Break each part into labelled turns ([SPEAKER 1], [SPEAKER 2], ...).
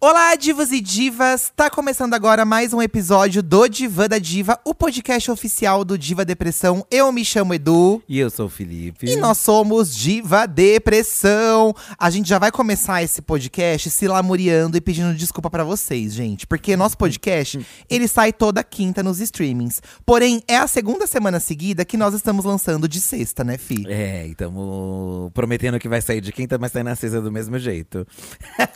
[SPEAKER 1] Olá, divas e divas! Tá começando agora mais um episódio do Divã da Diva, o podcast oficial do Diva Depressão. Eu me chamo Edu.
[SPEAKER 2] E eu sou o Felipe.
[SPEAKER 1] E nós somos Diva Depressão. A gente já vai começar esse podcast se lamuriando e pedindo desculpa pra vocês, gente. Porque nosso podcast, ele sai toda quinta nos streamings. Porém, é a segunda semana seguida que nós estamos lançando de sexta, né, Fi?
[SPEAKER 2] É, estamos prometendo que vai sair de quinta, mas sai na sexta do mesmo jeito.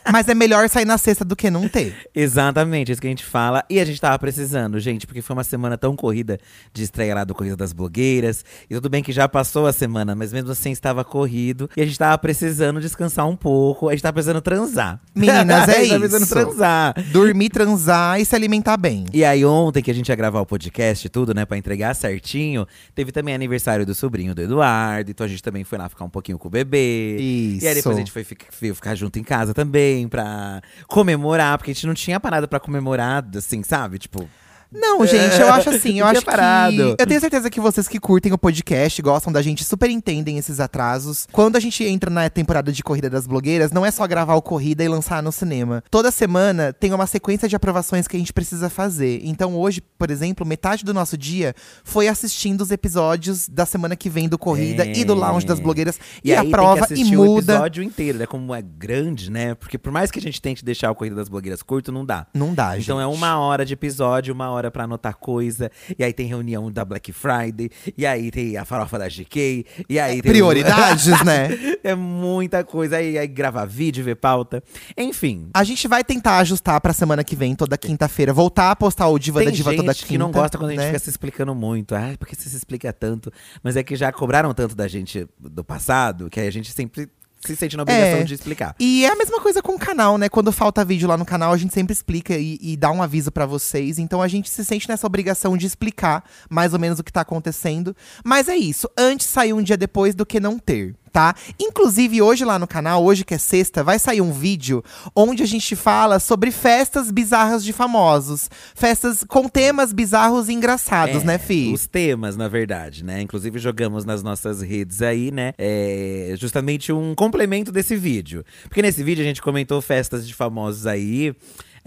[SPEAKER 1] Mas é melhor sair na sexta do que não ter.
[SPEAKER 2] Exatamente, é isso que a gente fala. E a gente tava precisando, gente, porque foi uma semana tão corrida de estreia lá do Corrida das Blogueiras. E tudo bem que já passou a semana, mas mesmo assim estava corrido. E a gente tava precisando descansar um pouco. A gente tava precisando transar.
[SPEAKER 1] Meninas, é
[SPEAKER 2] a gente tava precisando
[SPEAKER 1] isso.
[SPEAKER 2] transar.
[SPEAKER 1] Dormir, transar e se alimentar bem.
[SPEAKER 2] E aí, ontem que a gente ia gravar o podcast e tudo, né, pra entregar certinho, teve também aniversário do sobrinho do Eduardo, então a gente também foi lá ficar um pouquinho com o bebê. E aí
[SPEAKER 1] Isso.
[SPEAKER 2] depois a gente foi ficar, veio ficar junto em casa também pra comemorar, porque a gente não tinha parado pra comemorar, assim, sabe? Tipo,
[SPEAKER 1] Não, gente, eu acho assim, eu
[SPEAKER 2] Não tinha
[SPEAKER 1] acho
[SPEAKER 2] parado.
[SPEAKER 1] que… Eu tenho certeza que vocês que curtem o podcast, gostam da gente, super entendem esses atrasos. Quando a gente entra na temporada de Corrida das Blogueiras, não é só gravar o Corrida e lançar no cinema. Toda semana tem uma sequência de aprovações que a gente precisa fazer. Então hoje, por exemplo, metade do nosso dia foi assistindo os episódios da semana que vem do Corrida
[SPEAKER 2] É.
[SPEAKER 1] e do Lounge das Blogueiras. E,
[SPEAKER 2] aí tem que
[SPEAKER 1] aprova e
[SPEAKER 2] assistir o
[SPEAKER 1] muda.
[SPEAKER 2] episódio inteiro, né? Como é grande, né? Porque por mais que a gente tente deixar o Corrida das Blogueiras curto, não dá.
[SPEAKER 1] Não dá, gente.
[SPEAKER 2] Então é uma hora de episódio, uma hora pra anotar coisa. E aí tem reunião da Black Friday, e aí tem a farofa da GK, e
[SPEAKER 1] É
[SPEAKER 2] aí Então, tem. um-
[SPEAKER 1] Prioridades, né?
[SPEAKER 2] é muita coisa. Aí, aí gravar vídeo, ver pauta. Enfim.
[SPEAKER 1] A gente vai tentar ajustar pra semana que vem, toda quinta-feira. Voltar a postar o Diva
[SPEAKER 2] Tem
[SPEAKER 1] da Diva
[SPEAKER 2] gente
[SPEAKER 1] toda quinta.
[SPEAKER 2] que não gosta quando a gente
[SPEAKER 1] né?
[SPEAKER 2] fica se explicando muito. Ah, por que você se explica tanto? Mas é que já cobraram tanto da gente do passado, que aí a gente sempre se sente na obrigação
[SPEAKER 1] É.
[SPEAKER 2] de explicar.
[SPEAKER 1] E é a mesma coisa com o canal, né? Quando falta vídeo lá no canal, a gente sempre explica e, e dá um aviso pra vocês. Então a gente se sente nessa obrigação de explicar mais ou menos o que tá acontecendo. Mas é isso. Antes sair um dia depois do que não ter. Tá? Inclusive, hoje lá no canal, hoje que é sexta, vai sair um vídeo onde a gente fala sobre festas bizarras de famosos. Festas com temas bizarros e engraçados,
[SPEAKER 2] É,
[SPEAKER 1] né, Fi?
[SPEAKER 2] Os temas, na verdade, né? Inclusive jogamos nas nossas redes aí, né? É, justamente um complemento desse vídeo. Porque nesse vídeo a gente comentou festas de famosos aí.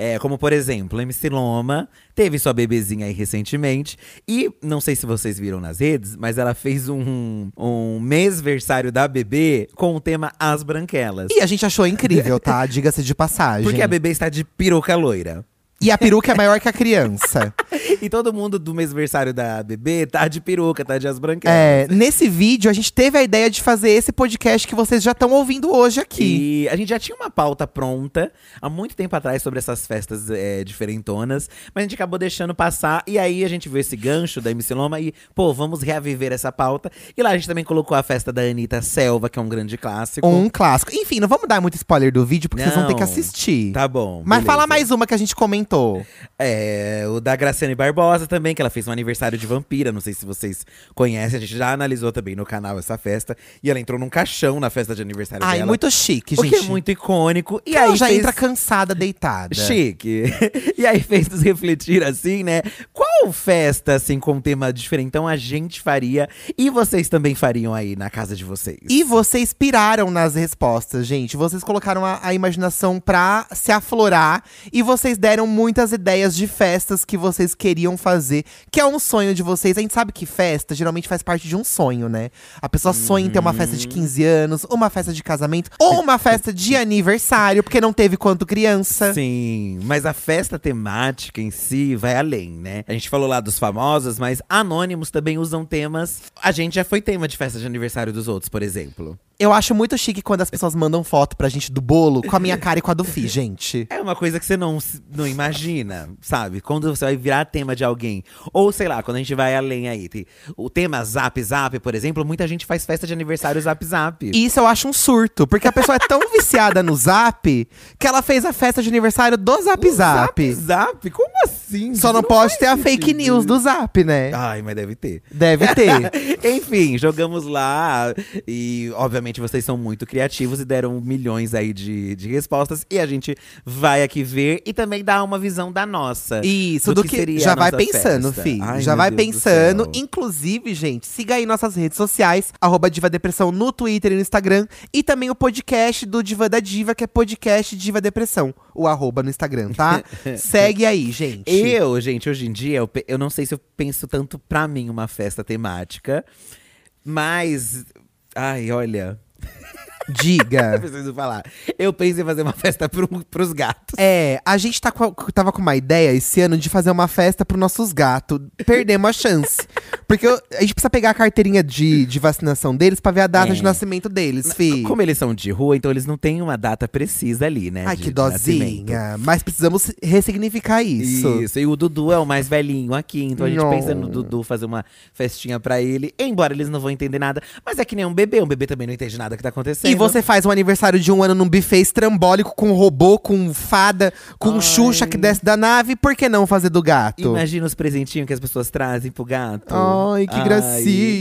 [SPEAKER 2] é, como, por exemplo, MC Loma teve sua bebezinha aí recentemente. E não sei se vocês viram nas redes, mas ela fez um, um mêsversário da bebê com o tema As Branquelas.
[SPEAKER 1] E a gente achou incrível, tá? Diga-se de passagem.
[SPEAKER 2] Porque a bebê está de peruca loira.
[SPEAKER 1] E a peruca é maior que a criança.
[SPEAKER 2] E todo mundo do mêsversário da bebê tá de peruca, tá de as branquelas.
[SPEAKER 1] É, nesse vídeo, a gente teve a ideia de fazer esse podcast que vocês já estão ouvindo hoje aqui.
[SPEAKER 2] E a gente já tinha uma pauta pronta há muito tempo atrás sobre essas festas é, diferentonas, mas a gente acabou deixando passar. E aí a gente viu esse gancho da MC Loma e, pô, vamos reaviver essa pauta. E lá a gente também colocou a festa da Anitta Selva, que é um grande clássico.
[SPEAKER 1] Um clássico. Enfim, não vamos dar muito spoiler do vídeo, porque vocês vão ter que
[SPEAKER 2] Não.
[SPEAKER 1] assistir.
[SPEAKER 2] Tá bom.
[SPEAKER 1] Mas
[SPEAKER 2] beleza.
[SPEAKER 1] fala mais uma que a gente comentou.
[SPEAKER 2] É, o da Graciane Barbosa também, que ela fez um aniversário de vampira. Não sei se vocês conhecem, a gente já analisou também no canal essa festa. E ela entrou num caixão na festa de aniversário
[SPEAKER 1] Ai,
[SPEAKER 2] dela.
[SPEAKER 1] muito chique,
[SPEAKER 2] o
[SPEAKER 1] gente.
[SPEAKER 2] que é muito icônico. E
[SPEAKER 1] Ela
[SPEAKER 2] aí
[SPEAKER 1] já
[SPEAKER 2] fez-
[SPEAKER 1] entra cansada, deitada.
[SPEAKER 2] Chique. E aí fez nos refletir assim, né? Qual festa, assim, com um tema diferentão a gente faria e vocês também fariam aí na casa de vocês?
[SPEAKER 1] E vocês piraram nas respostas, gente. Vocês colocaram a, a imaginação pra se aflorar. E vocês deram muitas ideias de festas que vocês queriam fazer. Que é um sonho de vocês. A gente sabe que festa geralmente faz parte de um sonho, né? A pessoa sonha em ter uma festa de 15 anos, uma festa de casamento. Ou uma festa de aniversário, porque não teve quanto criança.
[SPEAKER 2] Sim, mas a festa temática em si vai além, né? A gente falou lá dos famosos, mas anônimos também usam temas. A gente já foi tema de festa de aniversário dos outros, por exemplo.
[SPEAKER 1] Eu acho muito chique quando as pessoas mandam foto pra gente do bolo. Com a minha cara e com a do Fi, gente.
[SPEAKER 2] É uma coisa que você não, se- não imagina, sabe? Quando você vai virar tema de alguém. Ou sei lá, quando a gente vai além aí. tem o tema Zap Zap, por exemplo, muita gente faz festa de aniversário Zap Zap.
[SPEAKER 1] E isso eu acho um surto, porque a pessoa é tão viciada no zap que ela fez a festa de aniversário do zap zap.
[SPEAKER 2] Zap? Como assim?
[SPEAKER 3] assim.
[SPEAKER 1] Só não, pode ter a fake news do Zap, né?
[SPEAKER 2] Ai, mas deve ter.
[SPEAKER 1] Deve ter.
[SPEAKER 2] Enfim, jogamos lá e, obviamente, vocês são muito criativos e deram milhões aí de, de respostas. E a gente vai aqui ver e também dar uma visão da nossa.
[SPEAKER 1] Isso, do, que,
[SPEAKER 2] seria
[SPEAKER 1] já
[SPEAKER 2] a
[SPEAKER 1] vai
[SPEAKER 2] nossa
[SPEAKER 1] pensando,
[SPEAKER 2] festa.
[SPEAKER 1] fi.
[SPEAKER 2] Ai,
[SPEAKER 1] já
[SPEAKER 2] meu
[SPEAKER 1] vai
[SPEAKER 2] Deus do
[SPEAKER 1] pensando.
[SPEAKER 2] céu.
[SPEAKER 1] Inclusive, gente, siga aí nossas redes sociais, arroba Diva Depressão no Twitter e no Instagram. E também o podcast do Diva da Diva, que é podcast Diva Depressão, o arroba no Instagram, tá? Segue aí, gente.
[SPEAKER 2] Eu, gente, hoje em dia, eu, pe- eu não sei se eu penso tanto pra mim uma festa temática, mas. Ai, olha, eu
[SPEAKER 1] Diga.
[SPEAKER 2] preciso falar. Eu penso em fazer uma festa pro, pros gatos.
[SPEAKER 1] É, a gente tá com a- tava com uma ideia esse ano de fazer uma festa pros nossos gatos. Perdemos a chance. Porque eu- a gente precisa pegar a carteirinha de, de vacinação deles pra ver a data
[SPEAKER 2] É.
[SPEAKER 1] de nascimento deles, fi.
[SPEAKER 2] Como eles são de rua, então eles não têm uma data precisa ali, né?
[SPEAKER 1] Ai,
[SPEAKER 2] de-
[SPEAKER 1] que
[SPEAKER 2] de nascimento.
[SPEAKER 1] dozinha. Mas precisamos ressignificar isso.
[SPEAKER 2] Isso. E o Dudu é o mais velhinho aqui, então a gente
[SPEAKER 1] Não.
[SPEAKER 2] pensa no Dudu fazer uma festinha pra ele, embora eles não vão entender nada. Mas é que nem um bebê, um bebê também não entende nada que tá acontecendo.
[SPEAKER 1] E você faz um aniversário de um ano num buffet estrambólico com robô, com fada, com
[SPEAKER 2] Ai.
[SPEAKER 1] Xuxa que desce da nave, por que não fazer do gato?
[SPEAKER 2] Imagina os presentinhos que as pessoas trazem pro gato.
[SPEAKER 1] Ai, que gracinha.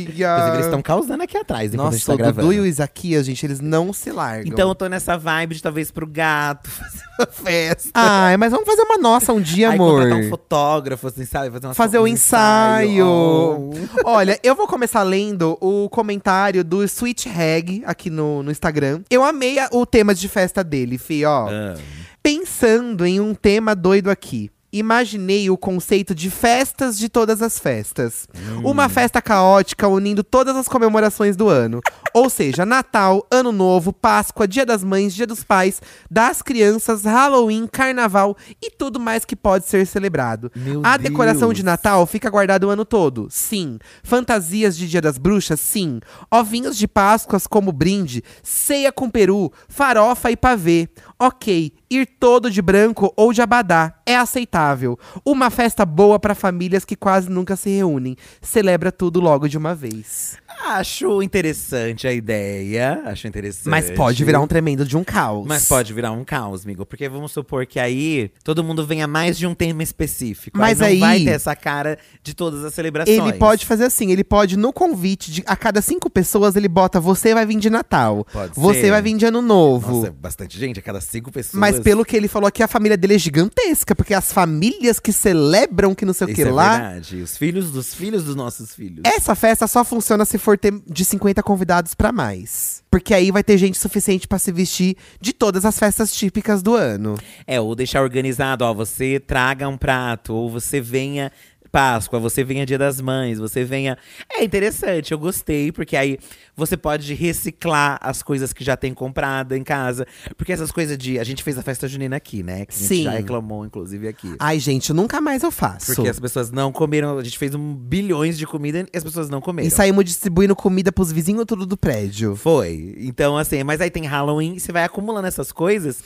[SPEAKER 2] Inclusive, eles estão causando aqui atrás, enquanto a
[SPEAKER 1] Nossa,
[SPEAKER 2] gente tá
[SPEAKER 1] o
[SPEAKER 2] gravando.
[SPEAKER 1] Dudu e o Isaquias, gente, eles não se largam.
[SPEAKER 2] Então eu tô nessa vibe de talvez pro gato fazer uma festa.
[SPEAKER 1] Ai, mas vamos fazer uma nossa um dia,
[SPEAKER 2] Aí
[SPEAKER 1] amor.
[SPEAKER 2] contratar um fotógrafo, assim, sabe? Fazer, umas
[SPEAKER 1] Fazer
[SPEAKER 2] fo-
[SPEAKER 1] o
[SPEAKER 2] um
[SPEAKER 1] ensaio.
[SPEAKER 2] Oh.
[SPEAKER 1] Olha, eu vou começar lendo o comentário do Sweet Reg aqui no, no Instagram. Eu amei a- o tema de festa dele, fi, ó.
[SPEAKER 2] Ah.
[SPEAKER 1] Pensando em um tema doido aqui. Imaginei o conceito de festas de todas as festas. Uma festa caótica unindo todas as comemorações do ano. Ou seja, Natal, Ano Novo, Páscoa, Dia das Mães, Dia dos Pais, das Crianças, Halloween, Carnaval e tudo mais que pode ser celebrado.
[SPEAKER 2] Meu
[SPEAKER 1] A decoração
[SPEAKER 2] Deus.
[SPEAKER 1] de Natal fica guardada o ano todo. Sim. Fantasias de Dia das Bruxas? Sim. Ovinhos de Páscoas como brinde, ceia com peru, farofa e pavê. Ok. Ir todo de branco ou de abadá é aceitável. Uma festa boa pra famílias que quase nunca se reúnem. Celebra tudo logo de uma vez.
[SPEAKER 2] Acho interessante a ideia. Acho interessante.
[SPEAKER 1] Mas pode virar um tremendo de um caos.
[SPEAKER 2] Mas pode virar um caos, amigo. Porque vamos supor que aí todo mundo venha mais de um tema específico.
[SPEAKER 1] Mas
[SPEAKER 2] não
[SPEAKER 1] aí-
[SPEAKER 2] vai ter essa cara de todas as celebrações.
[SPEAKER 1] Ele pode fazer assim, ele pode, no convite, de, a cada cinco pessoas, ele bota você vai vir de Natal.
[SPEAKER 2] Pode
[SPEAKER 1] você
[SPEAKER 2] ser.
[SPEAKER 1] vai vir de ano novo.
[SPEAKER 2] Nossa, é bastante gente, a cada cinco pessoas.
[SPEAKER 1] Mas pelo que ele falou aqui, a família dele é gigantesca, porque as famílias que celebram que não sei o
[SPEAKER 2] Isso
[SPEAKER 1] que
[SPEAKER 2] é
[SPEAKER 1] lá.
[SPEAKER 2] verdade. Os filhos dos filhos dos nossos filhos.
[SPEAKER 1] Essa festa só funciona se for ter de 50 convidados pra mais. Porque aí vai ter gente suficiente pra se vestir de todas as festas típicas do ano.
[SPEAKER 2] É, ou deixar organizado, ó, você traga um prato, ou você venha Páscoa, você venha Dia das Mães, você venha. É interessante, eu gostei, porque aí você pode reciclar as coisas que já tem comprada em casa. Porque essas coisas de. A gente fez a festa junina aqui, né? Que a gente
[SPEAKER 1] Sim. Ah,
[SPEAKER 2] já reclamou, inclusive, aqui.
[SPEAKER 1] Ai, gente, nunca mais eu faço.
[SPEAKER 2] Porque é as pessoas não comeram. A gente fez um bilhões de comida e as pessoas não comeram.
[SPEAKER 1] E saímos distribuindo comida pros vizinhos tudo do prédio.
[SPEAKER 2] Foi. Então, assim, mas aí tem Halloween, você vai acumulando essas coisas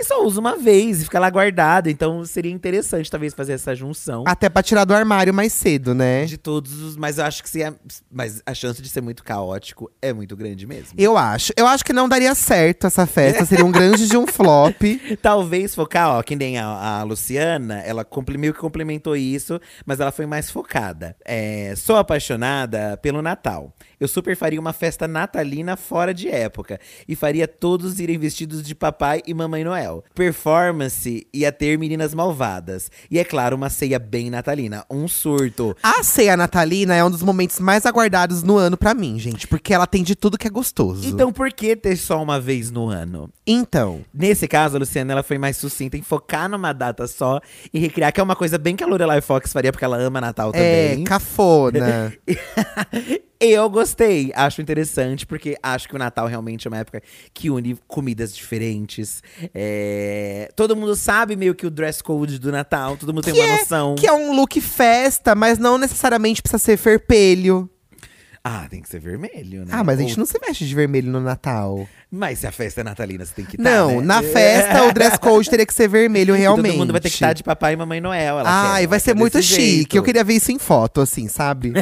[SPEAKER 2] e só usa uma vez e fica lá guardado. Então seria interessante, talvez, fazer essa junção
[SPEAKER 1] Até pra tirar do armário mais cedo, né?
[SPEAKER 2] de todos os. Mas eu acho que se é- Mas a chance de ser muito caótico é muito grande mesmo.
[SPEAKER 1] Eu acho. Eu acho que não daria certo essa festa. Seria um grande de um flop.
[SPEAKER 2] Talvez focar, ó, que nem a, a Luciana, ela compli- meio que complementou isso, mas ela foi mais focada. É, sou apaixonada pelo Natal. Eu super faria uma festa natalina fora de época e faria todos irem vestidos de papai e mamãe Noel. Performance ia ter meninas malvadas. E é claro, uma ceia bem natalina, um surto.
[SPEAKER 1] A ceia natalina é um dos momentos mais aguardados no ano pra mim, gente, porque ela tem de tudo que é gostoso.
[SPEAKER 2] Então, por que ter só uma vez no ano?
[SPEAKER 1] Então,
[SPEAKER 2] Nesse caso, a Luciana ela foi mais sucinta em focar numa data só e recriar, que é uma coisa bem que a Lorelai Fox faria, porque ela ama Natal
[SPEAKER 1] é
[SPEAKER 2] também.
[SPEAKER 1] cafona.
[SPEAKER 2] Eu gostei, acho interessante, porque acho que o Natal realmente é uma época que une comidas diferentes. É, Todo mundo sabe meio que o dress code do Natal, todo mundo tem uma noção.
[SPEAKER 1] que é um look festa, mas não necessariamente precisa ser ferpelho.
[SPEAKER 2] Ah, tem que ser vermelho, né?
[SPEAKER 1] Ah, mas a gente
[SPEAKER 2] Ou-
[SPEAKER 1] não se veste de vermelho no Natal.
[SPEAKER 2] Mas se a festa é natalina, você tem que estar.
[SPEAKER 1] não,
[SPEAKER 2] né?
[SPEAKER 1] na festa o dress code teria que ser vermelho
[SPEAKER 2] E
[SPEAKER 1] realmente.
[SPEAKER 2] Todo mundo vai ter que estar de papai e mamãe Noel. ela quer,
[SPEAKER 1] Ai,
[SPEAKER 2] ela
[SPEAKER 1] vai ser
[SPEAKER 2] quer
[SPEAKER 1] muito
[SPEAKER 2] desse
[SPEAKER 1] chique.
[SPEAKER 2] jeito.
[SPEAKER 1] Eu queria ver isso em foto, assim, sabe?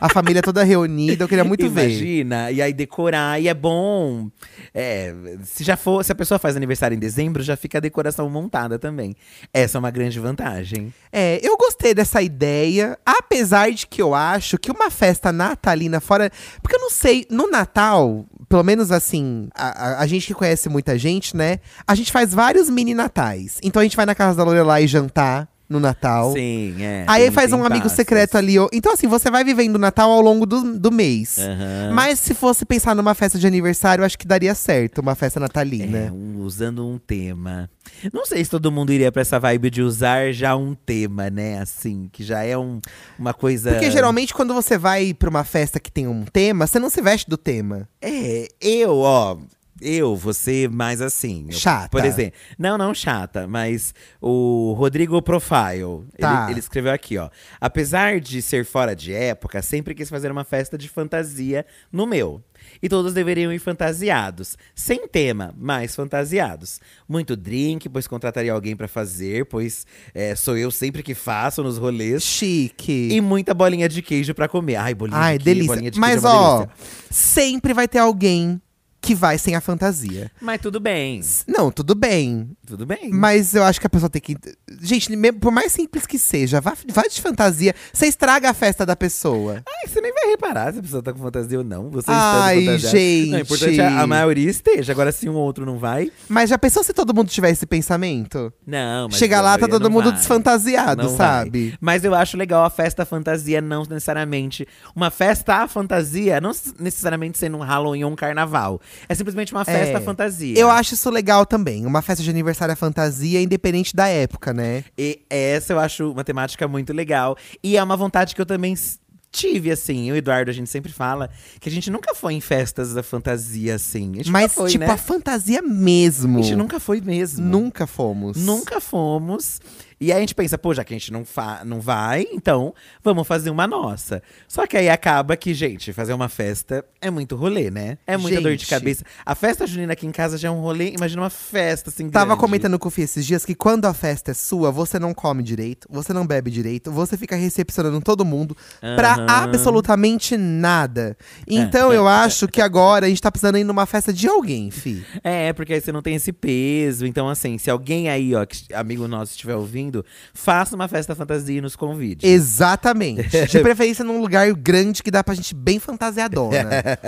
[SPEAKER 1] A família toda reunida, eu queria muito ver.
[SPEAKER 2] Imagina, e aí decorar, e é bom É, se já for, se a pessoa faz aniversário em dezembro, já fica a decoração montada também. Essa é uma grande vantagem.
[SPEAKER 1] É, eu gostei dessa ideia, apesar de que eu acho que uma festa natalina fora. Porque eu não sei, no Natal, pelo menos assim, a, a- a gente que conhece muita gente, né? A gente faz vários mini natais. Então a gente vai na casa da Lorelai jantar no Natal.
[SPEAKER 2] Sim, é.
[SPEAKER 1] Aí
[SPEAKER 2] tem-
[SPEAKER 1] faz
[SPEAKER 2] tem
[SPEAKER 1] um amigo
[SPEAKER 2] passos.
[SPEAKER 1] secreto ali. ou- Então, assim, você vai vivendo o Natal ao longo do, do mês.
[SPEAKER 2] Aham.
[SPEAKER 1] Mas se fosse pensar numa festa de aniversário, eu acho que daria certo uma festa natalina.
[SPEAKER 2] É, um- usando um tema. Não sei se todo mundo iria pra essa vibe de usar já um tema, né? Assim, que já é um- uma coisa.
[SPEAKER 1] Porque geralmente quando você vai pra uma festa que tem um tema, você não se veste do tema.
[SPEAKER 2] É, eu, ó. Eu, você mais assim. Eu,
[SPEAKER 1] Chata.
[SPEAKER 2] Por exemplo. Não, não chata, mas o Rodrigo Profile.
[SPEAKER 1] Tá.
[SPEAKER 2] Ele, ele escreveu aqui, ó. Apesar de ser fora de época, sempre quis fazer uma festa de fantasia no meu. E todos deveriam ir fantasiados. Sem tema, mas fantasiados. Muito drink, pois contrataria alguém pra fazer, pois é, sou eu sempre que faço nos rolês.
[SPEAKER 1] Chique.
[SPEAKER 2] E muita bolinha de queijo pra comer. Ai, bolinha
[SPEAKER 1] Ai,
[SPEAKER 2] de queijo.
[SPEAKER 1] delícia.
[SPEAKER 2] Bolinha de
[SPEAKER 1] Mas
[SPEAKER 2] queijo é uma
[SPEAKER 1] ó,
[SPEAKER 2] delícia.
[SPEAKER 1] sempre vai ter alguém que vai sem a fantasia.
[SPEAKER 2] Mas tudo bem.
[SPEAKER 1] Não, tudo bem.
[SPEAKER 2] Tudo bem.
[SPEAKER 1] Mas eu acho que a pessoa tem que. Gente, mesmo- por mais simples que seja, vá, vá de fantasia. Você estraga a festa da pessoa.
[SPEAKER 2] Ai, você nem vai reparar se a pessoa tá com fantasia ou não. Você
[SPEAKER 1] Ai,
[SPEAKER 2] está com fantasia. Não, o importante é
[SPEAKER 1] gente.
[SPEAKER 2] a maioria esteja. Agora, se um ou outro não vai,
[SPEAKER 1] Mas já pensou se todo mundo tivesse esse pensamento?
[SPEAKER 2] não. Mas
[SPEAKER 1] Chega
[SPEAKER 2] a
[SPEAKER 1] lá, tá
[SPEAKER 2] maioria
[SPEAKER 1] todo
[SPEAKER 2] não
[SPEAKER 1] mundo
[SPEAKER 2] vai.
[SPEAKER 1] desfantasiado,
[SPEAKER 2] Não
[SPEAKER 1] sabe?
[SPEAKER 2] vai. Mas eu acho legal a festa fantasia, não necessariamente. Uma festa à fantasia, não s- necessariamente sendo um Halloween ou um carnaval. É simplesmente uma festa à fantasia.
[SPEAKER 1] Eu acho isso legal também. Uma festa de aniversário à fantasia, independente da época, né?
[SPEAKER 2] E essa eu acho uma temática muito legal. E é uma vontade que eu também s- tive, assim. Eu e o Eduardo, a gente sempre fala que a gente nunca foi em festas da fantasia, assim. A gente
[SPEAKER 1] Mas,
[SPEAKER 2] nunca foi,
[SPEAKER 1] tipo,
[SPEAKER 2] né?
[SPEAKER 1] a fantasia mesmo.
[SPEAKER 2] A gente nunca foi mesmo.
[SPEAKER 1] Tipo, Nunca fomos.
[SPEAKER 2] Nunca fomos. E aí a gente pensa, pô, já que a gente não, fa não vai, então vamos fazer uma nossa. Só que aí acaba que, gente, fazer uma festa é muito rolê, né? É muita dor de
[SPEAKER 1] Gente.
[SPEAKER 2] cabeça. A festa junina aqui em casa já é um rolê, imagina uma festa assim.
[SPEAKER 1] Tava
[SPEAKER 2] grande.
[SPEAKER 1] comentando com o Fih esses dias que quando a festa é sua, você não come direito, você não bebe direito, você fica recepcionando todo mundo pra
[SPEAKER 2] Aham. É,
[SPEAKER 1] absolutamente nada. Então eu acho que agora a gente tá precisando ir numa festa de alguém, Fi.
[SPEAKER 2] É, porque aí você não tem esse peso. Então, assim, se alguém aí, ó, que- amigo nosso estiver ouvindo, faça uma festa fantasia e nos convide.
[SPEAKER 1] Exatamente. De preferência num lugar grande que dá pra gente bem fantasiadona.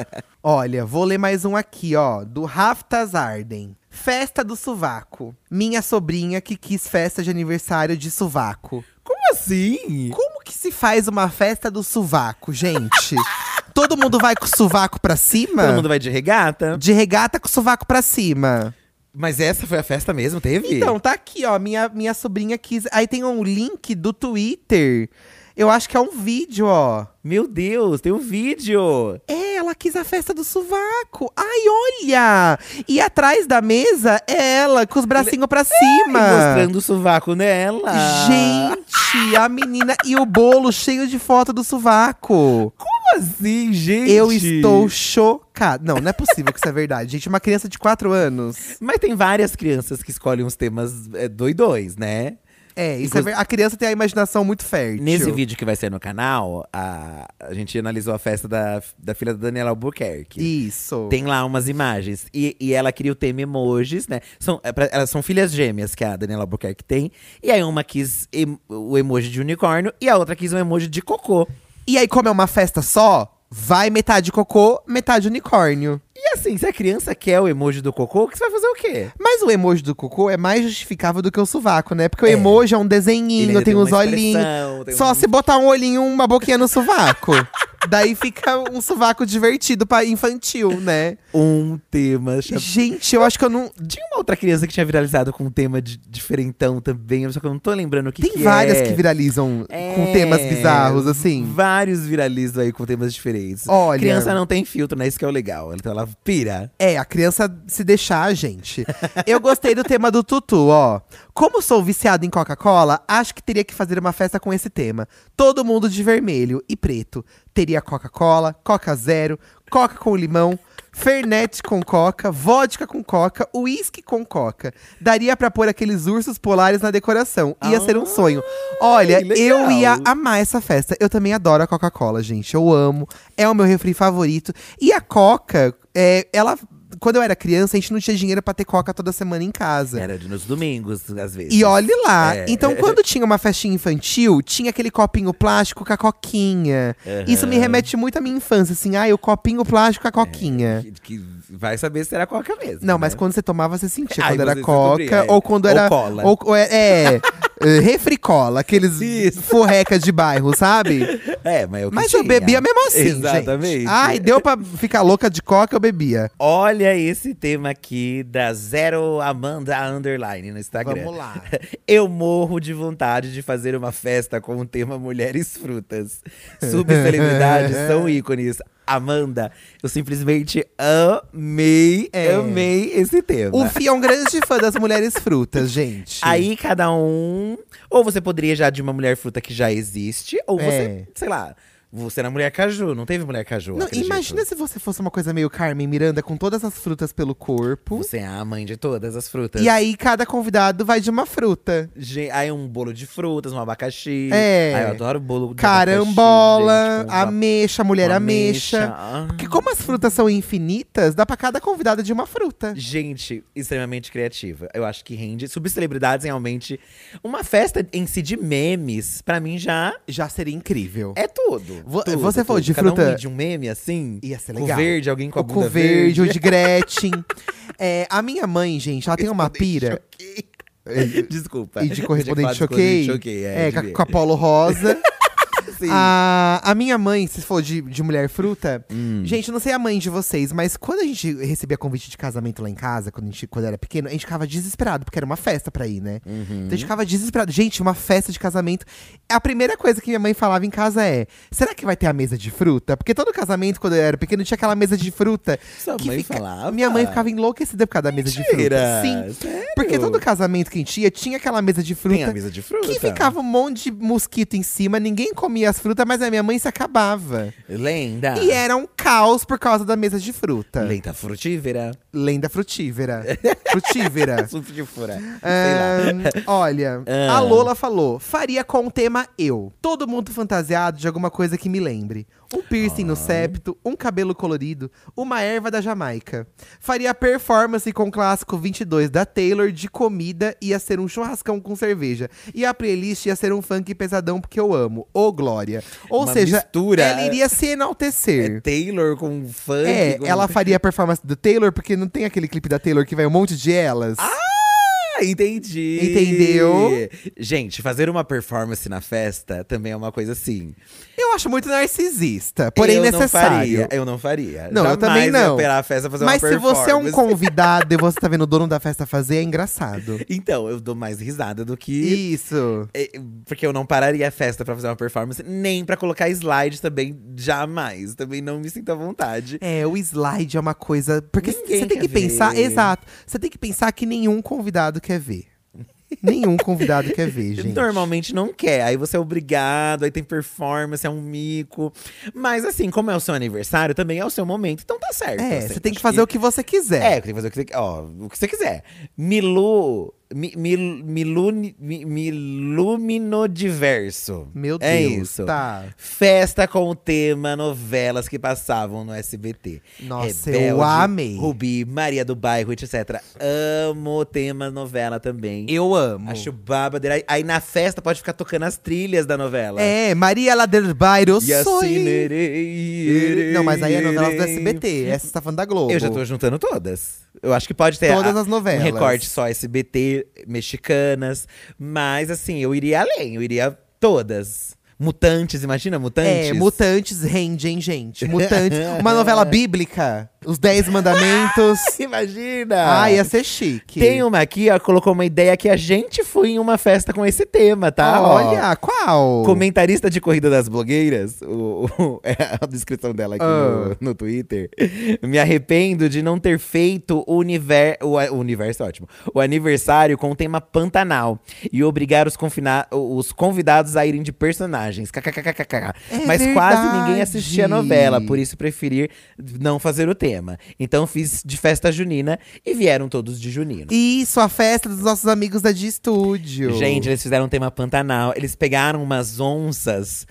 [SPEAKER 1] Olha, vou ler mais um aqui, ó. Do Raftas Arden. Festa do Sovaco. Minha sobrinha que quis festa de aniversário de Sovaco.
[SPEAKER 2] Como assim?
[SPEAKER 1] Como que se faz uma festa do sovaco, gente? Todo mundo vai com o sovaco pra cima?
[SPEAKER 2] Todo mundo vai de regata?
[SPEAKER 1] De regata com o sovaco pra cima.
[SPEAKER 2] Mas essa foi a festa mesmo, teve?
[SPEAKER 1] Então, tá aqui, ó. Minha, minha sobrinha quis. Aí tem um link do Twitter. Eu acho que é um vídeo, ó.
[SPEAKER 2] Meu Deus, tem um vídeo!
[SPEAKER 1] É, ela quis a festa do sovaco. Ai, olha! E atrás da mesa é ela, com os bracinhos pra cima.
[SPEAKER 2] Mostrando o sovaco nela.
[SPEAKER 1] Gente, a menina e o bolo cheio de foto do sovaco.
[SPEAKER 2] Como assim, gente?
[SPEAKER 1] Eu estou chocada. Não, não é possível que isso é verdade, gente. Uma criança de 4 anos.
[SPEAKER 2] Mas tem várias crianças que escolhem uns temas é, doidões, né?
[SPEAKER 1] É, isso é ver... a criança tem a imaginação muito fértil.
[SPEAKER 2] Nesse vídeo que vai ser no canal, a, a gente analisou a festa da, da filha da Daniela Albuquerque.
[SPEAKER 1] Isso.
[SPEAKER 2] Tem lá umas imagens. E, e ela queria o tema emojis, né? São, é pra- elas são filhas gêmeas que a Daniela Albuquerque tem. E aí uma quis em- o emoji de unicórnio e a outra quis um emoji de cocô.
[SPEAKER 1] E aí, como é uma festa só, vai metade cocô, metade unicórnio.
[SPEAKER 2] E assim, se a criança quer o emoji do cocô, que você vai fazer o quê?
[SPEAKER 1] Mas o emoji do cocô é mais justificável do que o sovaco, né? Porque o
[SPEAKER 2] É.
[SPEAKER 1] emoji é um
[SPEAKER 2] Ele
[SPEAKER 1] desenhinho, tem
[SPEAKER 2] tem
[SPEAKER 1] uns
[SPEAKER 2] uma
[SPEAKER 1] olhinhos.
[SPEAKER 2] expressão, tem
[SPEAKER 1] Só
[SPEAKER 2] um-
[SPEAKER 1] se botar um olhinho, uma boquinha no sovaco. Daí fica um sovaco divertido para infantil, né?
[SPEAKER 2] Um tema chamado.
[SPEAKER 1] Gente, eu acho que eu não.
[SPEAKER 2] Tinha uma outra criança que tinha viralizado com um tema de- diferentão também, só que eu não tô lembrando o que
[SPEAKER 1] Tem
[SPEAKER 2] que
[SPEAKER 1] várias
[SPEAKER 2] é.
[SPEAKER 1] que viralizam com
[SPEAKER 2] É.
[SPEAKER 1] temas bizarros, assim.
[SPEAKER 2] Vários viralizam aí com temas diferentes.
[SPEAKER 1] Olha.
[SPEAKER 2] Criança não tem filtro, né? Isso que é o legal. Então ela pira.
[SPEAKER 1] É, a criança se deixar, gente. Eu gostei do tema do Tutu, ó. Como sou viciado em Coca-Cola, acho que teria que fazer uma festa com esse tema. Todo mundo de vermelho e preto. Teria Coca-Cola, Coca Zero, Coca com limão, Fernet com coca, vodka com coca, uísque com coca. Daria pra pôr aqueles ursos polares na decoração. Ia ser um sonho. Olha,
[SPEAKER 2] Ah, legal.
[SPEAKER 1] eu ia amar essa festa. Eu também adoro a Coca-Cola, gente. Eu amo. É o meu refri favorito. E a Coca, é, ela quando eu era criança, a gente não tinha dinheiro pra ter coca toda semana em casa.
[SPEAKER 2] Era de- nos domingos, às vezes.
[SPEAKER 1] E olhe lá.
[SPEAKER 2] É.
[SPEAKER 1] Então, quando tinha uma festinha infantil, tinha aquele copinho plástico com a coquinha. Isso me remete muito à minha infância, assim, ai, o copinho plástico com a coquinha.
[SPEAKER 2] Que, que vai saber se era coca mesmo.
[SPEAKER 1] Não, mas
[SPEAKER 2] É, né?
[SPEAKER 1] quando você tomava, você sentia.
[SPEAKER 2] Ai,
[SPEAKER 1] Quando
[SPEAKER 2] você
[SPEAKER 1] era
[SPEAKER 2] descobria,
[SPEAKER 1] coca,
[SPEAKER 2] é.
[SPEAKER 1] ou quando
[SPEAKER 2] Ou
[SPEAKER 1] era.
[SPEAKER 2] cola.
[SPEAKER 1] Ou, ou é, é, eh, refricola, aqueles
[SPEAKER 2] Isso.
[SPEAKER 1] forrecas de bairro, sabe?
[SPEAKER 2] É, mas eu que
[SPEAKER 1] Mas eu
[SPEAKER 2] tinha.
[SPEAKER 1] bebia mesmo assim,
[SPEAKER 2] Exatamente.
[SPEAKER 1] gente. Ai, deu pra ficar louca de coca, eu bebia.
[SPEAKER 2] Olha esse tema aqui da Zero Amanda Underline no Instagram.
[SPEAKER 1] Vamos lá.
[SPEAKER 2] Eu morro de vontade de fazer uma festa com o tema Mulheres Frutas. Subcelebridades são ícones. Amanda, eu simplesmente amei,
[SPEAKER 1] É.
[SPEAKER 2] amei esse tema.
[SPEAKER 1] O Fih é um grande fã das mulheres frutas, gente.
[SPEAKER 2] Aí cada um. Ou você poderia já de uma mulher fruta que já existe, ou
[SPEAKER 1] É.
[SPEAKER 2] você, sei lá, você era mulher caju, não teve mulher caju.
[SPEAKER 1] Não,
[SPEAKER 2] acredito.
[SPEAKER 1] imagina se você fosse uma coisa meio Carmen Miranda, com todas as frutas pelo corpo.
[SPEAKER 2] Você é a mãe de todas as frutas.
[SPEAKER 1] E aí, cada convidado vai de uma fruta.
[SPEAKER 2] Ge- Aí um bolo de frutas, um abacaxi.
[SPEAKER 1] É.
[SPEAKER 2] Aí eu adoro bolo de
[SPEAKER 1] Carambola,
[SPEAKER 2] abacaxi, gente, com uma-
[SPEAKER 1] ameixa, mulher
[SPEAKER 2] uma
[SPEAKER 1] ameixa.
[SPEAKER 2] ameixa.
[SPEAKER 1] Porque como as frutas são infinitas, dá pra cada convidado de uma fruta.
[SPEAKER 2] Gente, extremamente criativa. Eu acho que rende. Subcelebridades, realmente. Uma festa em si de memes, pra mim já
[SPEAKER 1] Já seria incrível.
[SPEAKER 2] é tudo.
[SPEAKER 1] Vo-
[SPEAKER 2] Tudo,
[SPEAKER 1] você falou
[SPEAKER 2] tudo.
[SPEAKER 1] de
[SPEAKER 2] Cada
[SPEAKER 1] fruta-
[SPEAKER 2] Um de um meme assim.
[SPEAKER 1] Ia ser
[SPEAKER 2] Com
[SPEAKER 1] legal.
[SPEAKER 2] verde, alguém com a
[SPEAKER 1] o
[SPEAKER 2] bunda
[SPEAKER 1] cu verde, o de Gretchen. É, a minha mãe, gente, ela tem uma pira.
[SPEAKER 2] Desculpa.
[SPEAKER 1] E de correspondente
[SPEAKER 2] quase
[SPEAKER 1] choquei.
[SPEAKER 2] choquei.
[SPEAKER 1] É, Ah,
[SPEAKER 2] É,
[SPEAKER 1] com a-
[SPEAKER 2] devia.
[SPEAKER 1] com a Polo Rosa.
[SPEAKER 2] Sim.
[SPEAKER 1] A, a minha mãe, se for de, de mulher fruta,
[SPEAKER 2] Hum.
[SPEAKER 1] gente, eu não sei a mãe de vocês, mas quando a gente recebia convite de casamento lá em casa, quando a gente quando eu era pequeno, a gente ficava desesperado, porque era uma festa pra ir, né?
[SPEAKER 2] Uhum.
[SPEAKER 1] Então a gente ficava desesperado. Gente, uma festa de casamento. A primeira coisa que minha mãe falava em casa é: será que vai ter a mesa de fruta? Porque todo casamento, quando eu era pequeno, tinha aquela mesa de fruta.
[SPEAKER 2] Sua
[SPEAKER 1] que
[SPEAKER 2] mãe
[SPEAKER 1] fica-
[SPEAKER 2] falava?
[SPEAKER 1] Minha mãe ficava enlouquecida por causa da mesa
[SPEAKER 2] Mentira!
[SPEAKER 1] de fruta. Sim.
[SPEAKER 2] Sério?
[SPEAKER 1] Porque todo casamento que a gente ia tinha aquela mesa de fruta.
[SPEAKER 2] Tem a mesa de fruta.
[SPEAKER 1] Que ficava um monte de mosquito em cima, ninguém comia as frutas, mas a minha mãe se acabava.
[SPEAKER 2] Lenda.
[SPEAKER 1] E era um caos por causa da mesa de fruta.
[SPEAKER 2] Lenda frutívera.
[SPEAKER 1] Lenda frutívera. Frutívera.
[SPEAKER 2] Frutífera. Sei lá.
[SPEAKER 1] Ahn, olha,
[SPEAKER 2] Ah.
[SPEAKER 1] a Lola falou: faria com o tema eu. Todo mundo fantasiado de alguma coisa que me lembre. Um piercing
[SPEAKER 2] Ah.
[SPEAKER 1] no septo, um cabelo colorido, uma erva da Jamaica. Faria a performance com o clássico 22 da Taylor de comida, ia ser um churrascão com cerveja. E a playlist ia ser um funk pesadão porque eu amo. Ô, Glória. Ou
[SPEAKER 2] Uma
[SPEAKER 1] seja,
[SPEAKER 2] mistura.
[SPEAKER 1] ela iria se
[SPEAKER 2] É
[SPEAKER 1] enaltecer.
[SPEAKER 2] Taylor com funk.
[SPEAKER 1] É,
[SPEAKER 2] com-
[SPEAKER 1] ela faria a performance do Taylor, porque não tem aquele clipe da Taylor que vai um monte de elas.
[SPEAKER 2] Ah, entendi.
[SPEAKER 1] Entendeu?
[SPEAKER 2] Gente, fazer uma performance na festa também é uma coisa assim.
[SPEAKER 1] Eu acho muito narcisista, porém
[SPEAKER 2] eu Não
[SPEAKER 1] necessário.
[SPEAKER 2] faria, eu não faria.
[SPEAKER 1] Não, eu
[SPEAKER 2] Jamais
[SPEAKER 1] também
[SPEAKER 2] ia
[SPEAKER 1] não.
[SPEAKER 2] operar a festa fazer
[SPEAKER 1] Mas
[SPEAKER 2] uma
[SPEAKER 1] se
[SPEAKER 2] performance.
[SPEAKER 1] você é um convidado e você tá vendo o dono da festa fazer, é engraçado.
[SPEAKER 2] Então, eu dou mais risada do que.
[SPEAKER 1] Isso.
[SPEAKER 2] É, Porque eu não pararia a festa pra fazer uma performance, nem pra colocar slide também, jamais. Também não me sinto à vontade.
[SPEAKER 1] É, o slide é uma coisa. Porque
[SPEAKER 2] Ninguém
[SPEAKER 1] você tem que
[SPEAKER 2] quer
[SPEAKER 1] pensar.
[SPEAKER 2] ver.
[SPEAKER 1] Exato. Você tem que pensar que nenhum convidado quer ver. nenhum convidado quer ver, gente.
[SPEAKER 2] Normalmente não quer, aí você é obrigado, aí tem performance, é um mico. Mas assim, como é o seu aniversário, também é o seu momento, então tá certo.
[SPEAKER 1] É,
[SPEAKER 2] assim,
[SPEAKER 1] você tem que
[SPEAKER 2] acho
[SPEAKER 1] fazer o que você
[SPEAKER 2] É,
[SPEAKER 1] quiser.
[SPEAKER 2] tem que fazer o que você, ó, o que você quiser. Milu. Mi, mil, miluni- mi- miluminodiverso.
[SPEAKER 1] Meu Deus.
[SPEAKER 2] É isso.
[SPEAKER 1] Tá.
[SPEAKER 2] Festa com o tema novelas que passavam no SBT.
[SPEAKER 1] Nossa, eu amei.
[SPEAKER 2] Rubi, Maria do Bairro, etc. Amo o tema novela também.
[SPEAKER 1] Eu amo.
[SPEAKER 2] Acho babadeira. Aí na festa pode ficar tocando as trilhas da novela.
[SPEAKER 1] É, Maria Laderbairo, eu
[SPEAKER 2] E
[SPEAKER 1] sou.
[SPEAKER 2] assim,
[SPEAKER 1] ele.
[SPEAKER 2] nerei,
[SPEAKER 1] Não, mas aí é novela do
[SPEAKER 2] nerei.
[SPEAKER 1] SBT. Essa você tá falando da Globo.
[SPEAKER 2] Eu já tô juntando todas. Eu acho que pode ter
[SPEAKER 1] Todas as novelas.
[SPEAKER 2] um recorte só SBT, mexicanas. Mas assim, eu iria além, eu iria todas. Mutantes, imagina, mutantes.
[SPEAKER 1] É, mutantes rende, hein, gente? Mutantes. Uma novela bíblica. Os Dez Mandamentos.
[SPEAKER 2] Imagina!
[SPEAKER 1] ah, ia ser chique.
[SPEAKER 2] Tem um- uma aqui, ó, colocou uma ideia que a gente foi em uma festa com esse tema, tá? Ó,
[SPEAKER 1] Olha, qual?
[SPEAKER 2] Comentarista de Corrida das Blogueiras, o, o- é a descrição dela aqui
[SPEAKER 1] Ah.
[SPEAKER 2] no, no Twitter. Me arrependo de não ter feito o, univer, o, a- o universo, é ótimo. O aniversário com o tema Pantanal. E obrigar os, confina- os convidados a irem de personagens. KKKKK.
[SPEAKER 1] É
[SPEAKER 2] Mas quase ninguém assistia a
[SPEAKER 1] verdade.
[SPEAKER 2] novela, por isso preferi não fazer o tema. Então fiz de festa junina e vieram todos de junino.
[SPEAKER 1] Isso, a festa dos nossos amigos da de estúdio.
[SPEAKER 2] Gente, eles fizeram um tema Pantanal. Eles pegaram umas onças.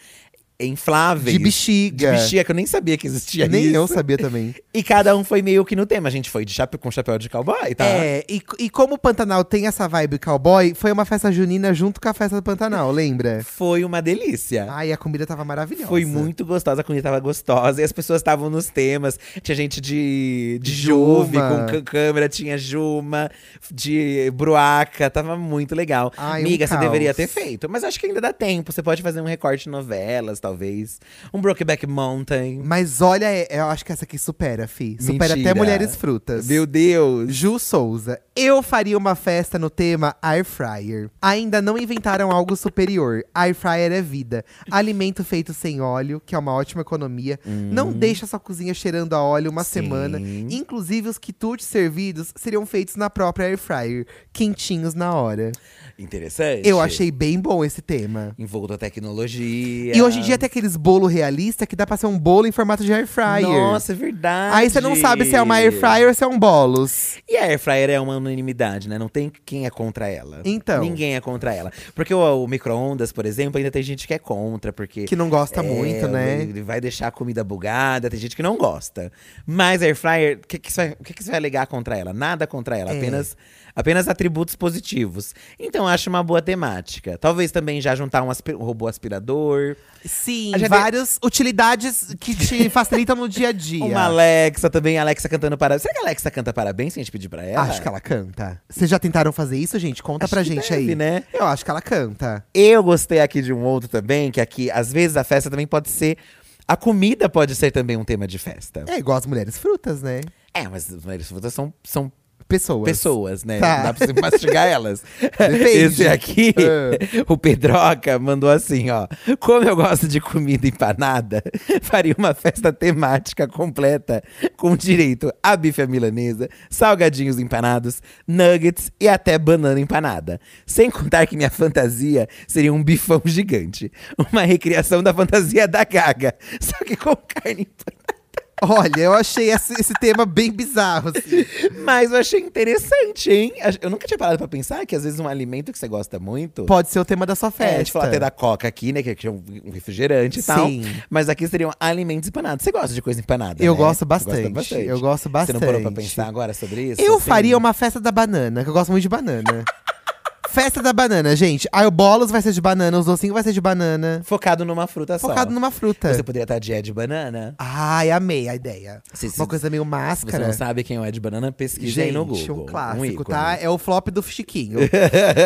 [SPEAKER 2] infláveis.
[SPEAKER 1] De bexiga.
[SPEAKER 2] De bexiga, que eu nem sabia que existia
[SPEAKER 1] Nem
[SPEAKER 2] isso.
[SPEAKER 1] eu sabia também.
[SPEAKER 2] E cada um foi meio que no tema. A gente foi de chape com chapéu de cowboy, tá?
[SPEAKER 1] É, e, e como o Pantanal tem essa vibe cowboy, foi uma festa junina junto com a festa do Pantanal, lembra?
[SPEAKER 2] Foi uma delícia.
[SPEAKER 1] Ai, a comida tava maravilhosa.
[SPEAKER 2] Foi muito gostosa, a comida tava gostosa e as pessoas estavam nos temas. Tinha gente de, de
[SPEAKER 1] Juma.
[SPEAKER 2] Juve com cã- câmera, tinha Juma, de Bruaca, tava muito legal.
[SPEAKER 1] Ai, um
[SPEAKER 2] Amiga, você
[SPEAKER 1] caos.
[SPEAKER 2] deveria ter feito, mas acho que ainda dá tempo. Você pode fazer um recorte de novelas, talvez. Um Brokeback Mountain.
[SPEAKER 1] Mas olha, é- eu acho que essa aqui supera, fi. Supera
[SPEAKER 2] Mentira.
[SPEAKER 1] até Mulheres Frutas.
[SPEAKER 2] Meu Deus!
[SPEAKER 1] Ju Souza, eu faria uma festa no tema Air Fryer. Ainda não inventaram algo superior. Air Fryer é vida. Alimento feito sem óleo, que é uma ótima economia. Não deixa sua cozinha cheirando a óleo uma
[SPEAKER 2] Hum. Sim.
[SPEAKER 1] semana. Inclusive, os quitutes servidos seriam feitos na própria Air Fryer, quentinhos na hora.
[SPEAKER 2] Interessante.
[SPEAKER 1] Eu achei bem bom esse tema.
[SPEAKER 2] Envolto a tecnologia.
[SPEAKER 1] E hoje em dia tem aqueles bolo realista que dá pra ser um bolo em formato de air fryer.
[SPEAKER 2] Nossa, é verdade.
[SPEAKER 1] Aí você não sabe se é uma air fryer ou se é um bolos.
[SPEAKER 2] E a Air Fryer é uma unanimidade, né? Não tem quem é contra ela.
[SPEAKER 1] Então.
[SPEAKER 2] Ninguém é contra ela. Porque o, o micro-ondas, por exemplo, ainda tem gente que é contra, porque.
[SPEAKER 1] Que não gosta
[SPEAKER 2] é,
[SPEAKER 1] muito, né?
[SPEAKER 2] Ele vai deixar a comida bugada, tem gente que não gosta. Mas a Air Fryer, o que, que, você vai- o que, que você vai alegar contra ela? Nada contra ela,
[SPEAKER 1] É.
[SPEAKER 2] apenas, apenas atributos positivos. Então acho uma boa temática. Talvez também já juntar um, aspi- um robô aspirador,
[SPEAKER 1] Sim,
[SPEAKER 2] A gente-
[SPEAKER 1] várias utilidades que te facilitam no dia a dia.
[SPEAKER 2] uma Alexa também, a Alexa cantando parabéns. Será que a Alexa canta parabéns se a gente pedir pra ela?
[SPEAKER 1] Acho que ela canta. Vocês já tentaram fazer isso, gente? Conta
[SPEAKER 2] Acho
[SPEAKER 1] pra
[SPEAKER 2] que
[SPEAKER 1] gente
[SPEAKER 2] deve,
[SPEAKER 1] aí.
[SPEAKER 2] né?
[SPEAKER 1] Eu acho que ela canta.
[SPEAKER 2] Eu gostei aqui de um outro também, que aqui, às vezes, a festa também pode ser. A comida pode ser também um tema de festa.
[SPEAKER 1] É igual as mulheres frutas, né?
[SPEAKER 2] É, mas as mulheres frutas são, são
[SPEAKER 1] Pessoas.
[SPEAKER 2] pessoas, né?
[SPEAKER 1] Tá.
[SPEAKER 2] Não dá pra você mastigar elas.
[SPEAKER 1] Depende.
[SPEAKER 2] Esse aqui,
[SPEAKER 1] Ah.
[SPEAKER 2] o Pedroca, mandou assim, ó. Como eu gosto de comida empanada, faria uma festa temática completa com direito a bife à milanesa, salgadinhos empanados, nuggets e até banana empanada. Sem contar que minha fantasia seria um bifão gigante. Uma recriação da fantasia da Gaga, só que com carne empanada.
[SPEAKER 1] Olha, eu achei esse, esse tema bem bizarro. assim.
[SPEAKER 2] Mas eu achei interessante, hein? Ach- Eu nunca tinha parado pra pensar que às vezes um alimento que você gosta muito.
[SPEAKER 1] Pode ser o tema da sua festa.
[SPEAKER 2] É, a gente falou até da coca aqui, né? Que que é um um refrigerante e tal.
[SPEAKER 1] Sim.
[SPEAKER 2] Mas aqui seriam alimentos empanados. Você gosta de coisa empanada?
[SPEAKER 1] Eu
[SPEAKER 2] né?
[SPEAKER 1] gosto
[SPEAKER 2] Você gosta
[SPEAKER 1] bastante, eu gosto
[SPEAKER 2] Você não parou pra
[SPEAKER 1] bastante.
[SPEAKER 2] pensar agora sobre isso?
[SPEAKER 1] Eu
[SPEAKER 2] assim?
[SPEAKER 1] faria uma festa da banana, que eu gosto muito de banana. festa da banana, gente. Aí o bolos vai ser de banana, os docinhos vai ser de banana.
[SPEAKER 2] Focado numa fruta só.
[SPEAKER 1] Focado numa fruta.
[SPEAKER 2] Você poderia estar de é de banana.
[SPEAKER 1] Ai, amei a ideia.
[SPEAKER 2] Se- se-
[SPEAKER 1] Uma coisa meio
[SPEAKER 2] Se você não
[SPEAKER 1] máscara.
[SPEAKER 2] sabe quem é o é de banana, pesquisa aí
[SPEAKER 1] Gente,
[SPEAKER 2] no Google.
[SPEAKER 1] um clássico,
[SPEAKER 2] ícone.
[SPEAKER 1] tá? É o flop do Chiquinho.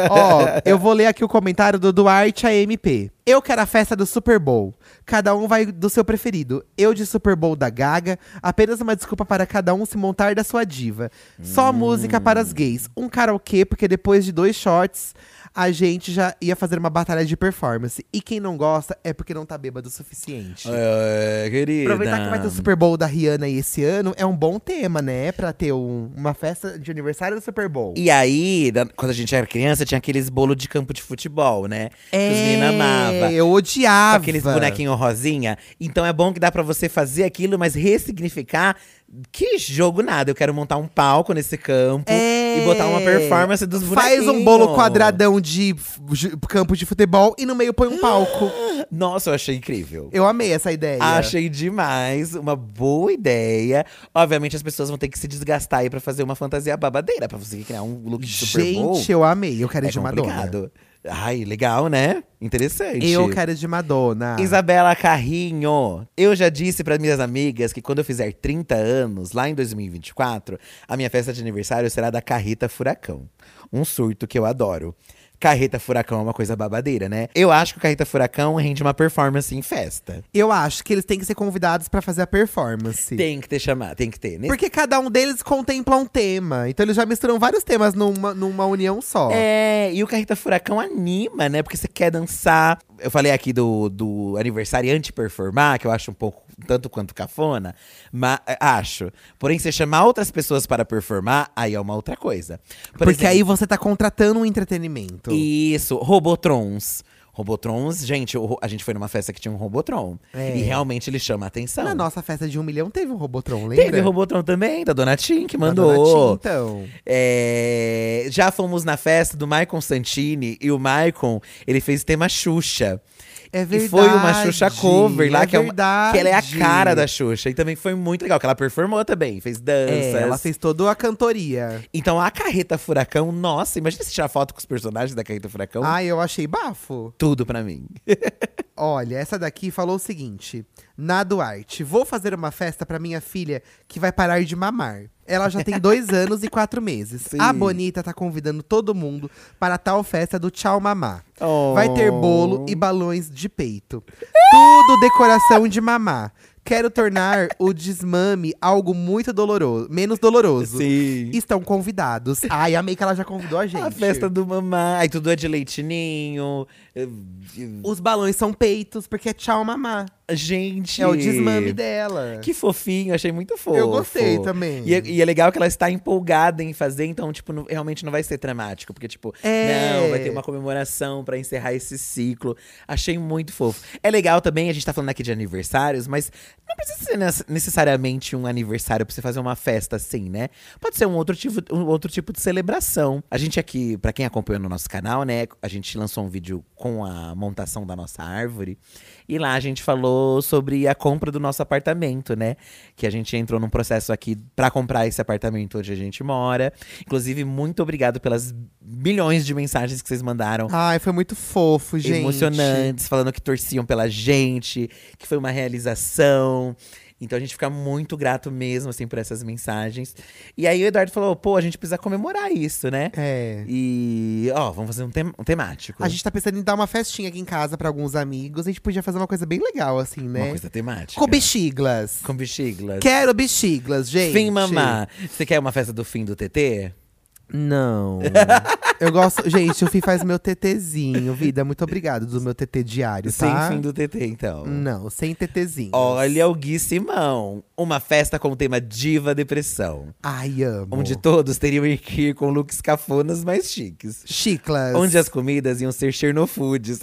[SPEAKER 1] Ó, eu vou ler aqui o comentário do Duarte AMP. Eu quero a festa do Super Bowl. Cada um vai do seu preferido. Eu de Super Bowl da Gaga. Apenas uma desculpa para cada um se montar da sua diva.
[SPEAKER 2] Hum.
[SPEAKER 1] Só música para as gays. Um karaokê, porque depois de dois shots, a gente já ia fazer uma batalha de performance. E quem não gosta é porque não tá bêbado o suficiente.
[SPEAKER 2] É, querida.
[SPEAKER 1] Aproveitar que vai ter o Super Bowl da Rihanna aí esse ano é um bom tema, né? Pra ter um- uma festa de aniversário do Super Bowl.
[SPEAKER 2] E aí, da- quando a gente era criança, tinha aqueles bolos de campo de futebol, né? que os
[SPEAKER 1] É.
[SPEAKER 2] meninos amavam.
[SPEAKER 1] eu
[SPEAKER 2] Com
[SPEAKER 1] odiava.
[SPEAKER 2] aqueles bonequinhos rosinha. Então é bom que dá pra você fazer aquilo, mas ressignificar. Que jogo nada, eu quero montar um palco nesse campo
[SPEAKER 1] É.
[SPEAKER 2] e botar uma performance dos bonequinhos.
[SPEAKER 1] Faz um bolo quadradão de f- ju- campo de futebol e no meio põe um palco.
[SPEAKER 2] Nossa, eu achei incrível.
[SPEAKER 1] Eu amei essa ideia.
[SPEAKER 2] Achei demais, uma boa ideia. Obviamente as pessoas vão ter que se desgastar aí pra fazer uma fantasia babadeira, pra você criar um look de Super Bowl.
[SPEAKER 1] Gente, eu amei. Eu quero
[SPEAKER 2] é
[SPEAKER 1] de Madonna.
[SPEAKER 2] complicado. Ai, legal, né? Interessante.
[SPEAKER 1] Eu quero de Madonna.
[SPEAKER 2] Isabela Carrinho, eu já disse para minhas amigas que quando eu fizer 30 anos, lá em 2024, a minha festa de aniversário será da Carreta Furacão. Um surto que eu adoro. Carreta Furacão é uma coisa babadeira, né? Eu acho que o Carreta Furacão rende uma performance em festa.
[SPEAKER 1] Eu acho que eles têm que ser convidados pra fazer a performance.
[SPEAKER 2] Tem que ter chamado, tem que ter. Nesse
[SPEAKER 1] Porque cada um deles contempla um tema. Então eles já misturam vários temas numa, numa união só.
[SPEAKER 2] É, e o Carreta Furacão anima, né? Porque você quer dançar. Eu falei aqui do, do aniversariante performar, que eu acho um pouco tanto quanto cafona, mas acho. Porém, você chamar outras pessoas para performar, aí é uma outra coisa. Por
[SPEAKER 1] Porque
[SPEAKER 2] exemplo, Então.
[SPEAKER 1] aí você tá contratando um entretenimento.
[SPEAKER 2] Isso, Robotrons. Robotrons, gente, o- a gente foi numa festa que tinha um Robotron.
[SPEAKER 1] É.
[SPEAKER 2] E realmente ele chama a atenção.
[SPEAKER 1] Na nossa festa de um milhão teve um Robotron, lembra?
[SPEAKER 2] Teve Robotron também, da Dona Tim, que
[SPEAKER 1] Da
[SPEAKER 2] mandou.
[SPEAKER 1] Dona Tim, então.
[SPEAKER 2] É, já fomos na festa do Maicon Santini e o Maicon, ele fez tema Xuxa.
[SPEAKER 1] É
[SPEAKER 2] E foi uma
[SPEAKER 1] verdade,
[SPEAKER 2] Xuxa cover lá,
[SPEAKER 1] é
[SPEAKER 2] que, é uma- que ela é a
[SPEAKER 1] verdade.
[SPEAKER 2] cara da Xuxa. E também foi muito legal, que ela performou também, fez danças.
[SPEAKER 1] É, ela fez toda a cantoria.
[SPEAKER 2] Então a Carreta Furacão, nossa, imagina se tirar foto com os personagens da Carreta Furacão.
[SPEAKER 1] Ah, eu achei bafo.
[SPEAKER 2] Tudo pra mim.
[SPEAKER 1] Olha, essa daqui falou o seguinte: Na Duarte, vou fazer uma festa pra minha filha que vai parar de mamar. Ela já tem dois anos e quatro meses.
[SPEAKER 2] Sim.
[SPEAKER 1] A Bonita tá convidando todo mundo para a tal festa do Tchau Mamá.
[SPEAKER 2] Oh.
[SPEAKER 1] Vai ter bolo e balões de peito. Tudo decoração de mamá. Quero tornar o desmame algo muito doloroso, menos doloroso.
[SPEAKER 2] Oh, Sim.
[SPEAKER 1] Estão convidados. Ai, amei que ela já convidou a gente.
[SPEAKER 2] A festa do mamá. Aí tudo é de leitinho.
[SPEAKER 1] Os balões são peitos, porque é tchau mamá.
[SPEAKER 2] Gente.
[SPEAKER 1] É o desmame dela.
[SPEAKER 2] Que fofinho, achei muito fofo.
[SPEAKER 1] Eu gostei também.
[SPEAKER 2] E, é- e é legal que ela está empolgada em fazer, então, tipo, não- realmente não vai ser dramático. Porque, tipo,
[SPEAKER 1] É.
[SPEAKER 2] não, vai ter uma comemoração pra encerrar esse ciclo. Achei muito fofo. É legal também, a gente tá falando aqui de aniversários, mas não precisa ser nes- necessariamente um aniversário pra você fazer uma festa assim, né? Pode ser um outro tipo, um outro tipo de celebração. A gente aqui, pra quem acompanha no nosso canal, né, a gente lançou um vídeo com a montação da nossa árvore. E lá a gente falou sobre a compra do nosso apartamento, né? Que a gente entrou num processo aqui pra comprar esse apartamento onde a gente mora. Inclusive, muito obrigado pelas milhões de mensagens que vocês mandaram.
[SPEAKER 1] Ai, foi muito fofo, gente.
[SPEAKER 2] Emocionantes, falando que torciam pela gente, que foi uma realização. Então a gente fica muito grato mesmo, assim, por essas mensagens. E aí o Eduardo falou, pô, a gente precisa comemorar isso, né?
[SPEAKER 1] É.
[SPEAKER 2] E, ó, vamos fazer um, tem- um temático.
[SPEAKER 1] A gente tá pensando em dar uma festinha aqui em casa pra alguns amigos. A gente podia fazer uma coisa bem legal, assim,
[SPEAKER 2] Uma
[SPEAKER 1] né?
[SPEAKER 2] coisa temática.
[SPEAKER 1] Com bexiglas.
[SPEAKER 2] Com bexiglas.
[SPEAKER 1] Quero bexiglas, gente.
[SPEAKER 2] Fim mamar. Você quer uma festa do fim do TT?
[SPEAKER 1] Não. Eu gosto. Gente, o Fim faz meu TTzinho, vida. Muito obrigado do meu TT diário,
[SPEAKER 2] Sem
[SPEAKER 1] tá? Hum.
[SPEAKER 2] fim do TT, então.
[SPEAKER 1] Não, sem TTzinho.
[SPEAKER 2] Olha o Gui Simão. Uma festa com o tema Diva Depressão.
[SPEAKER 1] Ai, amo.
[SPEAKER 2] Onde todos teriam que ir com looks cafonas mais chiques.
[SPEAKER 1] Chiclas.
[SPEAKER 2] Onde as comidas iam ser chernofoods.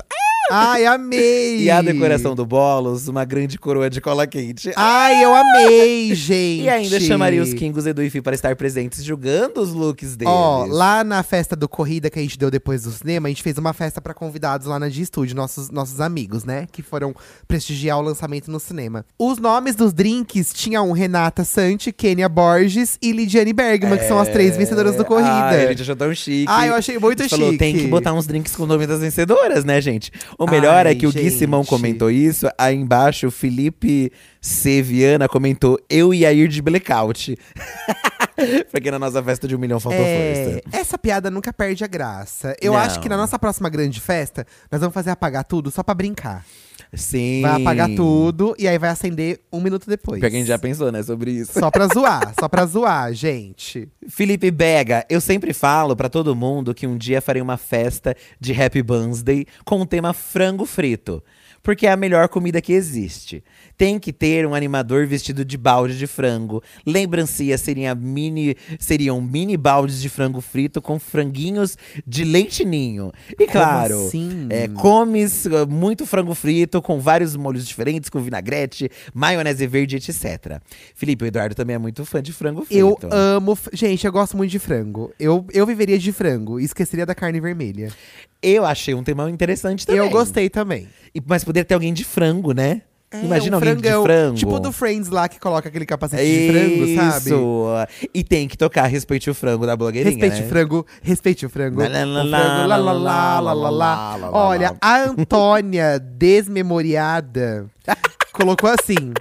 [SPEAKER 1] Ai, amei!
[SPEAKER 2] E a decoração do bolos, uma grande coroa de cola quente.
[SPEAKER 1] Ah, Ai, eu amei, gente!
[SPEAKER 2] E ainda chamaria os Kingos Edu e Fih para estar presentes julgando os looks deles.
[SPEAKER 1] Ó, lá na festa do Corrida que a gente deu depois do cinema, a gente fez uma festa pra convidados lá na G Studio, nossos, nossos amigos, né? Que foram prestigiar o lançamento no cinema. Os nomes dos drinks tinham Renata Sante, Kênia Borges e Lidiane Bergman, que são as três vencedoras do Corrida.
[SPEAKER 2] É. Ah, a gente achou tão chique.
[SPEAKER 1] Ah, eu achei muito
[SPEAKER 2] A gente Falou,
[SPEAKER 1] chique.
[SPEAKER 2] tem que botar uns drinks com o nome das vencedoras, né, gente? O melhor
[SPEAKER 1] Ai,
[SPEAKER 2] é que o Gui
[SPEAKER 1] gente.
[SPEAKER 2] Simão comentou isso. Aí embaixo, o Felipe C. Viana comentou eu e Yair de blackout. pra quem na nossa festa de um milhão faltou
[SPEAKER 1] É,
[SPEAKER 2] força.
[SPEAKER 1] essa piada nunca perde a graça. Eu
[SPEAKER 2] Não.
[SPEAKER 1] acho que na nossa próxima grande festa, nós vamos fazer apagar tudo só pra brincar.
[SPEAKER 2] Sim.
[SPEAKER 1] Vai apagar tudo e aí vai acender um minuto depois.
[SPEAKER 2] Pra quem já pensou, né, sobre isso.
[SPEAKER 1] Só pra zoar, só pra zoar, gente.
[SPEAKER 2] Felipe Bega, eu sempre falo pra todo mundo que um dia farei uma festa de Happy Birthday com o tema frango frito, porque é a melhor comida que existe. Tem que ter um animador vestido de balde de frango. Lembrancias seriam mini, seriam mini baldes de frango frito com franguinhos de leitinho. E claro,
[SPEAKER 1] assim?
[SPEAKER 2] é, comes uh, muito frango frito com vários molhos diferentes, com vinagrete, maionese verde, etc. Felipe, o Eduardo também é muito fã de frango frito.
[SPEAKER 1] Eu amo. fr- Gente, eu gosto muito de frango. Eu, eu viveria de frango e esqueceria da carne vermelha.
[SPEAKER 2] Eu achei um tema interessante também.
[SPEAKER 1] Eu gostei também.
[SPEAKER 2] E- Mas poderia ter alguém de frango, né? Imagina
[SPEAKER 1] um
[SPEAKER 2] alguém
[SPEAKER 1] frangão,
[SPEAKER 2] de frango.
[SPEAKER 1] Tipo do Friends lá que coloca aquele capacete de frango, sabe?
[SPEAKER 2] Isso. E tem que tocar Respeite o Frango da blogueirinha,
[SPEAKER 1] Respeite
[SPEAKER 2] né?
[SPEAKER 1] o frango, respeite o frango.
[SPEAKER 2] Lá, lá, lá,
[SPEAKER 1] O frango, lá, lá, lá, lá, lá, lá. Olha, a Antônia desmemoriada colocou assim: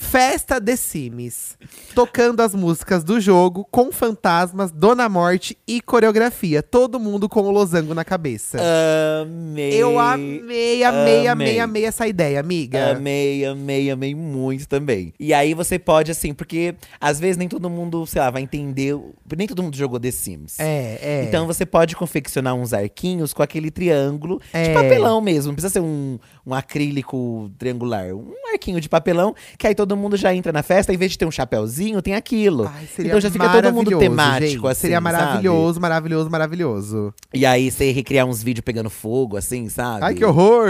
[SPEAKER 1] Festa de Sims, tocando as músicas do jogo com fantasmas, Dona Morte e coreografia. Todo mundo com o losango na cabeça.
[SPEAKER 2] Amei.
[SPEAKER 1] Eu amei, amei, amei,
[SPEAKER 2] Amei.
[SPEAKER 1] amei essa ideia, amiga.
[SPEAKER 2] Amei, amei, amei muito também. E aí você pode, assim, porque às vezes nem todo mundo, sei lá, vai entender. Nem todo mundo jogou The Sims.
[SPEAKER 1] É, é.
[SPEAKER 2] Então você pode confeccionar uns arquinhos com aquele triângulo
[SPEAKER 1] É.
[SPEAKER 2] de papelão mesmo. Não precisa ser um, um acrílico triangular. Um arquinho de papelão, que aí todo mundo já entra na festa, em vez de ter um chapéuzinho, tem aquilo.
[SPEAKER 1] Ai, seria
[SPEAKER 2] então já fica todo mundo
[SPEAKER 1] maravilhoso,
[SPEAKER 2] temático,
[SPEAKER 1] gente.
[SPEAKER 2] assim.
[SPEAKER 1] Seria
[SPEAKER 2] sabe?
[SPEAKER 1] maravilhoso, maravilhoso, maravilhoso.
[SPEAKER 2] E aí você recriar uns vídeos pegando fogo, assim, sabe?
[SPEAKER 1] Ai, que horror!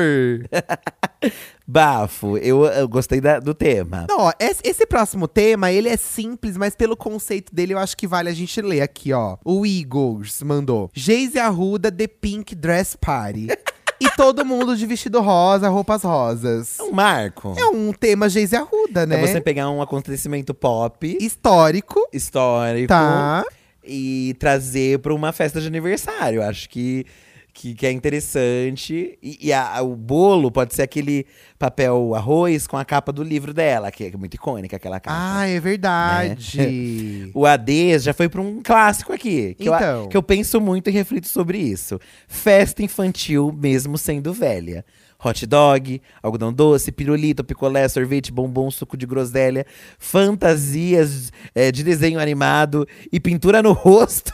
[SPEAKER 2] Bafo, eu, eu gostei da- do tema.
[SPEAKER 1] Não, ó, esse, esse próximo tema, ele é simples, mas pelo conceito dele, eu acho que vale a gente ler aqui, ó. O Eagles mandou. Geise Arruda, The Pink Dress Party. e todo mundo de vestido rosa, roupas rosas.
[SPEAKER 2] É um marco.
[SPEAKER 1] É um tema Geise Arruda, né?
[SPEAKER 2] É você pegar um acontecimento pop,
[SPEAKER 1] Histórico,
[SPEAKER 2] histórico,
[SPEAKER 1] tá?
[SPEAKER 2] e trazer pra uma festa de aniversário. Acho que, que, que é interessante. E, e a- o bolo pode ser aquele papel arroz com a capa do livro dela, que é muito icônica aquela capa.
[SPEAKER 1] Ah, é verdade.
[SPEAKER 2] O AD já foi pra um clássico aqui. Que,
[SPEAKER 1] Então.
[SPEAKER 2] eu, que eu penso muito e reflito sobre isso. Festa infantil, mesmo sendo velha. Hot dog, algodão doce, pirulito, picolé, sorvete, bombom, suco de groselha, fantasias eh, de desenho animado e pintura no rosto.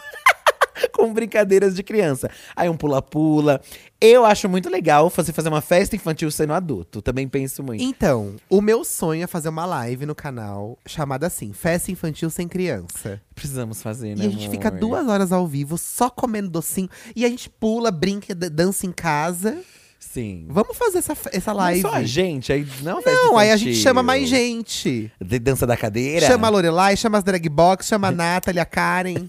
[SPEAKER 2] Com brincadeiras de criança. Aí um pula-pula. Eu acho muito legal você fazer uma festa infantil sendo adulto. Também penso muito.
[SPEAKER 1] Então, o meu sonho é fazer uma live no canal chamada assim, Festa Infantil Sem Criança.
[SPEAKER 2] Precisamos fazer, né?
[SPEAKER 1] E a gente fica
[SPEAKER 2] amor?
[SPEAKER 1] duas horas ao vivo só comendo docinho. E a gente pula, brinca, d- dança em casa.
[SPEAKER 2] Sim.
[SPEAKER 1] Vamos fazer essa, f- essa
[SPEAKER 2] Não
[SPEAKER 1] live.
[SPEAKER 2] só a gente, aí não é uma festa
[SPEAKER 1] Não, aí a
[SPEAKER 2] infantil.
[SPEAKER 1] gente chama mais gente.
[SPEAKER 2] De dança da cadeira.
[SPEAKER 1] Chama a Lorelai, chama as drag box, chama a Nathalie, a Karen.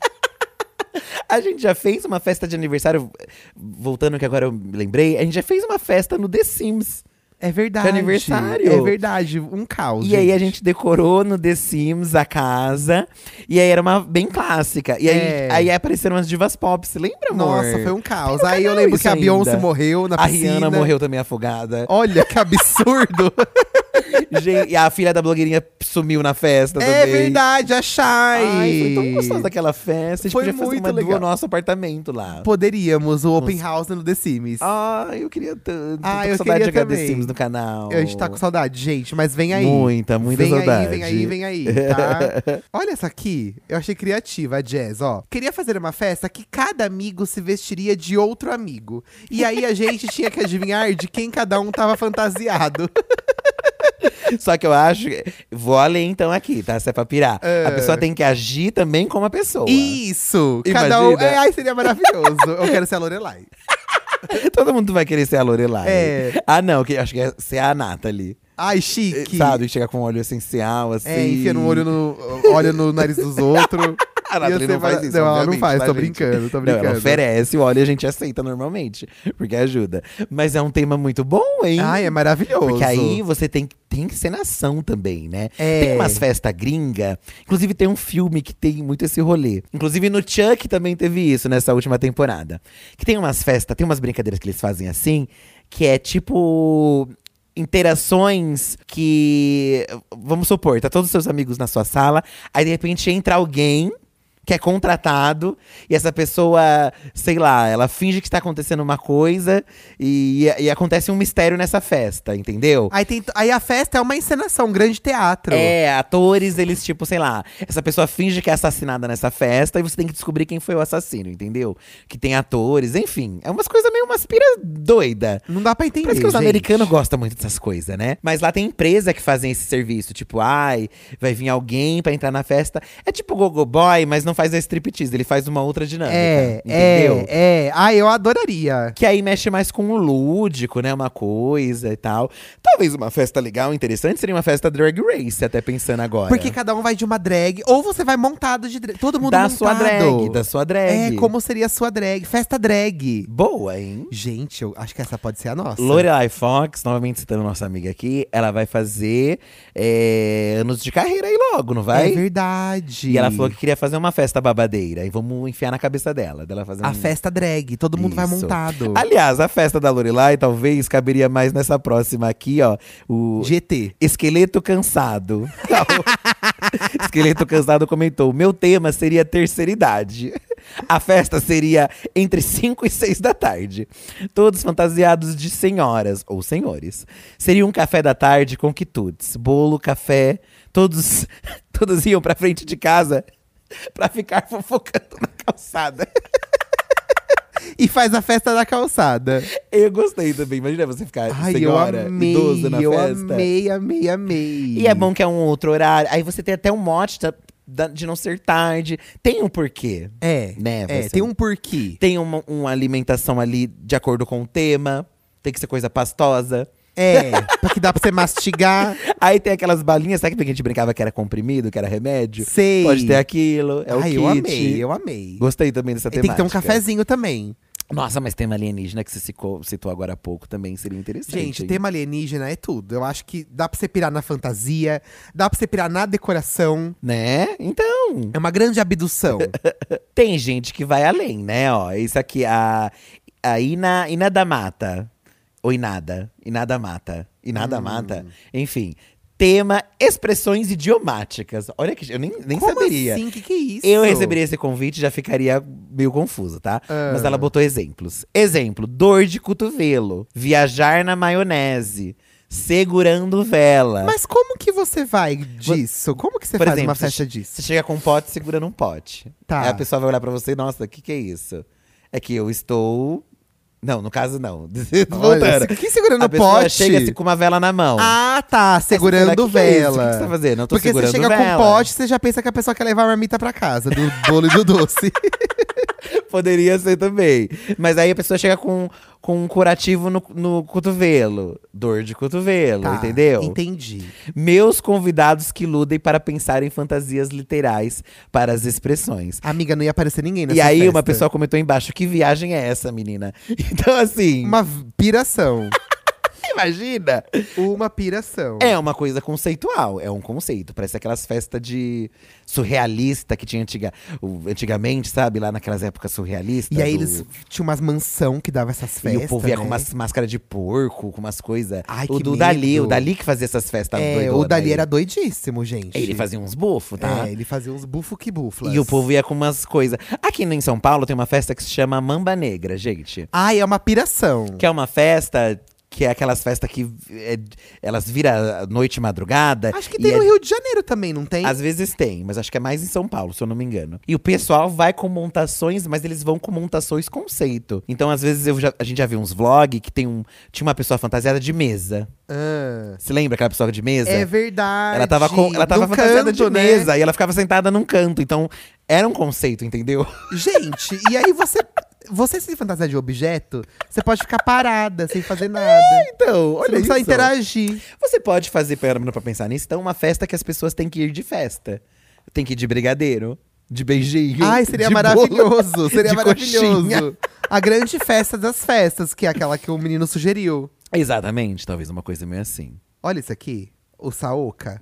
[SPEAKER 2] A gente já fez uma festa de aniversário, voltando que agora eu me lembrei, a gente já fez uma festa no The Sims.
[SPEAKER 1] É verdade.
[SPEAKER 2] Que aniversário.
[SPEAKER 1] É verdade, um caos.
[SPEAKER 2] E aí a gente decorou no The Sims a casa, e aí era uma bem clássica. E aí,
[SPEAKER 1] É.
[SPEAKER 2] aí apareceram as divas pop, se lembra, amor?
[SPEAKER 1] Nossa, foi um caos.
[SPEAKER 2] Tem no
[SPEAKER 1] Aí eu
[SPEAKER 2] canal
[SPEAKER 1] lembro
[SPEAKER 2] isso
[SPEAKER 1] que a Beyoncé
[SPEAKER 2] ainda.
[SPEAKER 1] morreu na
[SPEAKER 2] A
[SPEAKER 1] piscina.
[SPEAKER 2] Rihanna morreu também afogada.
[SPEAKER 1] Olha que absurdo.
[SPEAKER 2] Gente, e a filha da blogueirinha sumiu na festa
[SPEAKER 1] é
[SPEAKER 2] também.
[SPEAKER 1] verdade, a Shai.
[SPEAKER 2] Ai, foi tão gostosa aquela festa. A gente
[SPEAKER 1] Foi
[SPEAKER 2] podia fazer
[SPEAKER 1] muito
[SPEAKER 2] uma
[SPEAKER 1] legal.
[SPEAKER 2] do nosso apartamento lá.
[SPEAKER 1] Poderíamos o open house no The Sims.
[SPEAKER 2] Ah, Ai, eu queria tanto.
[SPEAKER 1] Ah,
[SPEAKER 2] Tô com
[SPEAKER 1] eu queria
[SPEAKER 2] saudade de jogar The
[SPEAKER 1] também.
[SPEAKER 2] Sims no canal.
[SPEAKER 1] A gente tá com saudade, gente, mas vem aí.
[SPEAKER 2] Muita, muita
[SPEAKER 1] vem
[SPEAKER 2] saudade.
[SPEAKER 1] Aí, vem aí, vem aí, tá? Olha essa aqui, eu achei criativa, a Jazz, ó. Queria fazer uma festa que cada amigo se vestiria de outro amigo. E aí a gente tinha que adivinhar de quem cada um tava fantasiado.
[SPEAKER 2] Só que eu acho. que- Vou além então aqui, tá? Se é pra pirar. A pessoa tem que agir também como a pessoa.
[SPEAKER 1] Isso! Cada um.
[SPEAKER 2] Imagina.
[SPEAKER 1] É, ai, seria maravilhoso. Eu quero ser a Lorelai.
[SPEAKER 2] Todo mundo vai querer ser a Lorelai.
[SPEAKER 1] É.
[SPEAKER 2] Ah, não, que, acho que é ser a Nathalie.
[SPEAKER 1] Ai, chique.
[SPEAKER 2] Sabe? Chegar com óleo essencial, assim.
[SPEAKER 1] É, enfia no olho no, olho no nariz dos outros.
[SPEAKER 2] assim. A Nathalie
[SPEAKER 1] Ia
[SPEAKER 2] não
[SPEAKER 1] ser
[SPEAKER 2] faz
[SPEAKER 1] mara-
[SPEAKER 2] isso.
[SPEAKER 1] Não, ela não
[SPEAKER 2] obviamente,
[SPEAKER 1] faz,
[SPEAKER 2] tá,
[SPEAKER 1] tô
[SPEAKER 2] gente?
[SPEAKER 1] brincando, tô
[SPEAKER 2] Não,
[SPEAKER 1] brincando.
[SPEAKER 2] ela oferece o óleo e a gente aceita normalmente, porque ajuda. Mas é um tema muito bom, hein?
[SPEAKER 1] Ai, é maravilhoso.
[SPEAKER 2] Porque aí você tem, que- tem que ser nação também, né?
[SPEAKER 1] É.
[SPEAKER 2] Tem umas festas gringa. Inclusive, tem um filme que tem muito esse rolê. Inclusive, no Chuck também teve isso nessa última temporada. Que tem umas festas, tem umas brincadeiras que eles fazem assim, que é tipo. Interações que. Vamos supor, tá todos os seus amigos na sua sala, aí de repente entra alguém que é contratado e essa pessoa, sei lá, ela finge que está acontecendo uma coisa e, e acontece um mistério nessa festa, entendeu?
[SPEAKER 1] Aí, tem, aí a festa é uma encenação, um grande teatro.
[SPEAKER 2] É, atores, eles, tipo, sei lá, essa pessoa finge que é assassinada nessa festa e você tem que descobrir quem foi o assassino, entendeu? Que tem atores, enfim. É umas coisas meio umas pira doida.
[SPEAKER 1] Não dá pra entender.
[SPEAKER 2] Parece que os
[SPEAKER 1] gente.
[SPEAKER 2] americanos gostam muito dessas coisas, né? Mas lá tem empresa que fazem esse serviço. Tipo, ai, vai vir alguém pra entrar na festa. É tipo o Gogo Boy, mas não faz a striptease. Ele faz uma outra dinâmica.
[SPEAKER 1] É,
[SPEAKER 2] entendeu?
[SPEAKER 1] é, é. Ah, eu adoraria.
[SPEAKER 2] Que aí mexe mais com o lúdico, né? Uma coisa e tal. Talvez uma festa legal, interessante, seria uma festa drag race, até pensando agora.
[SPEAKER 1] Porque cada um vai de uma drag, ou você vai montado de drag. Todo mundo
[SPEAKER 2] da
[SPEAKER 1] montado.
[SPEAKER 2] sua drag, da sua drag.
[SPEAKER 1] É, como seria a sua drag. Festa drag.
[SPEAKER 2] Boa, hein?
[SPEAKER 1] Gente, eu acho que essa pode ser a nossa.
[SPEAKER 2] Lorelai Fox, novamente citando nossa amiga aqui, ela vai fazer é, anos de carreira aí logo, não
[SPEAKER 1] É
[SPEAKER 2] vai?
[SPEAKER 1] verdade.
[SPEAKER 2] E ela falou que queria fazer uma festa babadeira. E vamos enfiar na cabeça dela. dela fazer
[SPEAKER 1] A
[SPEAKER 2] um-
[SPEAKER 1] festa drag, todo mundo vai
[SPEAKER 2] Isso.
[SPEAKER 1] montado.
[SPEAKER 2] Aliás, a festa da Lorelai talvez caberia mais nessa próxima aqui, ó. O
[SPEAKER 1] GT.
[SPEAKER 2] Esqueleto Cansado. Tá Esqueleto Cansado comentou: Meu tema seria terceira idade. A festa seria entre 5 e 6 da tarde. Todos fantasiados de senhoras ou senhores. Seria um café da tarde com quitutes, bolo, café. Todos, todos iam pra frente de casa pra ficar fofocando na calçada.
[SPEAKER 1] e faz a festa da calçada.
[SPEAKER 2] Eu gostei também. Imagina você ficar
[SPEAKER 1] Ai,
[SPEAKER 2] senhora,
[SPEAKER 1] eu amei,
[SPEAKER 2] idoso na
[SPEAKER 1] eu
[SPEAKER 2] festa.
[SPEAKER 1] amei, amei, amei.
[SPEAKER 2] E é bom que é um outro horário. Aí você tem até um mote da- da- de não ser tarde. Tem um porquê.
[SPEAKER 1] É,
[SPEAKER 2] Né,
[SPEAKER 1] é,
[SPEAKER 2] você-
[SPEAKER 1] tem um porquê.
[SPEAKER 2] Tem uma, uma alimentação ali de acordo com o tema. Tem que ser coisa pastosa.
[SPEAKER 1] É, porque dá pra você mastigar.
[SPEAKER 2] Aí tem aquelas balinhas, sabe que a gente brincava que era comprimido, que era remédio?
[SPEAKER 1] Sei.
[SPEAKER 2] Pode ter aquilo, é o
[SPEAKER 1] Ai,
[SPEAKER 2] kit.
[SPEAKER 1] eu amei, eu amei.
[SPEAKER 2] Gostei também dessa
[SPEAKER 1] E
[SPEAKER 2] temática.
[SPEAKER 1] tem que ter um cafezinho também.
[SPEAKER 2] Nossa, mas tema alienígena que você citou, citou agora há pouco também seria interessante.
[SPEAKER 1] Gente,
[SPEAKER 2] hein?
[SPEAKER 1] tema alienígena é tudo. Eu acho que dá pra você pirar na fantasia, dá pra você pirar na decoração.
[SPEAKER 2] Né? Então.
[SPEAKER 1] É uma grande abdução.
[SPEAKER 2] Tem gente que vai além, né? Ó, isso aqui, a, a Ina, Ina da Mata. Ou Inada. Inada Mata. Inada
[SPEAKER 1] Hum.
[SPEAKER 2] Mata. Enfim. Tema expressões idiomáticas. Olha que. Eu nem, nem
[SPEAKER 1] Como
[SPEAKER 2] saberia.
[SPEAKER 1] assim? Que que é isso?
[SPEAKER 2] Eu receberia esse convite já ficaria meio confuso, tá?
[SPEAKER 1] Ah.
[SPEAKER 2] Mas ela botou exemplos. Exemplo: dor de cotovelo, viajar na maionese, segurando vela.
[SPEAKER 1] Mas como que você vai disso? Como que você
[SPEAKER 2] Por
[SPEAKER 1] faz
[SPEAKER 2] exemplo,
[SPEAKER 1] uma festa disso?
[SPEAKER 2] Você chega com um pote segurando um pote.
[SPEAKER 1] Tá.
[SPEAKER 2] Aí a pessoa vai olhar pra você, nossa, o que, que é isso? É que eu estou. Não, no caso, não.
[SPEAKER 1] Olha,
[SPEAKER 2] Voltando.
[SPEAKER 1] se- que segurando
[SPEAKER 2] A
[SPEAKER 1] o
[SPEAKER 2] pessoa
[SPEAKER 1] pote.
[SPEAKER 2] chega assim, com uma vela na mão.
[SPEAKER 1] Ah, tá.
[SPEAKER 2] Aí
[SPEAKER 1] Segurando
[SPEAKER 2] você fala, "Que que é isso?
[SPEAKER 1] vela.
[SPEAKER 2] O que, que você tá fazendo? Eu tô
[SPEAKER 1] Porque você
[SPEAKER 2] segurando
[SPEAKER 1] chega
[SPEAKER 2] vela.
[SPEAKER 1] com um pote, você já pensa que a pessoa quer levar a marmita pra casa, do bolo e do doce.
[SPEAKER 2] Poderia ser também. Mas aí a pessoa chega com, com um curativo no, no cotovelo. Dor de cotovelo,
[SPEAKER 1] Tá,
[SPEAKER 2] entendeu?
[SPEAKER 1] Entendi.
[SPEAKER 2] Meus convidados que iludem para pensar em fantasias literais para as expressões.
[SPEAKER 1] Amiga, não ia aparecer ninguém nessa
[SPEAKER 2] E aí uma
[SPEAKER 1] festa.
[SPEAKER 2] pessoa comentou embaixo, que viagem é essa, menina? Então assim,
[SPEAKER 1] Uma piração.
[SPEAKER 2] imagina!
[SPEAKER 1] uma piração.
[SPEAKER 2] É uma coisa conceitual, é um conceito. Parece aquelas festas de surrealista que tinha antiga, o- antigamente, sabe? Lá naquelas épocas surrealistas.
[SPEAKER 1] E aí
[SPEAKER 2] do-
[SPEAKER 1] eles tinham umas mansão que dava essas festas,
[SPEAKER 2] Tá e o povo ia
[SPEAKER 1] né?
[SPEAKER 2] com umas máscaras de porco, com umas coisas.
[SPEAKER 1] Ai,
[SPEAKER 2] O
[SPEAKER 1] que
[SPEAKER 2] do Dali,
[SPEAKER 1] medo.
[SPEAKER 2] o Dali que fazia essas festas
[SPEAKER 1] É,
[SPEAKER 2] doidonas
[SPEAKER 1] o Dali
[SPEAKER 2] aí.
[SPEAKER 1] era doidíssimo, gente.
[SPEAKER 2] Ele fazia uns bofos, tá?
[SPEAKER 1] É, ele fazia uns bufo que buflas.
[SPEAKER 2] E o povo ia com umas coisas. Aqui em São Paulo tem uma festa que se chama Mamba Negra, gente.
[SPEAKER 1] Ai, é uma piração.
[SPEAKER 2] Que é uma festa que é aquelas festas que é, elas viram à noite e madrugada.
[SPEAKER 1] Acho que
[SPEAKER 2] e
[SPEAKER 1] tem um
[SPEAKER 2] é-
[SPEAKER 1] no Rio de Janeiro também, não tem?
[SPEAKER 2] Às vezes tem, mas acho que é mais em São Paulo, se eu não me engano. E o pessoal vai com montações, mas eles vão com montações conceito. Então, às vezes, eu já- a gente já viu uns vlogs que tem um. Tinha uma pessoa fantasiada de mesa.
[SPEAKER 1] Ah,
[SPEAKER 2] Você lembra aquela pessoa de mesa?
[SPEAKER 1] é verdade.
[SPEAKER 2] Ela tava, com, ela
[SPEAKER 1] No
[SPEAKER 2] tava fantasiada
[SPEAKER 1] canto,
[SPEAKER 2] de
[SPEAKER 1] né?
[SPEAKER 2] mesa e ela ficava sentada num canto. Então, era um conceito, entendeu?
[SPEAKER 1] Gente, e aí você… Você se fantasia de objeto, você pode ficar parada, sem fazer nada.
[SPEAKER 2] Então,
[SPEAKER 1] Você não precisa interagir.
[SPEAKER 2] Você pode fazer, parando pra pensar nisso, então, uma festa que as pessoas têm que ir de festa. Tem que ir de brigadeiro, de beijinho.
[SPEAKER 1] Ai, seria
[SPEAKER 2] de bolo,
[SPEAKER 1] maravilhoso. Seria
[SPEAKER 2] de
[SPEAKER 1] maravilhoso.
[SPEAKER 2] coxinha.
[SPEAKER 1] A grande festa das festas, que é aquela que o menino sugeriu.
[SPEAKER 2] Exatamente, talvez uma coisa meio assim.
[SPEAKER 1] Olha isso aqui, o Saoka.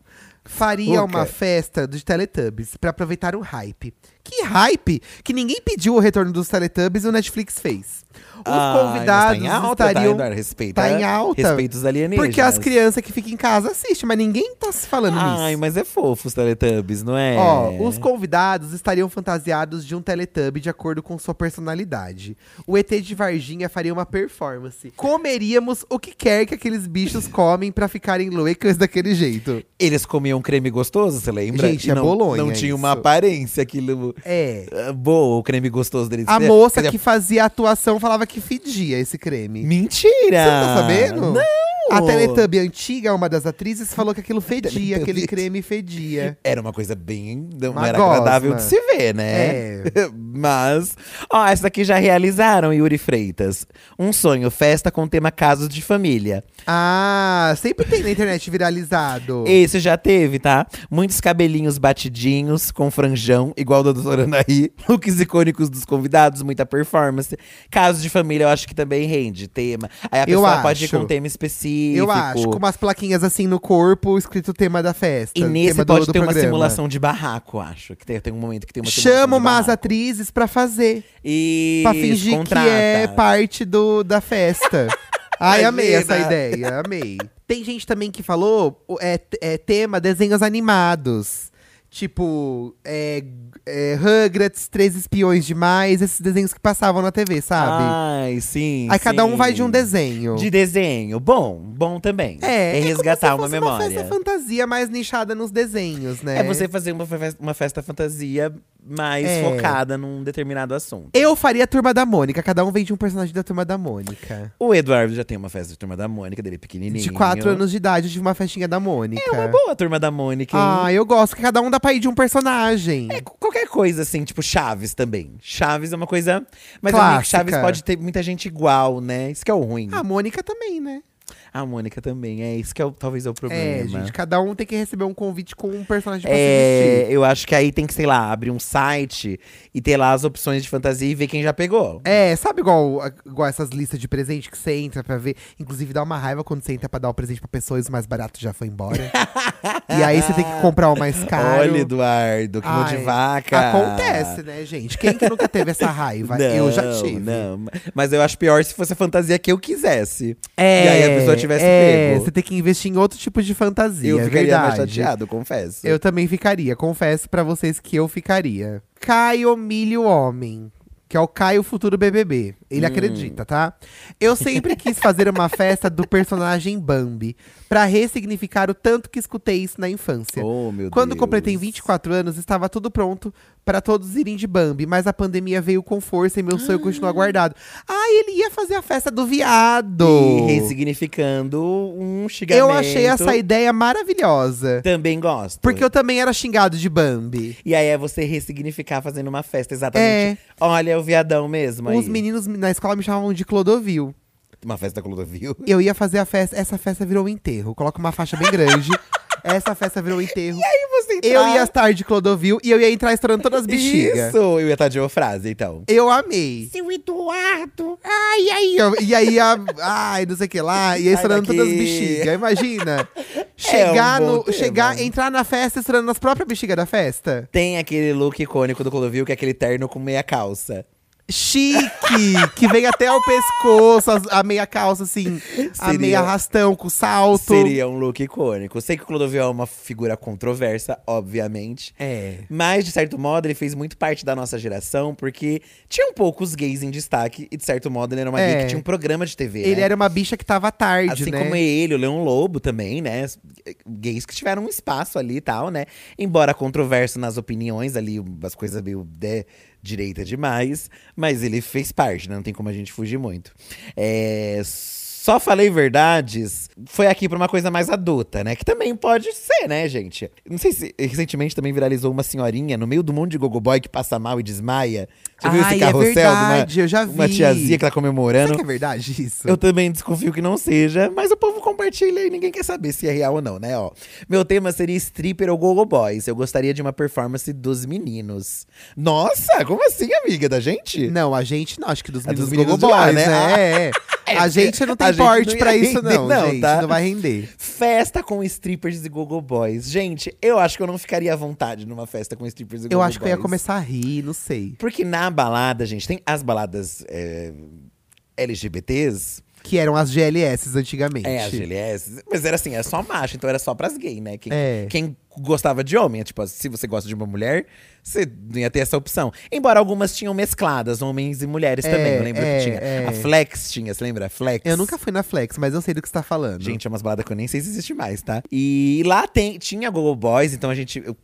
[SPEAKER 1] Faria
[SPEAKER 2] Saoka.
[SPEAKER 1] uma festa dos Teletubbies pra aproveitar o hype. Que hype! Que ninguém pediu o retorno dos Teletubbies e o Netflix fez. Os convidados
[SPEAKER 2] mas tá em alta,
[SPEAKER 1] estariam.
[SPEAKER 2] tá, Eduardo? Respeita-
[SPEAKER 1] tá em alta.
[SPEAKER 2] Respeita os alienígenas.
[SPEAKER 1] porque as crianças que ficam em casa assistem, mas ninguém tá se falando
[SPEAKER 2] Ai,
[SPEAKER 1] nisso.
[SPEAKER 2] mas é fofo os Teletubbies, não é?
[SPEAKER 1] Ó, os convidados estariam fantasiados de um Teletubb de acordo com sua personalidade. O ET de Varginha faria uma performance. Comeríamos o que quer que aqueles bichos comem pra ficarem loucas daquele jeito.
[SPEAKER 2] Eles comiam um creme gostoso, você lembra?
[SPEAKER 1] Gente,
[SPEAKER 2] E
[SPEAKER 1] é
[SPEAKER 2] não,
[SPEAKER 1] Bolonha
[SPEAKER 2] Não tinha uma
[SPEAKER 1] isso.
[SPEAKER 2] aparência aquilo…
[SPEAKER 1] É.
[SPEAKER 2] ah, Boa, o creme gostoso deles.
[SPEAKER 1] A
[SPEAKER 2] Quer
[SPEAKER 1] moça
[SPEAKER 2] dizer,
[SPEAKER 1] que fazia a atuação falava que fedia esse creme.
[SPEAKER 2] Mentira! Você
[SPEAKER 1] tá sabendo?
[SPEAKER 2] Ah, Não!
[SPEAKER 1] A Teletubbie antiga, uma das atrizes, falou que aquilo fedia,
[SPEAKER 2] Teletubbies.
[SPEAKER 1] aquele creme fedia.
[SPEAKER 2] Era uma coisa bem. Não
[SPEAKER 1] Uma
[SPEAKER 2] era
[SPEAKER 1] gosma. É.
[SPEAKER 2] agradável de se ver, né? Mas. Ó, essa daqui já realizaram, Yuri Freitas. Um sonho, festa com tema casos de família.
[SPEAKER 1] Ah, sempre tem na internet viralizado.
[SPEAKER 2] Esse já teve, tá? Muitos cabelinhos batidinhos, com franjão, igual da doutora Anaí. Looks icônicos dos convidados, muita performance. Casos de família, eu acho que também rende tema. Aí a
[SPEAKER 1] Eu
[SPEAKER 2] pessoa pode ir
[SPEAKER 1] acho.
[SPEAKER 2] com um tema específico.
[SPEAKER 1] Eu acho, com umas plaquinhas assim no corpo, escrito o tema da festa.
[SPEAKER 2] E nesse
[SPEAKER 1] tema do-
[SPEAKER 2] pode
[SPEAKER 1] do
[SPEAKER 2] ter uma
[SPEAKER 1] programa.
[SPEAKER 2] simulação de barraco, acho. Que tem, tem um momento que tem uma simulação
[SPEAKER 1] Chama
[SPEAKER 2] de
[SPEAKER 1] umas
[SPEAKER 2] barraco.
[SPEAKER 1] atrizes pra fazer.
[SPEAKER 2] E
[SPEAKER 1] pra fingir que é parte do, da festa. Ai, amei
[SPEAKER 2] Imagina.
[SPEAKER 1] essa ideia, amei. Tem gente também que falou, o- é, é tema desenhos animados. Tipo, é, é, Rugrats, Três Espiões Demais, esses desenhos que passavam na TV, sabe?
[SPEAKER 2] Ai, Ah, sim.
[SPEAKER 1] Aí cada um vai de um
[SPEAKER 2] desenho.
[SPEAKER 1] desenho.
[SPEAKER 2] De desenho. Bom, bom também.
[SPEAKER 1] é, é como
[SPEAKER 2] resgatar
[SPEAKER 1] se
[SPEAKER 2] uma
[SPEAKER 1] fosse
[SPEAKER 2] memória.
[SPEAKER 1] Uma festa fantasia mais nichada nos desenhos, né?
[SPEAKER 2] É você fazer uma, fe- uma festa fantasia mais
[SPEAKER 1] É.
[SPEAKER 2] focada num determinado assunto.
[SPEAKER 1] Eu faria a Turma da Mônica. Cada um vende um personagem da Turma da Mônica.
[SPEAKER 2] O Eduardo já tem uma festa de Turma da Mônica, dele é pequenininho.
[SPEAKER 1] De quatro anos de idade, eu tive uma festinha da Mônica.
[SPEAKER 2] É uma boa Turma da Mônica, hein?
[SPEAKER 1] Ah, eu gosto que cada um dá pra ir de um personagem.
[SPEAKER 2] É, qualquer coisa assim, tipo Chaves também. Chaves é uma coisa. Mas
[SPEAKER 1] Clássica. Ah.
[SPEAKER 2] amigo, Chaves pode ter muita gente igual, né? Isso que é o ruim.
[SPEAKER 1] A Mônica também, né?
[SPEAKER 2] A Mônica também, é isso que é o- talvez é o problema.
[SPEAKER 1] É, gente, cada um tem que receber um convite com um personagem pra se vestir.
[SPEAKER 2] É, eu acho que aí tem que, sei lá, abrir um site e ter lá as opções de fantasia e ver quem já pegou.
[SPEAKER 1] É, sabe igual, igual essas listas de presente que você entra pra ver? Inclusive dá uma raiva quando você entra pra dar o presente pra pessoa e o mais barato já foi embora. e aí você tem que comprar o mais caro.
[SPEAKER 2] Olha, Eduardo, que mão de
[SPEAKER 1] Ai,
[SPEAKER 2] vaca.
[SPEAKER 1] Acontece, né, gente? Quem que nunca teve essa raiva? eu já
[SPEAKER 2] Não, né?
[SPEAKER 1] tive.
[SPEAKER 2] Não, mas eu acho pior se fosse a fantasia que eu quisesse.
[SPEAKER 1] É,
[SPEAKER 2] E aí a pessoa tivesse
[SPEAKER 1] é,
[SPEAKER 2] pego.
[SPEAKER 1] Você tem que investir em outro tipo de fantasia.
[SPEAKER 2] Eu
[SPEAKER 1] é
[SPEAKER 2] ficaria mais
[SPEAKER 1] verdade.
[SPEAKER 2] chateado, confesso.
[SPEAKER 1] Eu também ficaria, confesso pra vocês que eu ficaria. Caio Milho Homem, que é o Caio Futuro BBB. Ele
[SPEAKER 2] Hum.
[SPEAKER 1] acredita, tá? Eu sempre quis fazer uma festa do personagem Bambi, pra ressignificar o tanto que escutei isso na infância.
[SPEAKER 2] Oh, meu
[SPEAKER 1] Quando
[SPEAKER 2] Deus.
[SPEAKER 1] completei 24 anos, estava tudo pronto pra todos irem de Bambi, mas a pandemia veio com força e meu sonho continua guardado. Ah, ele ia fazer a festa do
[SPEAKER 2] E
[SPEAKER 1] viado!
[SPEAKER 2] ressignificando um xingamento.
[SPEAKER 1] um. Eu achei essa ideia maravilhosa.
[SPEAKER 2] Também gosto.
[SPEAKER 1] Porque eu também era xingado de Bambi.
[SPEAKER 2] E aí é você ressignificar fazendo uma festa, exatamente. Olha o viadão mesmo aí.
[SPEAKER 1] É. Os meninos na escola me chamavam de Clodovil.
[SPEAKER 2] Uma festa com Clodovil.
[SPEAKER 1] Eu ia fazer a festa, essa festa virou um enterro. Coloca uma faixa bem grande. essa festa virou um enterro.
[SPEAKER 2] E você tá
[SPEAKER 1] Eu ia estar de Clodovil e eu ia entrar estourando todas as bexigas.
[SPEAKER 2] Isso! Eu ia estar de uma frase, então.
[SPEAKER 1] Eu amei.
[SPEAKER 2] Seu Eduardo!
[SPEAKER 1] Ai, ai. eu- e aí, a, ai, não sei o que lá. Ia
[SPEAKER 2] Sai
[SPEAKER 1] estourando todas as
[SPEAKER 2] daqui.
[SPEAKER 1] bexigas. Imagina. Chegar,
[SPEAKER 2] É um bom
[SPEAKER 1] no, chegar,
[SPEAKER 2] tema.
[SPEAKER 1] entrar na festa estourando as próprias bexigas da festa.
[SPEAKER 2] Tem aquele look icônico do Clodovil, que é aquele terno com meia calça.
[SPEAKER 1] Chique! que vem até o pescoço, as- a meia calça, assim. A
[SPEAKER 2] Seria-
[SPEAKER 1] meia arrastão com salto.
[SPEAKER 2] Seria um look icônico. Sei que o Clodovil é uma figura controversa, obviamente.
[SPEAKER 1] É.
[SPEAKER 2] Mas, de certo modo, ele fez muito parte da nossa geração, porque tinham poucos gays em destaque. E, de certo modo, ele era uma gay
[SPEAKER 1] É.
[SPEAKER 2] que tinha um programa de TV,
[SPEAKER 1] Ele
[SPEAKER 2] né?
[SPEAKER 1] era uma bicha que tava tarde,
[SPEAKER 2] Assim
[SPEAKER 1] né?
[SPEAKER 2] como ele, o Leão Lobo também, né? Gays que tiveram um espaço ali e tal, né? Embora controverso nas opiniões ali, as coisas meio de direita demais. Mas ele fez parte, né? Não tem como a gente fugir muito. É, Só falei verdades, foi aqui pra uma coisa mais adulta, né? Que também pode ser, né, gente? Não sei se recentemente também viralizou uma senhorinha no meio do mundo de gogoboy que passa mal e desmaia. Você viu
[SPEAKER 1] Ai,
[SPEAKER 2] esse
[SPEAKER 1] é
[SPEAKER 2] carrossel de uma-
[SPEAKER 1] verdade, eu já
[SPEAKER 2] uma
[SPEAKER 1] vi.
[SPEAKER 2] tiazinha que tá comemorando?
[SPEAKER 1] Será que é verdade isso?
[SPEAKER 2] Eu também desconfio que não seja, mas o povo compartilha e ninguém quer saber se é real ou não, né? Ó, meu tema seria stripper ou gogo boys. Eu gostaria de uma performance dos meninos. Nossa, como assim, amiga da gente?
[SPEAKER 1] Não, a gente não. Acho que dos
[SPEAKER 2] É
[SPEAKER 1] meninos
[SPEAKER 2] dos
[SPEAKER 1] dos
[SPEAKER 2] meninos de
[SPEAKER 1] Gogoboys,
[SPEAKER 2] lá, né?
[SPEAKER 1] né? É, é. A gente não tem
[SPEAKER 2] A gente
[SPEAKER 1] porte
[SPEAKER 2] não
[SPEAKER 1] pra
[SPEAKER 2] ia
[SPEAKER 1] isso,
[SPEAKER 2] render,
[SPEAKER 1] não,
[SPEAKER 2] não,
[SPEAKER 1] gente.
[SPEAKER 2] tá?
[SPEAKER 1] Não vai render.
[SPEAKER 2] Festa com strippers e gogo boys. Gente, eu acho que eu não ficaria à vontade numa festa com strippers e gogo
[SPEAKER 1] Eu acho que eu ia
[SPEAKER 2] boys.
[SPEAKER 1] começar a rir, não sei.
[SPEAKER 2] Porque na balada, gente, tem as baladas é, LGBTs.
[SPEAKER 1] Que eram as GLS antigamente.
[SPEAKER 2] É, as GLS. Mas era assim, era só macho, então era só pras gays, né? Quem,
[SPEAKER 1] É.
[SPEAKER 2] quem gostava de homem, é tipo, se você gosta de uma mulher, você não ia ter essa opção. Embora algumas tinham mescladas, homens e mulheres
[SPEAKER 1] É,
[SPEAKER 2] também. Eu lembro
[SPEAKER 1] é,
[SPEAKER 2] que tinha.
[SPEAKER 1] é.
[SPEAKER 2] A Flex tinha, você lembra? A Flex.
[SPEAKER 1] Eu nunca fui na Flex, mas eu sei do que você tá falando.
[SPEAKER 2] Gente, é umas baladas que eu nem sei se existe mais, tá? E lá tem, tinha Google Boys, então a gente. Eu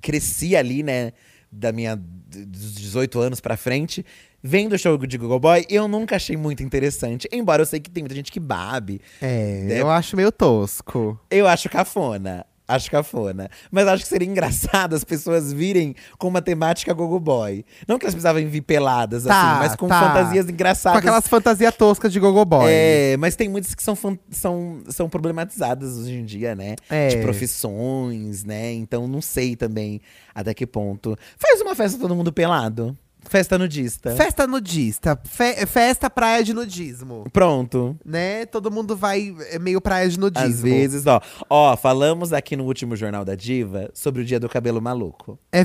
[SPEAKER 2] cresci ali, né? Da minha. dos 18 anos pra frente. Vendo o show de Google Boy, eu nunca achei muito interessante. Embora eu sei que tem muita gente que babe,
[SPEAKER 1] é,
[SPEAKER 2] Deve-
[SPEAKER 1] eu acho meio tosco.
[SPEAKER 2] eu acho cafona. Acho cafona. Mas acho que seria engraçado as pessoas virem com uma temática Gogo Boy. Não que elas precisavam vir peladas,
[SPEAKER 1] Tá,
[SPEAKER 2] assim, mas com
[SPEAKER 1] tá.
[SPEAKER 2] fantasias
[SPEAKER 1] Com
[SPEAKER 2] engraçadas.
[SPEAKER 1] aquelas fantasias toscas de Gogoboy.
[SPEAKER 2] É, mas tem muitas que são, fan- são, são problematizadas hoje em dia, né?
[SPEAKER 1] É.
[SPEAKER 2] De profissões, né? Então não sei também até que ponto. Faz uma festa todo mundo pelado. Festa nudista.
[SPEAKER 1] Festa nudista. fe- festa praia de nudismo.
[SPEAKER 2] Pronto.
[SPEAKER 1] Né? Todo mundo vai é meio praia de nudismo.
[SPEAKER 2] Às vezes, ó. Ó, falamos aqui no último Jornal da Diva sobre o dia do cabelo maluco.
[SPEAKER 1] É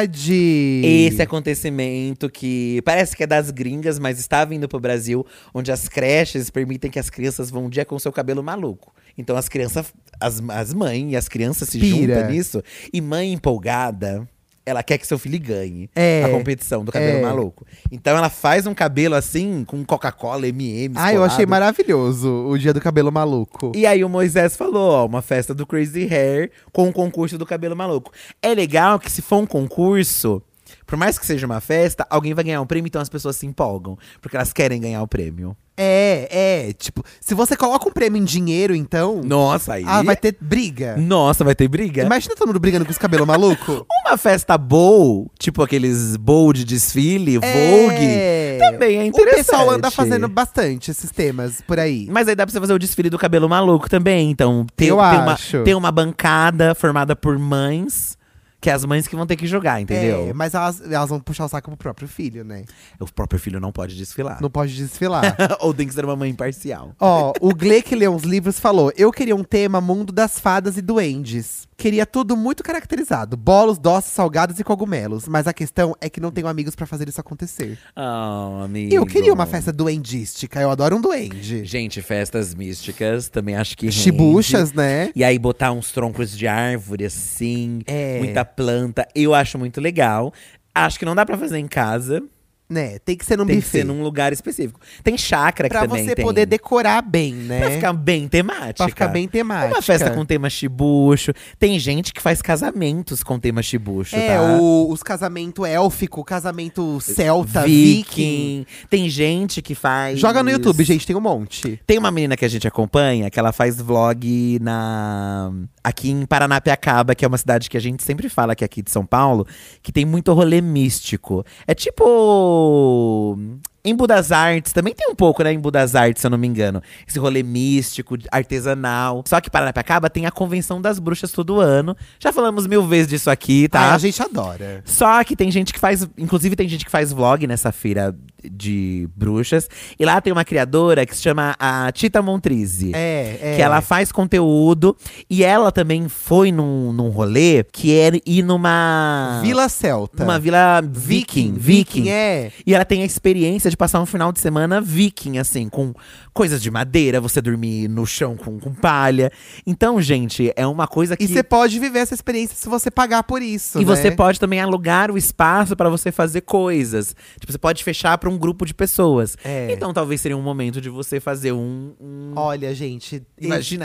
[SPEAKER 1] verdade!
[SPEAKER 2] Esse é acontecimento que parece que é das gringas, mas está vindo pro Brasil, onde as creches permitem que as crianças vão um dia com seu cabelo maluco. Então as crianças, as, as mães e as crianças se
[SPEAKER 1] Pira.
[SPEAKER 2] juntam nisso. E mãe empolgada, ela quer que seu filho ganhe
[SPEAKER 1] É.
[SPEAKER 2] a competição do cabelo
[SPEAKER 1] É.
[SPEAKER 2] maluco. Então ela faz um cabelo assim, com Coca-Cola, M&M's
[SPEAKER 1] Ah, eu
[SPEAKER 2] colado.
[SPEAKER 1] achei maravilhoso o dia do cabelo maluco.
[SPEAKER 2] E aí o Moisés falou, ó, uma festa do Crazy Hair com o concurso do cabelo maluco. É legal que se for um concurso, Por mais que seja uma festa, alguém vai ganhar um prêmio, então as pessoas se empolgam. Porque elas querem ganhar o prêmio.
[SPEAKER 1] É, é. Tipo, se você coloca um prêmio em dinheiro, então.
[SPEAKER 2] Nossa, aí.
[SPEAKER 1] Ah, vai ter briga.
[SPEAKER 2] Nossa, vai ter briga.
[SPEAKER 1] Imagina todo mundo brigando com os cabelos maluco.
[SPEAKER 2] Uma festa bowl, tipo aqueles bowl de desfile,
[SPEAKER 1] É.
[SPEAKER 2] vogue, também é interessante.
[SPEAKER 1] O pessoal anda fazendo bastante esses temas por aí.
[SPEAKER 2] Mas aí dá pra você fazer o desfile do cabelo maluco também. Então, tem,
[SPEAKER 1] Eu
[SPEAKER 2] tem uma,
[SPEAKER 1] acho.
[SPEAKER 2] tem uma bancada formada por mães, que é as mães que vão ter que jogar, entendeu?
[SPEAKER 1] É, mas elas, elas vão puxar o saco pro próprio filho, né?
[SPEAKER 2] O próprio filho não pode desfilar.
[SPEAKER 1] Não pode desfilar.
[SPEAKER 2] Ou tem que ser uma mãe imparcial.
[SPEAKER 1] Ó, o Gle que leu uns livros falou: Eu queria um tema mundo das fadas e duendes. Queria tudo muito caracterizado: bolos, doces, salgados e cogumelos. Mas a questão é que não tenho amigos pra fazer isso acontecer.
[SPEAKER 2] Oh, amigo.
[SPEAKER 1] E eu queria uma festa duendística. Eu adoro um duende.
[SPEAKER 2] Gente, festas místicas também acho que. rende.
[SPEAKER 1] Chibuchas, né?
[SPEAKER 2] E aí botar uns troncos de árvore assim,
[SPEAKER 1] É.
[SPEAKER 2] muita planta. Eu acho muito legal. Acho que não dá pra fazer em casa.
[SPEAKER 1] Né? Tem que ser num
[SPEAKER 2] Tem que
[SPEAKER 1] buffet.
[SPEAKER 2] ser num lugar específico. Tem chácara que
[SPEAKER 1] Pra
[SPEAKER 2] também
[SPEAKER 1] você
[SPEAKER 2] tem.
[SPEAKER 1] poder decorar bem, né?
[SPEAKER 2] Pra ficar bem temática. É
[SPEAKER 1] Pra ficar bem temática.
[SPEAKER 2] Uma festa com tema chibucho. Tem gente que faz casamentos com tema chibucho,
[SPEAKER 1] É,
[SPEAKER 2] tá?
[SPEAKER 1] o- os casamento élfico, casamento celta, viking.
[SPEAKER 2] Viking. Tem gente que faz…
[SPEAKER 1] Joga no YouTube, gente, tem um monte.
[SPEAKER 2] Tem uma menina que a gente acompanha, que ela faz vlog na aqui em Paranapiacaba, que é uma cidade que a gente sempre fala que é aqui de São Paulo, que tem muito rolê místico. É tipo em Budas Artes, também tem um pouco, né, em Budas Artes, se eu não me engano. Esse rolê místico, artesanal. Só que Paranapiacaba tem a Convenção das Bruxas todo ano. Já falamos mil vezes disso aqui, tá?
[SPEAKER 1] Tá. a gente adora.
[SPEAKER 2] Só que tem gente que faz. Inclusive, tem gente que faz vlog nessa feira de bruxas. E lá tem uma criadora que se chama a Tita Montrize.
[SPEAKER 1] É, é.
[SPEAKER 2] Que ela faz conteúdo. E ela também foi num, num rolê que era ir numa.
[SPEAKER 1] Vila Celta.
[SPEAKER 2] ah, Uma vila viking. Viking.
[SPEAKER 1] é.
[SPEAKER 2] E ela tem a experiência de passar um final de semana viking, assim, com coisas de madeira, você dormir no chão com, com palha. Então, gente, é uma coisa que.
[SPEAKER 1] E você pode viver essa experiência se você pagar por isso.
[SPEAKER 2] E
[SPEAKER 1] né?
[SPEAKER 2] você pode também alugar o espaço pra você fazer coisas. Tipo, você pode fechar pra um grupo de pessoas.
[SPEAKER 1] É.
[SPEAKER 2] Então talvez seria um momento de você fazer um. um-
[SPEAKER 1] Olha, gente,
[SPEAKER 2] Imagina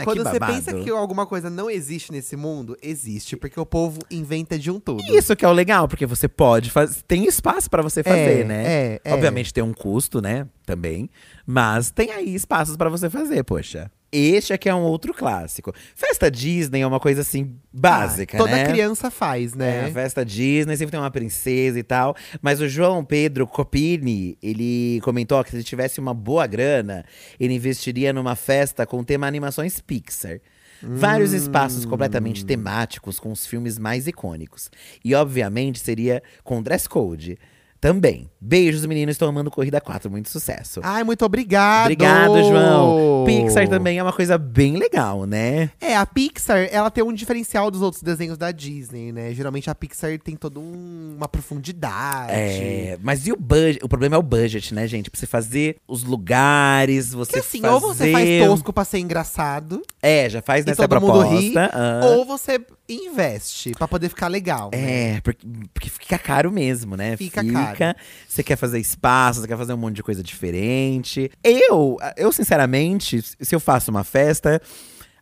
[SPEAKER 1] e-
[SPEAKER 2] que
[SPEAKER 1] quando você
[SPEAKER 2] babado.
[SPEAKER 1] pensa que alguma coisa não existe nesse mundo, existe, porque o povo inventa de um tudo.
[SPEAKER 2] Isso que é o legal, porque você pode fazer. Tem espaço pra você fazer, né?
[SPEAKER 1] É, é.
[SPEAKER 2] Obviamente tem um custo, né? Também. Mas tem aí espaços pra você fazer, poxa. Este aqui é um outro clássico. Festa Disney é uma coisa assim básica,
[SPEAKER 1] Ah, Toda
[SPEAKER 2] né?
[SPEAKER 1] criança faz,
[SPEAKER 2] É, a
[SPEAKER 1] né?
[SPEAKER 2] festa Disney, sempre tem uma princesa e tal. Mas o João Pedro Copini, ele comentou que se ele tivesse uma boa grana, ele investiria numa festa com tema animações Pixar. Vários espaços completamente temáticos com os filmes mais icônicos. E obviamente seria com dress code. Também. Beijos, meninos, estou amando Corrida 4, muito sucesso.
[SPEAKER 1] Ai, muito obrigado!
[SPEAKER 2] Obrigado, João. Pixar também é uma coisa bem legal, né?
[SPEAKER 1] É, a Pixar, ela tem um diferencial dos outros desenhos da Disney, né? Geralmente a Pixar tem toda um- uma profundidade.
[SPEAKER 2] É, mas e o budget? O problema é o budget, né, gente? Pra você fazer os lugares, você
[SPEAKER 1] Porque assim,
[SPEAKER 2] fazer… um
[SPEAKER 1] ou você faz tosco pra ser engraçado,
[SPEAKER 2] É, já faz
[SPEAKER 1] E
[SPEAKER 2] nessa
[SPEAKER 1] todo mundo
[SPEAKER 2] proposta.
[SPEAKER 1] ri,
[SPEAKER 2] ah.
[SPEAKER 1] ou você investe pra poder ficar legal. né?
[SPEAKER 2] É, porque, porque fica caro mesmo, né?
[SPEAKER 1] Fica caro.
[SPEAKER 2] Você quer fazer espaço, você quer fazer um monte de coisa diferente. Eu, eu sinceramente, se eu faço uma festa…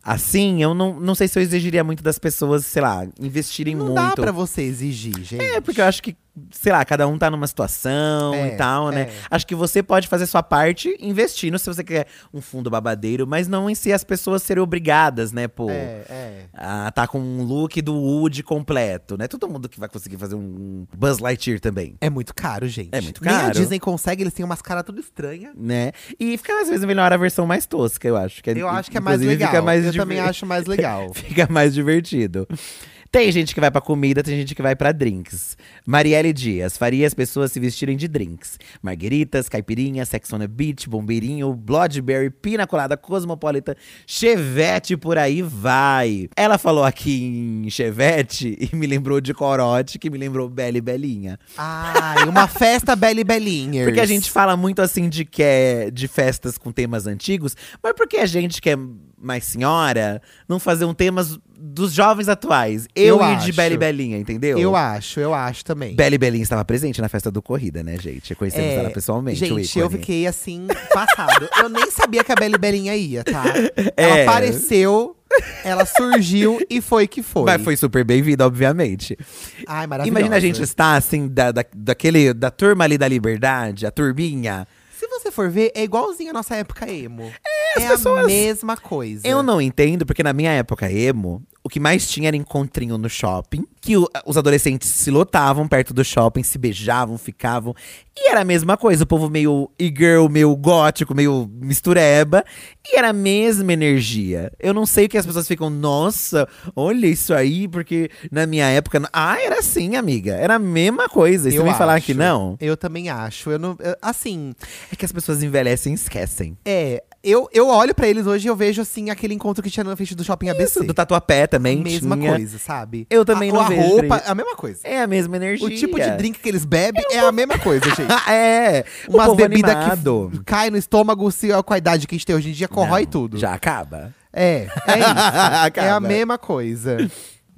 [SPEAKER 2] Assim, eu não, não sei se eu exigiria muito das pessoas, sei lá, investirem
[SPEAKER 1] Não
[SPEAKER 2] muito.
[SPEAKER 1] dá pra você exigir, gente.
[SPEAKER 2] É, porque eu acho que, sei lá, cada um tá numa situação
[SPEAKER 1] É,
[SPEAKER 2] e tal, né?
[SPEAKER 1] é.
[SPEAKER 2] Acho que você pode fazer sua parte investindo se você quer um fundo babadeiro, mas não em si as pessoas serem obrigadas, né, pô.
[SPEAKER 1] É, é.
[SPEAKER 2] a tá com um look do Woody completo, né? Todo mundo que vai conseguir fazer um Buzz Lightyear também.
[SPEAKER 1] É muito caro, gente.
[SPEAKER 2] É muito
[SPEAKER 1] Nem a
[SPEAKER 2] caro.
[SPEAKER 1] Disney consegue, eles têm umas caras tudo estranhas.
[SPEAKER 2] Né? E fica, às vezes, melhor a versão mais tosca, eu acho. Que é-
[SPEAKER 1] Eu acho que é mais
[SPEAKER 2] inclusive,
[SPEAKER 1] legal.
[SPEAKER 2] Fica mais
[SPEAKER 1] eu
[SPEAKER 2] diver-
[SPEAKER 1] também acho mais legal.
[SPEAKER 2] Fica mais divertido. Tem gente que vai pra comida, tem gente que vai pra drinks. Marielle Dias faria as pessoas se vestirem de drinks. Margueritas, caipirinha, sex on the beach, bombeirinho, bloodberry, pina colada, cosmopolita, chevette, por aí vai. Ela falou aqui em chevette e me lembrou de corote, que me lembrou Bela e Belinha.
[SPEAKER 1] Ai, uma festa Belly Belliners.
[SPEAKER 2] Porque a gente fala muito assim de que é de festas com temas antigos, mas porque a gente que é mais senhora não fazer um tema dos jovens atuais. Eu,
[SPEAKER 1] Eu
[SPEAKER 2] ir de Bela e
[SPEAKER 1] acho.
[SPEAKER 2] Belinha, entendeu?
[SPEAKER 1] Eu acho, eu acho também.
[SPEAKER 2] Bela e Belinha estava presente na festa do Corrida, né, gente? Conhecemos
[SPEAKER 1] É,
[SPEAKER 2] ela pessoalmente. o
[SPEAKER 1] Gente,
[SPEAKER 2] ícone.
[SPEAKER 1] eu fiquei assim, passado. eu nem sabia que a Bela e Belinha ia, tá? Ela
[SPEAKER 2] É.
[SPEAKER 1] apareceu, Ela surgiu e foi que foi.
[SPEAKER 2] Mas foi super bem-vinda, obviamente.
[SPEAKER 1] Ai, maravilhosa.
[SPEAKER 2] Imagina a gente estar assim, da, da, daquele, da turma ali da liberdade, a turbinha.
[SPEAKER 1] Se você for ver, é igualzinho a nossa época emo. É,
[SPEAKER 2] as
[SPEAKER 1] a
[SPEAKER 2] pessoas-
[SPEAKER 1] mesma coisa.
[SPEAKER 2] Eu não entendo, porque na minha época emo, o que mais tinha era encontrinho no shopping. Que o- os adolescentes se lotavam perto do shopping, se beijavam, ficavam. E era a mesma coisa, o povo meio e-girl, meio gótico, meio mistureba. E era a mesma energia. Eu não sei o que as pessoas ficam, nossa, olha isso aí, porque na minha época… não- Ah, era assim, amiga. Era a mesma coisa. E você
[SPEAKER 1] Eu
[SPEAKER 2] me falar que
[SPEAKER 1] acho.
[SPEAKER 2] não?
[SPEAKER 1] Eu também acho. Eu não, eu- assim,
[SPEAKER 2] É que as pessoas envelhecem e esquecem.
[SPEAKER 1] é. Eu, eu olho pra eles hoje e eu vejo, assim, aquele encontro que tinha na frente do shopping ABC.
[SPEAKER 2] Isso, do tatuapé também
[SPEAKER 1] mesma
[SPEAKER 2] tinha.
[SPEAKER 1] coisa, sabe?
[SPEAKER 2] Eu também
[SPEAKER 1] a,
[SPEAKER 2] não
[SPEAKER 1] a
[SPEAKER 2] vejo
[SPEAKER 1] roupa,
[SPEAKER 2] pra eles.
[SPEAKER 1] é a mesma coisa.
[SPEAKER 2] É a mesma energia.
[SPEAKER 1] O tipo de drink que eles bebem é a mesma coisa, gente.
[SPEAKER 2] Ah, é. o
[SPEAKER 1] Umas
[SPEAKER 2] povo
[SPEAKER 1] bebidas
[SPEAKER 2] animado.
[SPEAKER 1] que cai no estômago, se a qualidade que a gente tem hoje em dia corrói
[SPEAKER 2] Não,
[SPEAKER 1] tudo.
[SPEAKER 2] Já acaba.
[SPEAKER 1] É, é isso. é a
[SPEAKER 2] Acaba.
[SPEAKER 1] mesma coisa.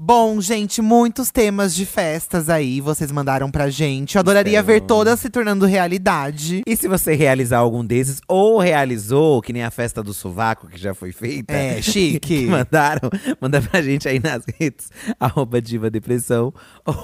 [SPEAKER 1] Bom, gente, muitos temas de festas aí vocês mandaram pra gente. Eu adoraria ver todas se tornando realidade.
[SPEAKER 2] E se você realizar algum desses, ou realizou, que nem a festa do sovaco que já foi feita.
[SPEAKER 1] É, chique.
[SPEAKER 2] que mandaram, manda pra gente aí nas redes, arroba Diva Depressão,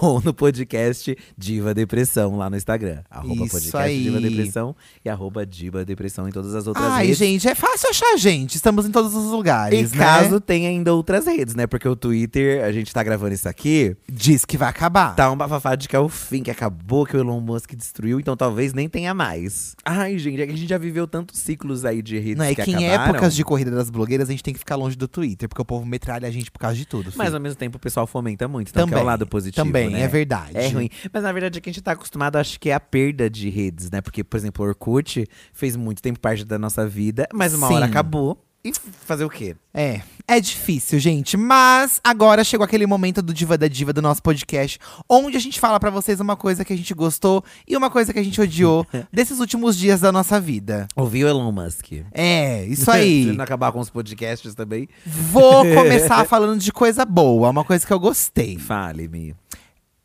[SPEAKER 2] ou no podcast Diva Depressão, lá no Instagram. Arroba
[SPEAKER 1] Isso
[SPEAKER 2] podcast
[SPEAKER 1] aí.
[SPEAKER 2] Diva Depressão e arroba Diva Depressão em todas as outras
[SPEAKER 1] Ai,
[SPEAKER 2] redes.
[SPEAKER 1] gente, é fácil achar a gente. Estamos em todos os
[SPEAKER 2] E
[SPEAKER 1] lugares, né?
[SPEAKER 2] caso tenha ainda outras redes, né? Porque o Twitter, a gente tá gravando isso aqui,
[SPEAKER 1] Diz que vai acabar.
[SPEAKER 2] Tá um bafafá de que é o fim, que acabou, que o Elon Musk destruiu, então talvez nem tenha mais. Ai, gente, é que a gente já viveu tantos ciclos aí de redes
[SPEAKER 1] Não é
[SPEAKER 2] que
[SPEAKER 1] que, em
[SPEAKER 2] acabaram.
[SPEAKER 1] épocas de corrida das blogueiras a gente tem que ficar longe do Twitter, porque o povo metralha a gente por causa de tudo.
[SPEAKER 2] Mas
[SPEAKER 1] filho.
[SPEAKER 2] ao mesmo tempo o pessoal fomenta muito, então que é o lado positivo,
[SPEAKER 1] Também,
[SPEAKER 2] né?
[SPEAKER 1] é verdade.
[SPEAKER 2] É ruim. Mas na verdade é que a gente tá acostumado, acho que é a perda de redes, né? Porque, por exemplo, o Orkut fez muito tempo parte da nossa vida, mas uma hora
[SPEAKER 1] Sim.
[SPEAKER 2] acabou. E fazer o quê?
[SPEAKER 1] É, é difícil, gente. Mas agora chegou aquele momento do Diva da Diva do nosso podcast, onde a gente fala pra vocês uma coisa que a gente gostou e uma coisa que a gente odiou desses últimos dias da nossa vida.
[SPEAKER 2] Ouviu Elon Musk?
[SPEAKER 1] É, isso
[SPEAKER 2] Se
[SPEAKER 1] aí.
[SPEAKER 2] não acabar com os podcasts também,
[SPEAKER 1] Vou começar falando de coisa boa, uma coisa que eu gostei.
[SPEAKER 2] fale-me.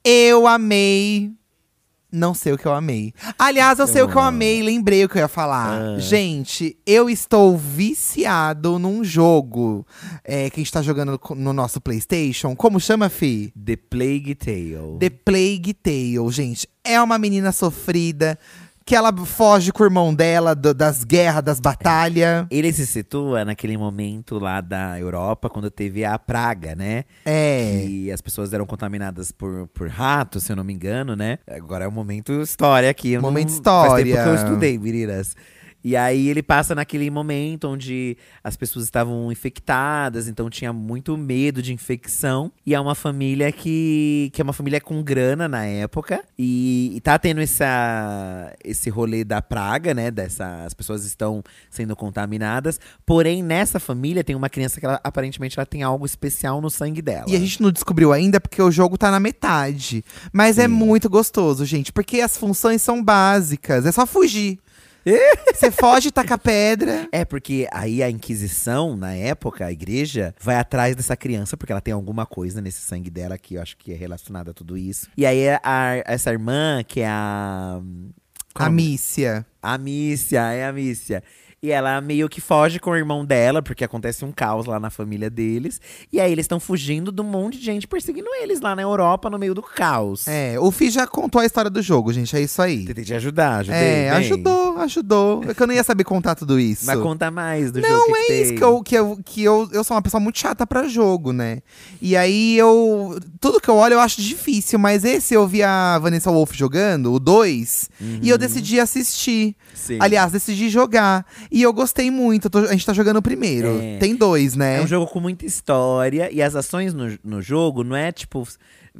[SPEAKER 1] Eu amei. Não sei o que eu amei. Aliás, eu sei o que eu amei, lembrei o que eu ia falar. Gente, eu estou viciado num jogo é, que a gente tá jogando co- no nosso PlayStation. Como chama, Fi?
[SPEAKER 2] The Plague Tale.
[SPEAKER 1] The Plague Tale, gente. É uma menina sofrida que ela foge com o irmão dela do- das guerras, das batalhas.
[SPEAKER 2] Ele se situa naquele momento lá da Europa, quando teve a praga, né?
[SPEAKER 1] É.
[SPEAKER 2] E as pessoas eram contaminadas por, por ratos, se eu não me engano, né? Agora é um momento história aqui. eu não-
[SPEAKER 1] Momento
[SPEAKER 2] Faz tempo que eu
[SPEAKER 1] história.
[SPEAKER 2] estudei, meninas. E aí ele passa naquele momento onde as pessoas estavam infectadas, então tinha muito medo de infecção. E é uma família que, que é uma família com grana na época. E, e tá tendo essa, esse rolê da praga, né? Dessa, as pessoas estão sendo contaminadas. Porém, nessa família tem uma criança que ela, aparentemente ela tem algo especial no sangue dela.
[SPEAKER 1] E a gente não descobriu ainda porque o jogo tá na metade. Mas é
[SPEAKER 2] Sim.
[SPEAKER 1] muito gostoso, gente, porque as funções são básicas. É só fugir. Você foge, taca pedra.
[SPEAKER 2] É, porque aí a Inquisição, na época, a igreja, vai atrás dessa criança, porque ela tem alguma coisa nesse sangue dela que eu acho que é relacionada a tudo isso. E aí a- essa irmã, que é a.
[SPEAKER 1] A Mícia.
[SPEAKER 2] A Mícia, é a Mícia. E ela meio que foge com o irmão dela, porque acontece um caos lá na família deles. E aí eles estão fugindo de um monte de gente perseguindo eles lá na Europa, no meio do caos.
[SPEAKER 1] É, o Fih já contou a história do jogo, gente. É isso aí.
[SPEAKER 2] Tentei te ajudar, ajudei.
[SPEAKER 1] é,
[SPEAKER 2] bem.
[SPEAKER 1] ajudou, ajudou. É que eu não ia saber contar tudo isso.
[SPEAKER 2] Mas conta mais do jogo.
[SPEAKER 1] Não,
[SPEAKER 2] que
[SPEAKER 1] é
[SPEAKER 2] que
[SPEAKER 1] isso
[SPEAKER 2] tem.
[SPEAKER 1] que eu, que, eu, que eu. Eu sou uma pessoa muito chata pra jogo, né? E aí eu. Tudo que eu olho eu acho difícil, mas esse eu vi a Vanessa Wolff jogando, o 2, e
[SPEAKER 2] Uhum.
[SPEAKER 1] eu decidi assistir.
[SPEAKER 2] Sim.
[SPEAKER 1] Aliás, decidi jogar. E eu gostei muito. eu tô- a gente tá jogando o primeiro.
[SPEAKER 2] É.
[SPEAKER 1] Tem dois, né?
[SPEAKER 2] É um jogo com muita história e as ações no, no jogo não é tipo.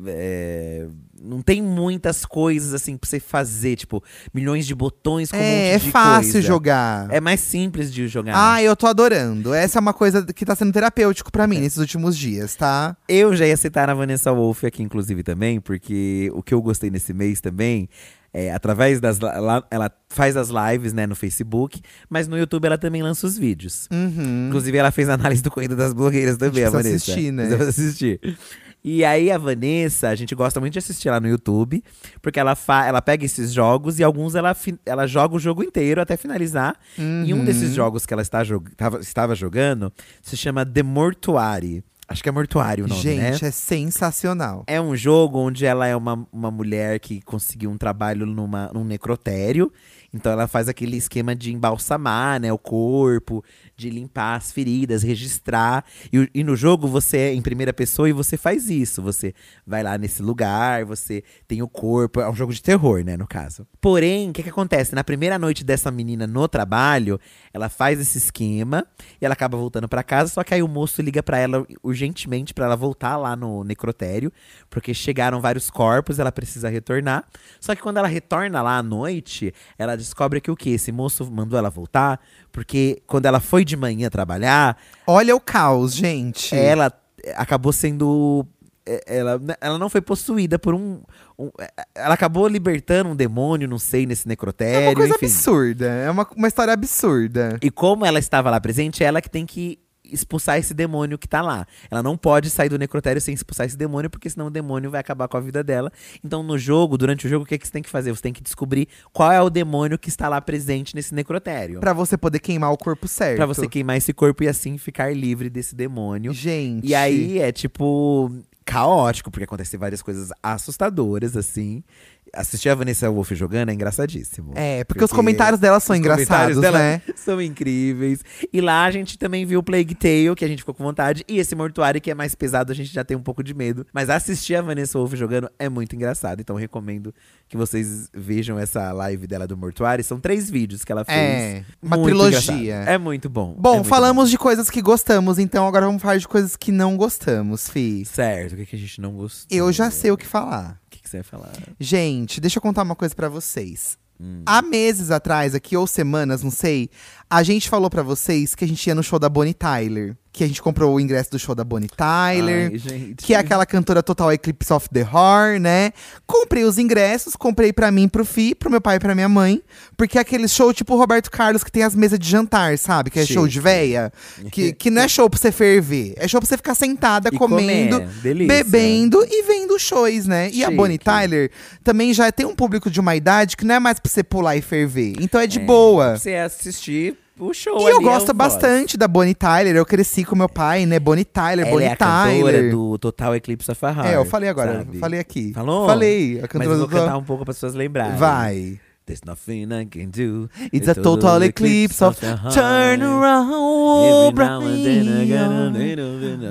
[SPEAKER 2] é, não tem muitas coisas assim pra você fazer, tipo, milhões de botões com um monte
[SPEAKER 1] é, é
[SPEAKER 2] de
[SPEAKER 1] fácil
[SPEAKER 2] coisa.
[SPEAKER 1] jogar.
[SPEAKER 2] É mais simples de jogar.
[SPEAKER 1] Ah, eu tô adorando. Essa é uma coisa que tá sendo terapêutico pra
[SPEAKER 2] É.
[SPEAKER 1] mim nesses últimos dias, tá?
[SPEAKER 2] Eu já ia citar a Vanessa Wolff aqui, inclusive, também, porque o que eu gostei nesse mês também. É, através das. la- la- Ela faz as lives, né, no Facebook, mas no YouTube ela também lança os vídeos.
[SPEAKER 1] Uhum.
[SPEAKER 2] Inclusive, ela fez a análise do Corrida das Blogueiras também,
[SPEAKER 1] precisa
[SPEAKER 2] a, Vanessa.
[SPEAKER 1] assistir, né?
[SPEAKER 2] Precisa assistir. E aí a Vanessa, a gente gosta muito de assistir lá no YouTube, porque ela, fa ela pega esses jogos e alguns ela, fi- ela joga o jogo inteiro até finalizar. E um
[SPEAKER 1] Uhum.
[SPEAKER 2] desses jogos que ela está jog- tava- estava jogando se chama The Mortuary. Acho que é Mortuário o nome, né?
[SPEAKER 1] Gente, é sensacional.
[SPEAKER 2] É um jogo onde ela é uma, uma mulher que conseguiu um trabalho numa, num necrotério. Então ela faz aquele esquema de embalsamar, né, o corpo, de limpar as feridas, registrar. E, o- e no jogo você é em primeira pessoa e você faz isso. Você vai lá nesse lugar, você tem o corpo. É um jogo de terror, né, no caso. Porém, o que, que acontece? É, Na primeira noite dessa menina no trabalho, ela faz esse esquema e ela acaba voltando pra casa. Só que aí o moço liga pra ela urgentemente pra ela voltar lá no necrotério, porque chegaram vários corpos, ela precisa retornar. Só que quando ela retorna lá à noite, ela descobre que o quê? Esse moço mandou ela voltar, porque quando ela foi de manhã trabalhar,
[SPEAKER 1] Olha o caos, gente.
[SPEAKER 2] ela eh, acabou sendo. é, Ela, ela não foi possuída por um, um- Ela acabou libertando um demônio, não sei, nesse
[SPEAKER 1] é
[SPEAKER 2] necrotério.
[SPEAKER 1] uma coisa
[SPEAKER 2] enfim.
[SPEAKER 1] absurda. É uma, uma história absurda.
[SPEAKER 2] E como ela estava lá presente, é ela que tem que expulsar esse demônio que tá lá. Ela não pode sair do necrotério sem expulsar esse demônio, porque senão o demônio vai acabar com a vida dela. Então, no jogo, durante o jogo, o que, que você tem que fazer? Você tem que descobrir qual é o demônio que está lá presente nesse necrotério.
[SPEAKER 1] Pra
[SPEAKER 2] Pra,
[SPEAKER 1] você poder queimar o corpo certo.
[SPEAKER 2] você queimar esse corpo e assim ficar livre desse demônio.
[SPEAKER 1] Gente.
[SPEAKER 2] E aí é tipo caótico, porque acontecem várias coisas assustadoras, assim. Assistir a Vanessa Wolff jogando é engraçadíssimo.
[SPEAKER 1] É, porque, os comentários dela são
[SPEAKER 2] Os
[SPEAKER 1] engraçados,
[SPEAKER 2] comentários dela
[SPEAKER 1] né?
[SPEAKER 2] São incríveis. E lá a gente também viu o Plague Tale, que a gente ficou com vontade. E esse Mortuário, que é mais pesado, a gente já tem um pouco de medo. Mas assistir a Vanessa Wolff jogando é muito engraçado. Então recomendo que vocês vejam essa live dela do Mortuário. São três vídeos que ela fez.
[SPEAKER 1] É, uma
[SPEAKER 2] Muito
[SPEAKER 1] trilogia.
[SPEAKER 2] engraçado. É muito bom. é
[SPEAKER 1] Bom,
[SPEAKER 2] muito
[SPEAKER 1] falamos de coisas que gostamos, então agora vamos falar de coisas que não gostamos, Fi.
[SPEAKER 2] Certo, o que, que a gente não gostou?
[SPEAKER 1] Eu já sei o que falar.
[SPEAKER 2] O que, que você vai falar?
[SPEAKER 1] Gente, deixa eu contar uma coisa pra vocês.
[SPEAKER 2] Hum.
[SPEAKER 1] Há meses atrás, aqui, ou semanas, não sei, a gente falou pra vocês que a gente ia no show da Bonnie Tyler. Que a gente comprou o ingresso do show da Bonnie Tyler.
[SPEAKER 2] Ai, gente.
[SPEAKER 1] Que é aquela cantora total Eclipse of the Horror, né? Comprei os ingressos, comprei pra mim, pro Fi, pro meu pai e pra minha mãe. Porque é aquele show tipo Roberto Carlos que tem as mesas de jantar, sabe? Que é show de
[SPEAKER 2] Chique.
[SPEAKER 1] véia. Que, que não é show pra você ferver. É show pra você ficar sentada,
[SPEAKER 2] E
[SPEAKER 1] comendo,
[SPEAKER 2] comer, delícia.
[SPEAKER 1] bebendo e vendo shows, né? E a
[SPEAKER 2] Chique.
[SPEAKER 1] Bonnie Tyler também já tem um público de uma idade que não é mais pra você pular e ferver. Então é de boa.
[SPEAKER 2] Você assistir o show
[SPEAKER 1] E
[SPEAKER 2] ali,
[SPEAKER 1] eu
[SPEAKER 2] é
[SPEAKER 1] gosto
[SPEAKER 2] o
[SPEAKER 1] bastante da Bonnie Tyler. Eu cresci com meu pai, né? Bonnie Tyler,
[SPEAKER 2] Ela
[SPEAKER 1] Bonnie
[SPEAKER 2] é a cantora
[SPEAKER 1] Tyler.
[SPEAKER 2] do Total Eclipse of a Heart.
[SPEAKER 1] É, eu falei agora,
[SPEAKER 2] sabe?
[SPEAKER 1] falei aqui.
[SPEAKER 2] Falou?
[SPEAKER 1] Falei, a
[SPEAKER 2] Mas
[SPEAKER 1] cantora
[SPEAKER 2] eu vou
[SPEAKER 1] do
[SPEAKER 2] cantar um pouco para as pessoas lembrarem.
[SPEAKER 1] Vai.
[SPEAKER 2] There's nothing I can do.
[SPEAKER 1] It's a total eclipse of turn around, Brian.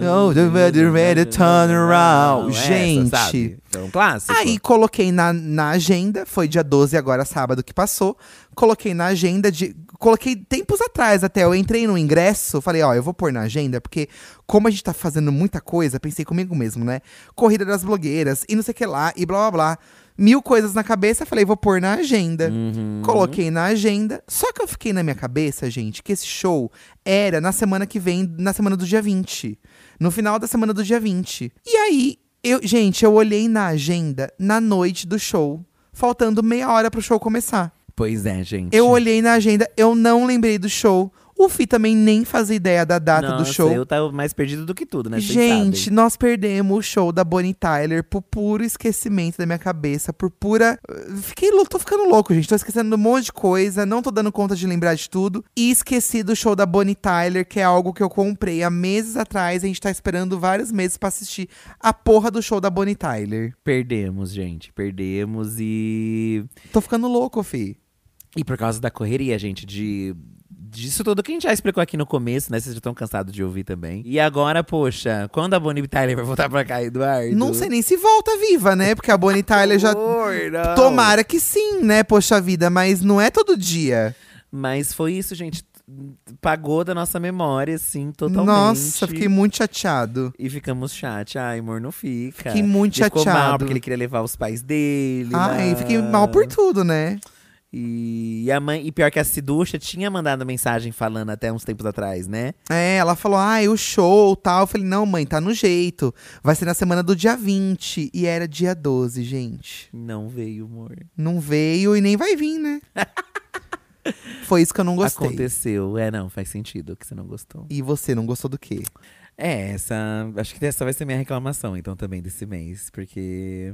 [SPEAKER 1] No, the weather ready to turn around. Gente.
[SPEAKER 2] Então, clássico.
[SPEAKER 1] Aí coloquei na, na agenda, foi dia 12 agora, sábado que passou. Coloquei na agenda de. Coloquei tempos atrás até. Eu entrei no ingresso, falei, ó, eu vou pôr na agenda, porque como a gente tá fazendo muita coisa, pensei comigo mesmo, né? Corrida das blogueiras e não sei o que lá, e blá blá blá. Mil coisas na cabeça, falei, vou pôr na agenda. Coloquei na agenda. Só que eu fiquei na minha cabeça, gente, que esse show era na semana que vem, na semana do dia 20. No final da semana do dia 20. E aí, eu, gente, eu olhei na agenda na noite do show, faltando meia hora pro show começar.
[SPEAKER 2] Pois é, gente.
[SPEAKER 1] Eu olhei na agenda, eu não lembrei do show. O Fi também nem fazia ideia da data do
[SPEAKER 2] Nossa,
[SPEAKER 1] show.
[SPEAKER 2] eu tava mais perdido do que tudo, né? Vocês
[SPEAKER 1] Gente,
[SPEAKER 2] sabem.
[SPEAKER 1] nós perdemos o show da Bonnie Tyler por puro esquecimento da minha cabeça, por pura. eh, Fiquei, lou- tô ficando louco, gente. Tô esquecendo um monte de coisa, não tô dando conta de lembrar de tudo. E esqueci do show da Bonnie Tyler, que é algo que eu comprei há meses atrás. A gente tá esperando vários meses pra assistir a porra do show da Bonnie Tyler.
[SPEAKER 2] Perdemos, gente. Perdemos e.
[SPEAKER 1] Tô ficando louco, fi.
[SPEAKER 2] E por causa da correria, gente, de. Disso tudo que a gente já explicou aqui no começo, né? Vocês já estão cansados de ouvir também. E agora, poxa, quando a Bonnie Tyler vai voltar pra cá, Eduardo?
[SPEAKER 1] Não sei nem se volta viva, né? Porque a Bonnie Tyler já.
[SPEAKER 2] Horror, não.
[SPEAKER 1] Tomara que sim, né? Poxa vida, mas não é todo dia.
[SPEAKER 2] Mas foi isso, gente. Pagou da nossa memória, assim, totalmente.
[SPEAKER 1] Nossa, fiquei muito chateado.
[SPEAKER 2] E ficamos chateados. Ai, amor, não fica.
[SPEAKER 1] Fiquei muito
[SPEAKER 2] ele Ficou mal
[SPEAKER 1] chateado.
[SPEAKER 2] porque ele queria levar os pais dele.
[SPEAKER 1] Ai,
[SPEAKER 2] lá.
[SPEAKER 1] fiquei mal por tudo, né?
[SPEAKER 2] E, a mãe, e pior que a Siducha tinha mandado mensagem falando até uns tempos atrás, né?
[SPEAKER 1] É, ela falou, ai, o show tal. Eu falei, não, mãe, tá no jeito. Vai ser na semana do dia 20. E era dia 12, gente.
[SPEAKER 2] Não veio, amor.
[SPEAKER 1] Não veio e nem vai vir, né? Foi isso que eu não gostei.
[SPEAKER 2] Aconteceu. É, não, faz sentido que você não gostou.
[SPEAKER 1] E você não gostou do quê?
[SPEAKER 2] É, essa. Acho que essa vai ser minha reclamação, então, também desse mês. Porque.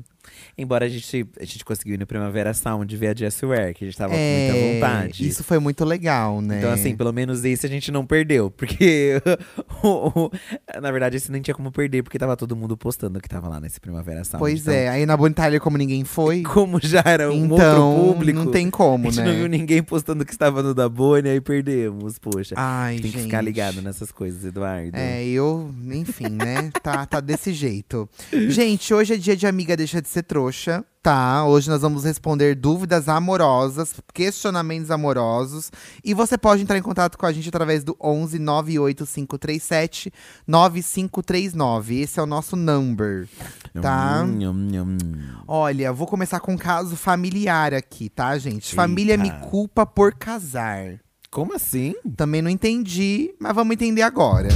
[SPEAKER 2] Embora a gente, a gente conseguiu ir no Primavera Sound ver a Jessie Ware, que a gente tava
[SPEAKER 1] É,
[SPEAKER 2] com muita vontade.
[SPEAKER 1] Isso foi muito legal, né?
[SPEAKER 2] Então, assim, pelo menos esse a gente não perdeu. Porque. o- o- na verdade, esse nem tinha como perder, porque tava todo mundo postando que tava lá nesse Primavera Sound.
[SPEAKER 1] Pois
[SPEAKER 2] Então,
[SPEAKER 1] é, aí na Bonitalia, como ninguém foi,
[SPEAKER 2] Como já era um
[SPEAKER 1] então
[SPEAKER 2] outro público.
[SPEAKER 1] não tem
[SPEAKER 2] a
[SPEAKER 1] como,
[SPEAKER 2] gente não viu
[SPEAKER 1] né?
[SPEAKER 2] ninguém postando que estava no da Bonnie, aí perdemos, poxa.
[SPEAKER 1] Ai,
[SPEAKER 2] tem que
[SPEAKER 1] gente.
[SPEAKER 2] ficar ligado né? nessas coisas, Eduardo.
[SPEAKER 1] É, eu, enfim, né? Tá, tá desse jeito. Gente, hoje é dia de amiga deixa de ser trouxa, tá? Hoje nós vamos responder dúvidas amorosas, questionamentos amorosos. E você pode entrar em contato com a gente através do 11 98537 9539. Esse é o nosso number. Tá.
[SPEAKER 2] Nham, nham, nham.
[SPEAKER 1] Olha, vou começar com um caso familiar aqui, tá, gente? Família
[SPEAKER 2] Eita.
[SPEAKER 1] me culpa por casar.
[SPEAKER 2] Como assim?
[SPEAKER 1] Também não entendi, mas vamos entender agora.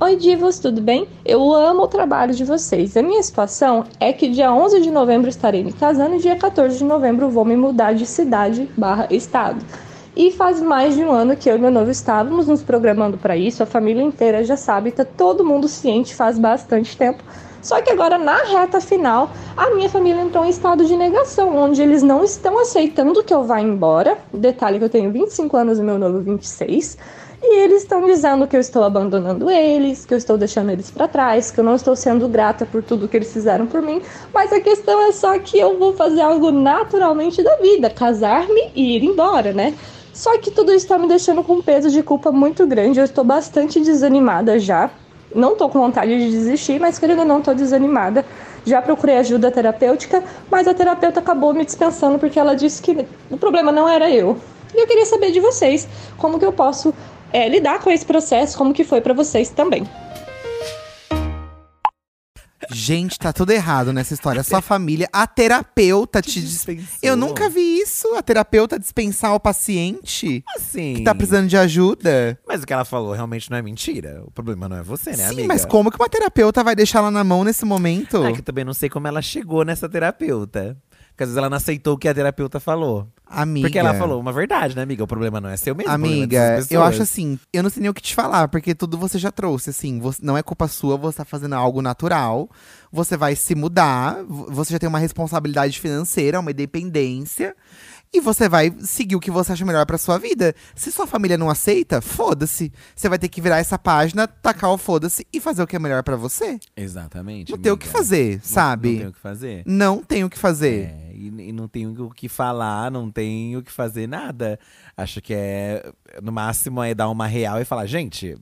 [SPEAKER 3] Oi, divos, tudo bem? Eu amo o trabalho de vocês. A minha situação é que dia 11 de novembro estarei me casando e dia 14 de novembro vou me mudar de cidade barra estado. E faz mais de um ano que eu e meu noivo estávamos nos programando para isso, a família inteira já sabe, tá todo mundo ciente faz bastante tempo. Só que agora, na reta final, a minha família entrou em estado de negação, onde eles não estão aceitando que eu vá embora. Detalhe que eu tenho 25 anos e meu noivo 26. E eles estão dizendo que eu estou abandonando eles, que eu estou deixando eles para trás, que eu não estou sendo grata por tudo que eles fizeram por mim. Mas a questão é só que eu vou fazer algo naturalmente da vida, casar-me e ir embora, né? Só que tudo isso está me deixando com um peso de culpa muito grande. Eu estou bastante desanimada já. Não tô com vontade de desistir, mas querendo ou não, tô desanimada. Já procurei ajuda terapêutica, mas a terapeuta acabou me dispensando porque ela disse que o problema não era eu. E eu queria saber de vocês como que eu posso é, lidar com esse processo, como que foi pra vocês também.
[SPEAKER 1] Gente, tá tudo errado nessa história. Sua família, a terapeuta te dis...
[SPEAKER 2] dispensou.
[SPEAKER 1] Eu nunca vi isso, a terapeuta dispensar o paciente
[SPEAKER 2] Assim.
[SPEAKER 1] que tá precisando de ajuda.
[SPEAKER 2] Mas o que ela falou realmente não é mentira. O problema não é você, né,
[SPEAKER 1] Sim,
[SPEAKER 2] amiga?
[SPEAKER 1] mas como que uma terapeuta vai deixar ela na mão nesse momento?
[SPEAKER 2] É que eu também não sei como ela chegou nessa terapeuta. Porque às vezes ela não aceitou o que a terapeuta falou.
[SPEAKER 1] Amiga.
[SPEAKER 2] Porque ela falou uma verdade, né, amiga? O problema não é seu mesmo. o problema é
[SPEAKER 1] Amiga,
[SPEAKER 2] dessas
[SPEAKER 1] eu
[SPEAKER 2] pessoas.
[SPEAKER 1] acho assim, eu não sei nem o que te falar, porque tudo você já trouxe, assim, você- não é culpa sua, você tá fazendo algo natural, você vai se mudar, vo- você já tem uma responsabilidade financeira, uma independência, e você vai seguir o que você acha melhor pra sua vida. Se sua família não aceita, foda-se. Você vai ter que virar essa página, tacar o foda-se e fazer o que é melhor pra você.
[SPEAKER 2] Exatamente.
[SPEAKER 1] Não tem o
[SPEAKER 2] amiga.
[SPEAKER 1] que fazer,
[SPEAKER 2] Não-
[SPEAKER 1] sabe?
[SPEAKER 2] Não tem o que fazer.
[SPEAKER 1] Não tem o que fazer.
[SPEAKER 2] É, e, e não tem o que falar, não tem o que fazer, nada. Acho que é. No máximo é dar uma real e falar, gente.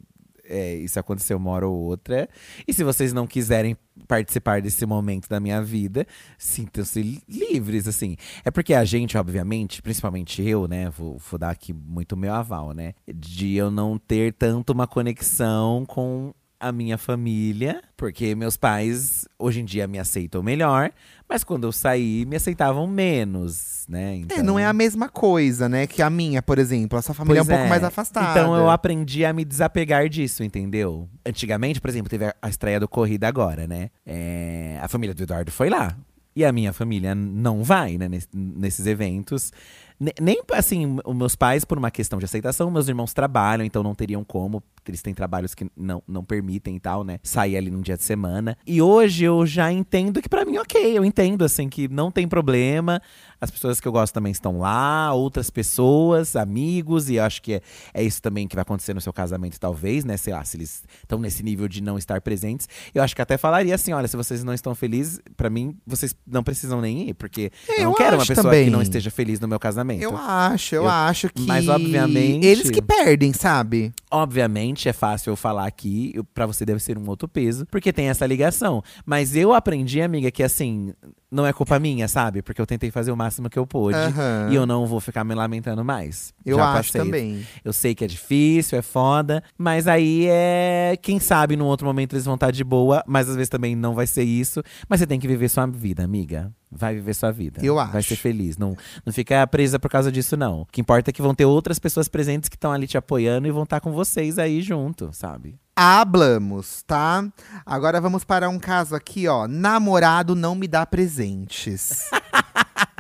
[SPEAKER 2] é, isso aconteceu uma hora ou outra. E se vocês não quiserem participar desse momento da minha vida, sintam-se li- livres, assim. É porque a gente, obviamente, principalmente eu, né? Vou, vou dar aqui muito meu aval, né? De eu não ter tanto uma conexão com a minha família, porque meus pais hoje em dia me aceitam melhor, mas quando eu saí me aceitavam menos, né?
[SPEAKER 1] É, não é a mesma coisa, né? Que a minha, por exemplo. A sua família é um
[SPEAKER 2] Então, Pois
[SPEAKER 1] pouco mais afastada.
[SPEAKER 2] Então eu aprendi a me desapegar disso, entendeu? Antigamente, por exemplo, teve a- a estreia do Corrida agora, né? É, a família do Eduardo foi lá. E a minha família não vai, né, nes- nesses eventos. Ne- Nem, assim, os meus pais, por uma questão de aceitação, meus irmãos trabalham, então não teriam como. Eles têm trabalhos que não, não permitem e tal, né? Sair ali num dia de semana. E hoje eu já entendo que pra mim, ok, eu entendo, assim, que não tem problema. As pessoas que eu gosto também estão lá, outras pessoas, amigos, e acho que é, é isso também que vai acontecer no seu casamento, talvez, né? Sei lá, se eles estão nesse nível de não estar presentes. Eu acho que até falaria assim: olha, se vocês não estão felizes, pra mim, vocês não precisam nem ir, porque eu,
[SPEAKER 1] É,
[SPEAKER 2] não
[SPEAKER 1] eu
[SPEAKER 2] quero uma
[SPEAKER 1] acho
[SPEAKER 2] pessoa que
[SPEAKER 1] também.
[SPEAKER 2] não esteja feliz no meu casamento.
[SPEAKER 1] Eu acho, eu,
[SPEAKER 2] Então, Eu-
[SPEAKER 1] acho que.
[SPEAKER 2] mas, obviamente-
[SPEAKER 1] Eles que perdem, sabe?
[SPEAKER 2] Obviamente é fácil eu falar aqui, eu- pra você deve ser um outro peso, porque tem essa ligação. Mas eu aprendi, amiga, que assim, não é culpa minha, sabe? Porque eu tentei fazer o máximo que eu pude.
[SPEAKER 1] Aham.
[SPEAKER 2] E eu não vou ficar me lamentando mais.
[SPEAKER 1] Eu
[SPEAKER 2] Já
[SPEAKER 1] acho
[SPEAKER 2] passei.
[SPEAKER 1] também.
[SPEAKER 2] Eu sei que é difícil, é foda, mas aí é. Quem sabe num outro momento eles vão estar de boa, mas às vezes também não vai ser isso. Mas você tem que viver sua vida, amiga. Vai viver sua vida.
[SPEAKER 1] Eu
[SPEAKER 2] Vai
[SPEAKER 1] acho.
[SPEAKER 2] ser feliz. Não, não fica presa por causa disso, não. O que importa é que vão ter outras pessoas presentes que estão ali te apoiando e vão estar com vocês aí junto, sabe?
[SPEAKER 1] Hablamos, tá? Agora vamos para um caso aqui, ó. Namorado não me dá presentes.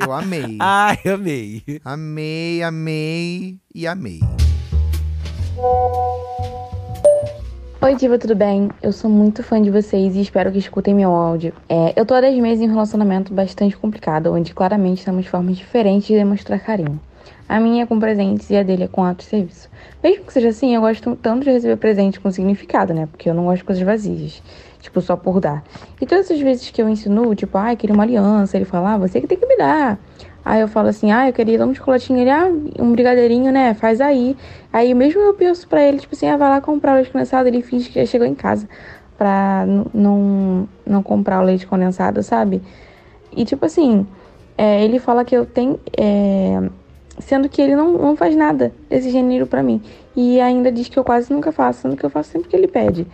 [SPEAKER 1] eu amei.
[SPEAKER 2] Ai, amei.
[SPEAKER 1] Amei, amei e amei.
[SPEAKER 4] Oi, Diva, tudo bem? Eu sou muito fã de vocês e espero que escutem meu áudio. É, eu tô há 10 meses em um relacionamento bastante complicado, onde claramente temos formas diferentes de demonstrar carinho. A minha é com presentes e a dele é com ato de serviço. Mesmo que seja assim, eu gosto tanto de receber presentes com significado, né? Porque eu não gosto de coisas vazias, tipo, só por dar. E todas as vezes que eu ensino, tipo, ai, ah, queria uma aliança, ele fala, ah, você que tem que me dar. Aí eu falo assim, ah, eu queria dar um chocolatinho, ele, ah, um brigadeirinho, né, faz aí. Aí mesmo eu penso pra ele, tipo assim, ah, vai lá comprar o leite condensado, ele finge que já chegou em casa pra não, não comprar o leite condensado, sabe? E tipo assim, é, ele fala que eu tenho, é, sendo que ele não, não faz nada desse gênero pra mim. E ainda diz que eu quase nunca faço, sendo que eu faço sempre que ele pede.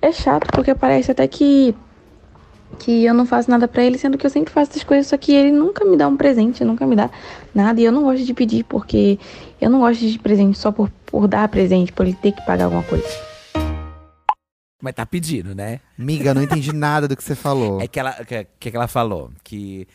[SPEAKER 4] É chato, porque parece até que que eu não faço nada para ele, sendo que eu sempre faço essas coisas, só que ele nunca me dá um presente, nunca me dá nada. E eu não gosto de pedir, porque eu não gosto de presente só por, por dar presente, por ele ter que pagar alguma coisa.
[SPEAKER 2] Mas tá pedindo, né?
[SPEAKER 1] Miga, não entendi nada do que você falou.
[SPEAKER 2] É que ela, que, que ela falou que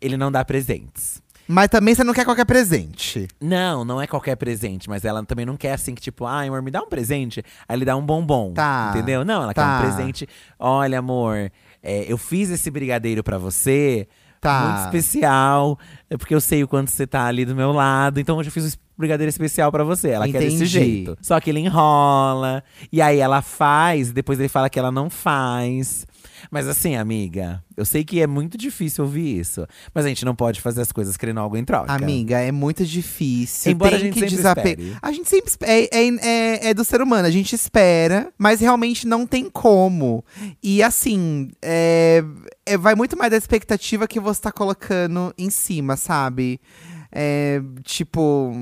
[SPEAKER 2] ele não dá presentes.
[SPEAKER 1] Mas também você não quer qualquer presente.
[SPEAKER 2] Não, não é qualquer presente, mas ela também não quer assim que, tipo, ai, amor, me dá um presente. Aí ele dá um bombom.
[SPEAKER 1] Tá.
[SPEAKER 2] Entendeu? Não, ela
[SPEAKER 1] Tá.
[SPEAKER 2] quer um presente. Olha, amor, é, eu fiz esse brigadeiro pra você.
[SPEAKER 1] Tá.
[SPEAKER 2] Muito especial, é porque eu sei o quanto você tá ali do meu lado. Então hoje eu fiz um brigadeiro especial pra você. Ela quer desse
[SPEAKER 1] Entendi.
[SPEAKER 2] jeito. Só que ele enrola. E aí ela faz, e depois ele fala que ela não faz. Mas assim, amiga, eu sei que é muito difícil ouvir isso. Mas a gente não pode fazer as coisas querendo algo em troca.
[SPEAKER 1] Amiga, é muito difícil.
[SPEAKER 2] Embora
[SPEAKER 1] tem
[SPEAKER 2] a gente
[SPEAKER 1] que
[SPEAKER 2] sempre
[SPEAKER 1] desape-
[SPEAKER 2] espere.
[SPEAKER 1] A gente sempre espe- é, é, é, é do ser humano, a gente espera, mas realmente não tem como. E assim, é, é- vai muito mais da expectativa que você tá colocando em cima, sabe? É, tipo.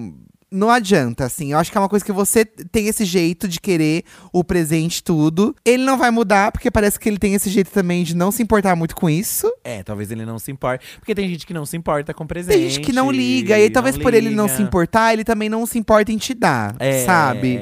[SPEAKER 1] Não adianta, assim. Eu acho que é uma coisa que você tem esse jeito de querer o presente, tudo. Ele não vai mudar, porque parece que ele tem esse jeito também de não se importar muito com isso.
[SPEAKER 2] É, talvez ele não se importe. Porque tem gente que não se importa com presente.
[SPEAKER 1] Tem gente que não liga, e aí talvez por ele não
[SPEAKER 2] liga.
[SPEAKER 1] se importar, ele também não se importa em te dar,
[SPEAKER 2] É.
[SPEAKER 1] sabe?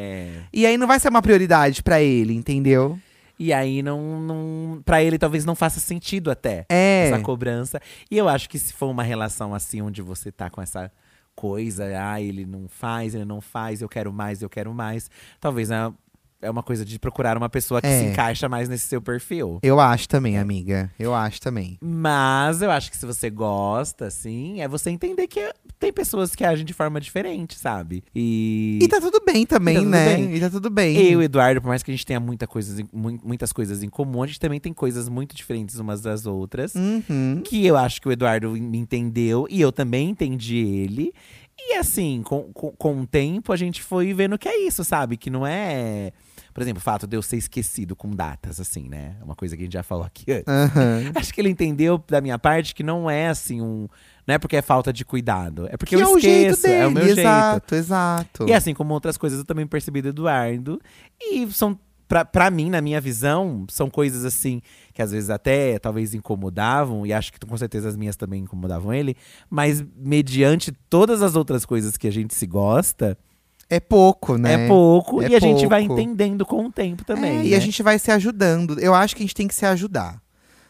[SPEAKER 1] E aí não vai ser uma prioridade pra ele, entendeu?
[SPEAKER 2] E aí não, não. Pra ele talvez não faça sentido até
[SPEAKER 1] É.
[SPEAKER 2] essa cobrança. E eu acho que se for uma relação assim, onde você tá com essa coisa, ah, ele não faz, ele não faz, eu quero mais, eu quero mais. Talvez né, é uma coisa de procurar uma pessoa que
[SPEAKER 1] É.
[SPEAKER 2] se encaixa mais nesse seu perfil.
[SPEAKER 1] Eu acho também, amiga. Eu acho também.
[SPEAKER 2] Mas eu acho que se você gosta, assim, é você entender que tem pessoas que agem de forma diferente, sabe? E.
[SPEAKER 1] E tá tudo bem também,
[SPEAKER 2] E tá tudo
[SPEAKER 1] né?
[SPEAKER 2] bem.
[SPEAKER 1] E tá tudo bem.
[SPEAKER 2] Eu e o Eduardo, por mais que a gente tenha muita coisas em- mu- muitas coisas em comum, a gente também tem coisas muito diferentes umas das outras.
[SPEAKER 1] Uhum.
[SPEAKER 2] Que eu acho que o Eduardo me entendeu e eu também entendi ele. E assim, com, com, com o tempo, a gente foi vendo que é isso, sabe? Que não é. Por exemplo, o fato de eu ser esquecido com datas, assim, né? É Uma coisa que a gente já falou aqui antes.
[SPEAKER 1] Aham.
[SPEAKER 2] Acho que ele entendeu da minha parte que não é assim um. Não é porque é falta de cuidado. É porque
[SPEAKER 1] Que
[SPEAKER 2] eu
[SPEAKER 1] é o jeito
[SPEAKER 2] esqueço.
[SPEAKER 1] dele.
[SPEAKER 2] é o meu jeito.
[SPEAKER 1] exato, exato.
[SPEAKER 2] E assim como outras coisas, eu também percebi do Eduardo. E são, pra, pra mim, na minha visão, são coisas assim que às vezes até talvez incomodavam, e acho que com certeza as minhas também incomodavam ele, mas mediante todas as outras coisas que a gente se gosta,
[SPEAKER 1] É pouco, né?
[SPEAKER 2] é pouco,
[SPEAKER 1] É
[SPEAKER 2] e a gente vai
[SPEAKER 1] pouco.
[SPEAKER 2] entendendo com o tempo também.
[SPEAKER 1] É,
[SPEAKER 2] né?
[SPEAKER 1] E a gente vai se ajudando. Eu acho que a gente tem que se ajudar.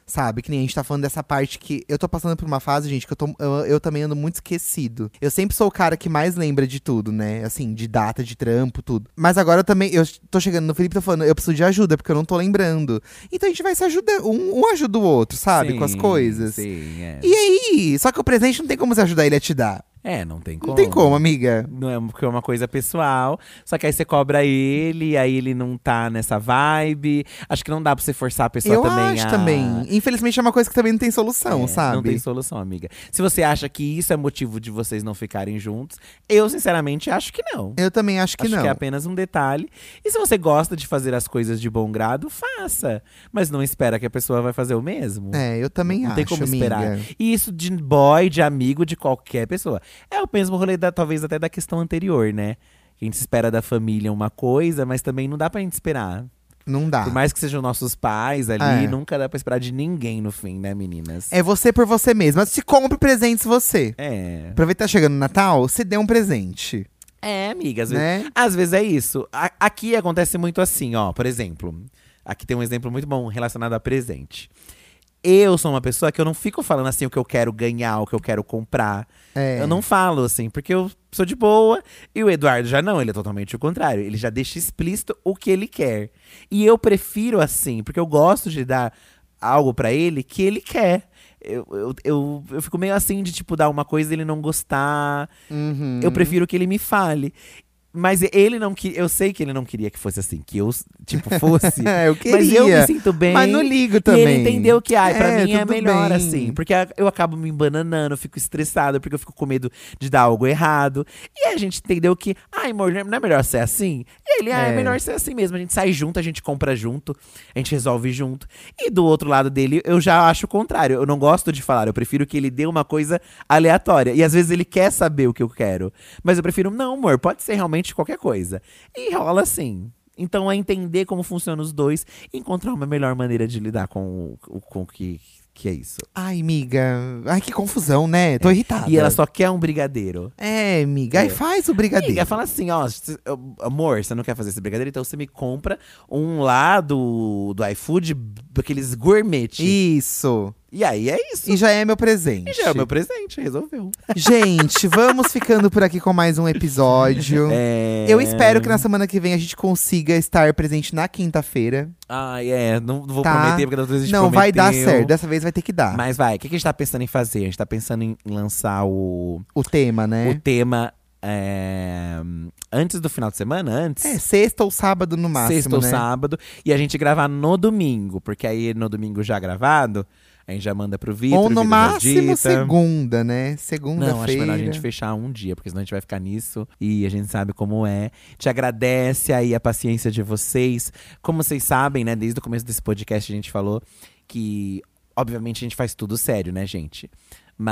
[SPEAKER 1] Sabe, que nem a gente tá falando dessa parte que. Eu tô passando por uma fase, gente, que eu, tô, eu, eu também ando muito esquecido. Eu sempre sou o cara que mais lembra de tudo, né? Assim, de data, de trampo, tudo. Mas agora eu também. Eu tô chegando no Felipe e tô falando, eu preciso de ajuda, porque eu não tô lembrando. Então a gente vai se ajudando. Um, um ajuda o outro, sabe? com as
[SPEAKER 2] Sim,
[SPEAKER 1] coisas.
[SPEAKER 2] Sim, é.
[SPEAKER 1] E aí? Só que o presente não tem como você ajudar ele a te dar.
[SPEAKER 2] É, não tem como.
[SPEAKER 1] Não tem como, amiga.
[SPEAKER 2] Não é porque é uma coisa pessoal. Só que aí você cobra ele, aí ele não tá nessa vibe. Acho que não dá pra você forçar a pessoa
[SPEAKER 1] eu
[SPEAKER 2] também
[SPEAKER 1] acho
[SPEAKER 2] a-
[SPEAKER 1] também. Infelizmente é uma coisa que também não tem solução,
[SPEAKER 2] É,
[SPEAKER 1] sabe?
[SPEAKER 2] Não tem solução, amiga. Se você acha que isso é motivo de vocês não ficarem juntos, eu sinceramente acho que não.
[SPEAKER 1] Eu também acho que
[SPEAKER 2] acho
[SPEAKER 1] não.
[SPEAKER 2] que é apenas um detalhe. E se você gosta de fazer as coisas de bom grado, faça. Mas não espera que a pessoa vai fazer o mesmo.
[SPEAKER 1] É, eu também
[SPEAKER 2] Não
[SPEAKER 1] acho.
[SPEAKER 2] tem como esperar.
[SPEAKER 1] amiga.
[SPEAKER 2] E isso de boy, de amigo, de qualquer pessoa. É o mesmo rolê, da, talvez, até da questão anterior, né? A gente espera da família uma coisa, mas também não dá pra gente esperar.
[SPEAKER 1] Não dá.
[SPEAKER 2] Por mais que sejam nossos pais ali,
[SPEAKER 1] Ah. É.
[SPEAKER 2] nunca dá pra esperar de ninguém no fim, né, meninas?
[SPEAKER 1] É você por você mesma. Se compre presentes você.
[SPEAKER 2] É.
[SPEAKER 1] Aproveita que tá chegando o Natal, se dê um presente.
[SPEAKER 2] É, amiga, às vezes.
[SPEAKER 1] Né?
[SPEAKER 2] Às vezes é isso. A- aqui acontece muito assim, ó. Por exemplo, aqui tem um exemplo muito bom relacionado a presente. Eu sou uma pessoa que eu não fico falando assim o que eu quero ganhar, o que eu quero comprar.
[SPEAKER 1] É.
[SPEAKER 2] Eu não falo assim, porque eu pessoa de boa. E o Eduardo já não, ele é totalmente o contrário. Ele já deixa explícito o que ele quer. E eu prefiro assim, porque eu gosto de dar algo pra ele que ele quer. Eu, eu, eu, eu fico meio assim de, tipo, dar uma coisa e ele não gostar.
[SPEAKER 1] Uhum.
[SPEAKER 2] Eu prefiro que ele me fale. Mas ele não queria. Eu sei que ele não queria que fosse assim, que eu, tipo, fosse.
[SPEAKER 1] É, eu queria.
[SPEAKER 2] Mas eu me sinto bem.
[SPEAKER 1] Mas não ligo
[SPEAKER 2] E
[SPEAKER 1] também.
[SPEAKER 2] ele entendeu que, ai, pra
[SPEAKER 1] É,
[SPEAKER 2] mim é
[SPEAKER 1] tudo
[SPEAKER 2] melhor
[SPEAKER 1] bem.
[SPEAKER 2] assim. Porque a- eu acabo me embananando, eu fico estressada, porque eu fico com medo de dar algo errado. E a gente entendeu que, ai, amor, não é melhor ser assim? E ele, ah, é.
[SPEAKER 1] É.
[SPEAKER 2] melhor ser assim mesmo. A gente sai junto, a gente compra junto, a gente resolve junto. E do outro lado dele, eu já acho o contrário. Eu não gosto de falar, eu prefiro que ele dê uma coisa aleatória. E às vezes ele quer saber o que eu quero. Mas eu prefiro, não, amor, pode ser realmente qualquer coisa. E rola assim. Então é entender como funcionam os dois e encontrar uma melhor maneira de lidar com o, com o que, que é isso.
[SPEAKER 1] Ai, miga. Ai, que confusão, né? Tô irritada.
[SPEAKER 2] É. E ela só quer um brigadeiro.
[SPEAKER 1] É, miga. Aí
[SPEAKER 2] É.
[SPEAKER 1] faz o brigadeiro.
[SPEAKER 2] Amiga, fala assim, ó, se- eu- amor, você não quer fazer esse brigadeiro, então você me compra um lá do, do iFood, aqueles gourmet. E,
[SPEAKER 1] Isso.
[SPEAKER 2] aí é isso.
[SPEAKER 1] E já é meu presente.
[SPEAKER 2] E já é o meu presente, resolveu.
[SPEAKER 1] Gente, vamos ficando por aqui com mais um episódio.
[SPEAKER 2] É...
[SPEAKER 1] Eu espero que na semana que vem a gente consiga estar presente na quinta-feira.
[SPEAKER 2] Ai, é, não vou
[SPEAKER 1] Tá.
[SPEAKER 2] prometer, porque da outra vez a gente
[SPEAKER 1] Não, vai dar
[SPEAKER 2] prometeu.
[SPEAKER 1] certo. Dessa vez vai ter que dar.
[SPEAKER 2] Mas vai, o que, que a gente tá pensando em fazer? A gente tá pensando em lançar o,
[SPEAKER 1] O tema,
[SPEAKER 2] o
[SPEAKER 1] né?
[SPEAKER 2] tema é, antes do final de semana, antes?
[SPEAKER 1] É, sexta ou sábado no máximo,
[SPEAKER 2] sexta ou
[SPEAKER 1] né?
[SPEAKER 2] sábado. E a gente gravar no domingo, porque aí no domingo já gravado, a gente já manda pro Vitor.
[SPEAKER 1] Ou
[SPEAKER 2] o
[SPEAKER 1] no
[SPEAKER 2] Vitor
[SPEAKER 1] máximo
[SPEAKER 2] edita.
[SPEAKER 1] segunda, né?
[SPEAKER 2] Não, acho
[SPEAKER 1] Segunda-feira.
[SPEAKER 2] melhor a gente fechar um dia, porque senão a gente vai ficar nisso e a gente sabe como é. Te agradece aí a paciência de vocês. Como vocês sabem, né, desde o começo desse podcast a gente falou que, obviamente, a gente faz tudo sério, né, gente?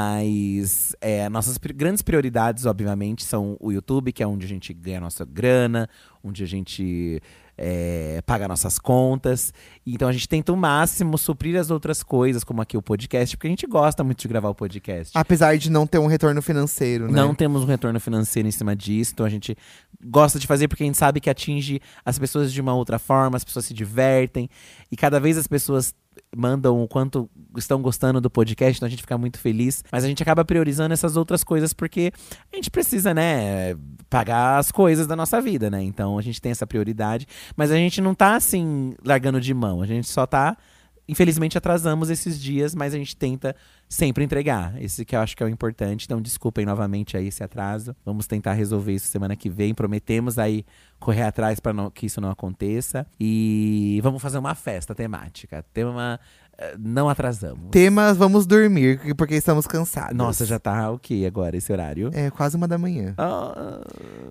[SPEAKER 2] Mas é, nossas pri- grandes prioridades, obviamente, são o YouTube, que é onde a gente ganha a nossa grana, onde a gente é, paga nossas contas. Então a gente tenta o máximo suprir as outras coisas, como aqui o podcast, porque a gente gosta muito de gravar o podcast. né?
[SPEAKER 1] Apesar de não ter um retorno financeiro, né?
[SPEAKER 2] Não temos um retorno financeiro em cima disso, então a gente gosta de fazer porque a gente sabe que atinge as pessoas de uma outra forma, as pessoas se divertem e cada vez as pessoas mandam o quanto estão gostando do podcast, então a gente fica muito feliz, mas a gente acaba priorizando essas outras coisas porque a gente precisa, né, pagar as coisas da nossa vida, né? Então a gente tem essa prioridade, mas a gente não tá assim largando de mão, a gente só tá Infelizmente atrasamos esses dias, mas a gente tenta sempre entregar. Esse que eu acho que é o importante. Então, desculpem novamente aí esse atraso. Vamos tentar resolver isso semana que vem. Prometemos aí correr atrás para que isso não aconteça. E vamos fazer uma festa temática. Tema. eh, Não atrasamos.
[SPEAKER 1] Temas, vamos dormir, porque estamos cansados.
[SPEAKER 2] Nossa, já tá o que agora esse horário?
[SPEAKER 1] É quase uma da manhã.
[SPEAKER 2] Ah,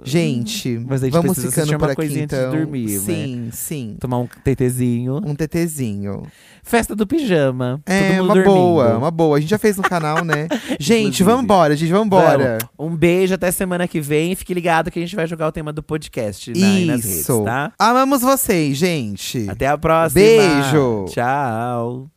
[SPEAKER 1] Gente,
[SPEAKER 2] Mas a gente
[SPEAKER 1] vamos
[SPEAKER 2] precisa assistir
[SPEAKER 1] ficando
[SPEAKER 2] uma
[SPEAKER 1] por aqui
[SPEAKER 2] coisinha antes de
[SPEAKER 1] então.
[SPEAKER 2] dormir, né?
[SPEAKER 1] sim, sim.
[SPEAKER 2] tomar um tetezinho.
[SPEAKER 1] Um tetezinho.
[SPEAKER 2] Festa do pijama. Todo
[SPEAKER 1] É,
[SPEAKER 2] mundo
[SPEAKER 1] uma
[SPEAKER 2] dormindo.
[SPEAKER 1] boa, uma boa. A gente já fez no canal, né? gente,
[SPEAKER 2] Inclusive.
[SPEAKER 1] vambora, gente, vambora.
[SPEAKER 2] Vamos. Um beijo até semana que vem. Fique ligado que a gente vai jogar o tema do podcast na, aí nas redes,
[SPEAKER 1] Isso.
[SPEAKER 2] tá?
[SPEAKER 1] Amamos vocês, gente.
[SPEAKER 2] Até a próxima.
[SPEAKER 1] Beijo.
[SPEAKER 2] Tchau.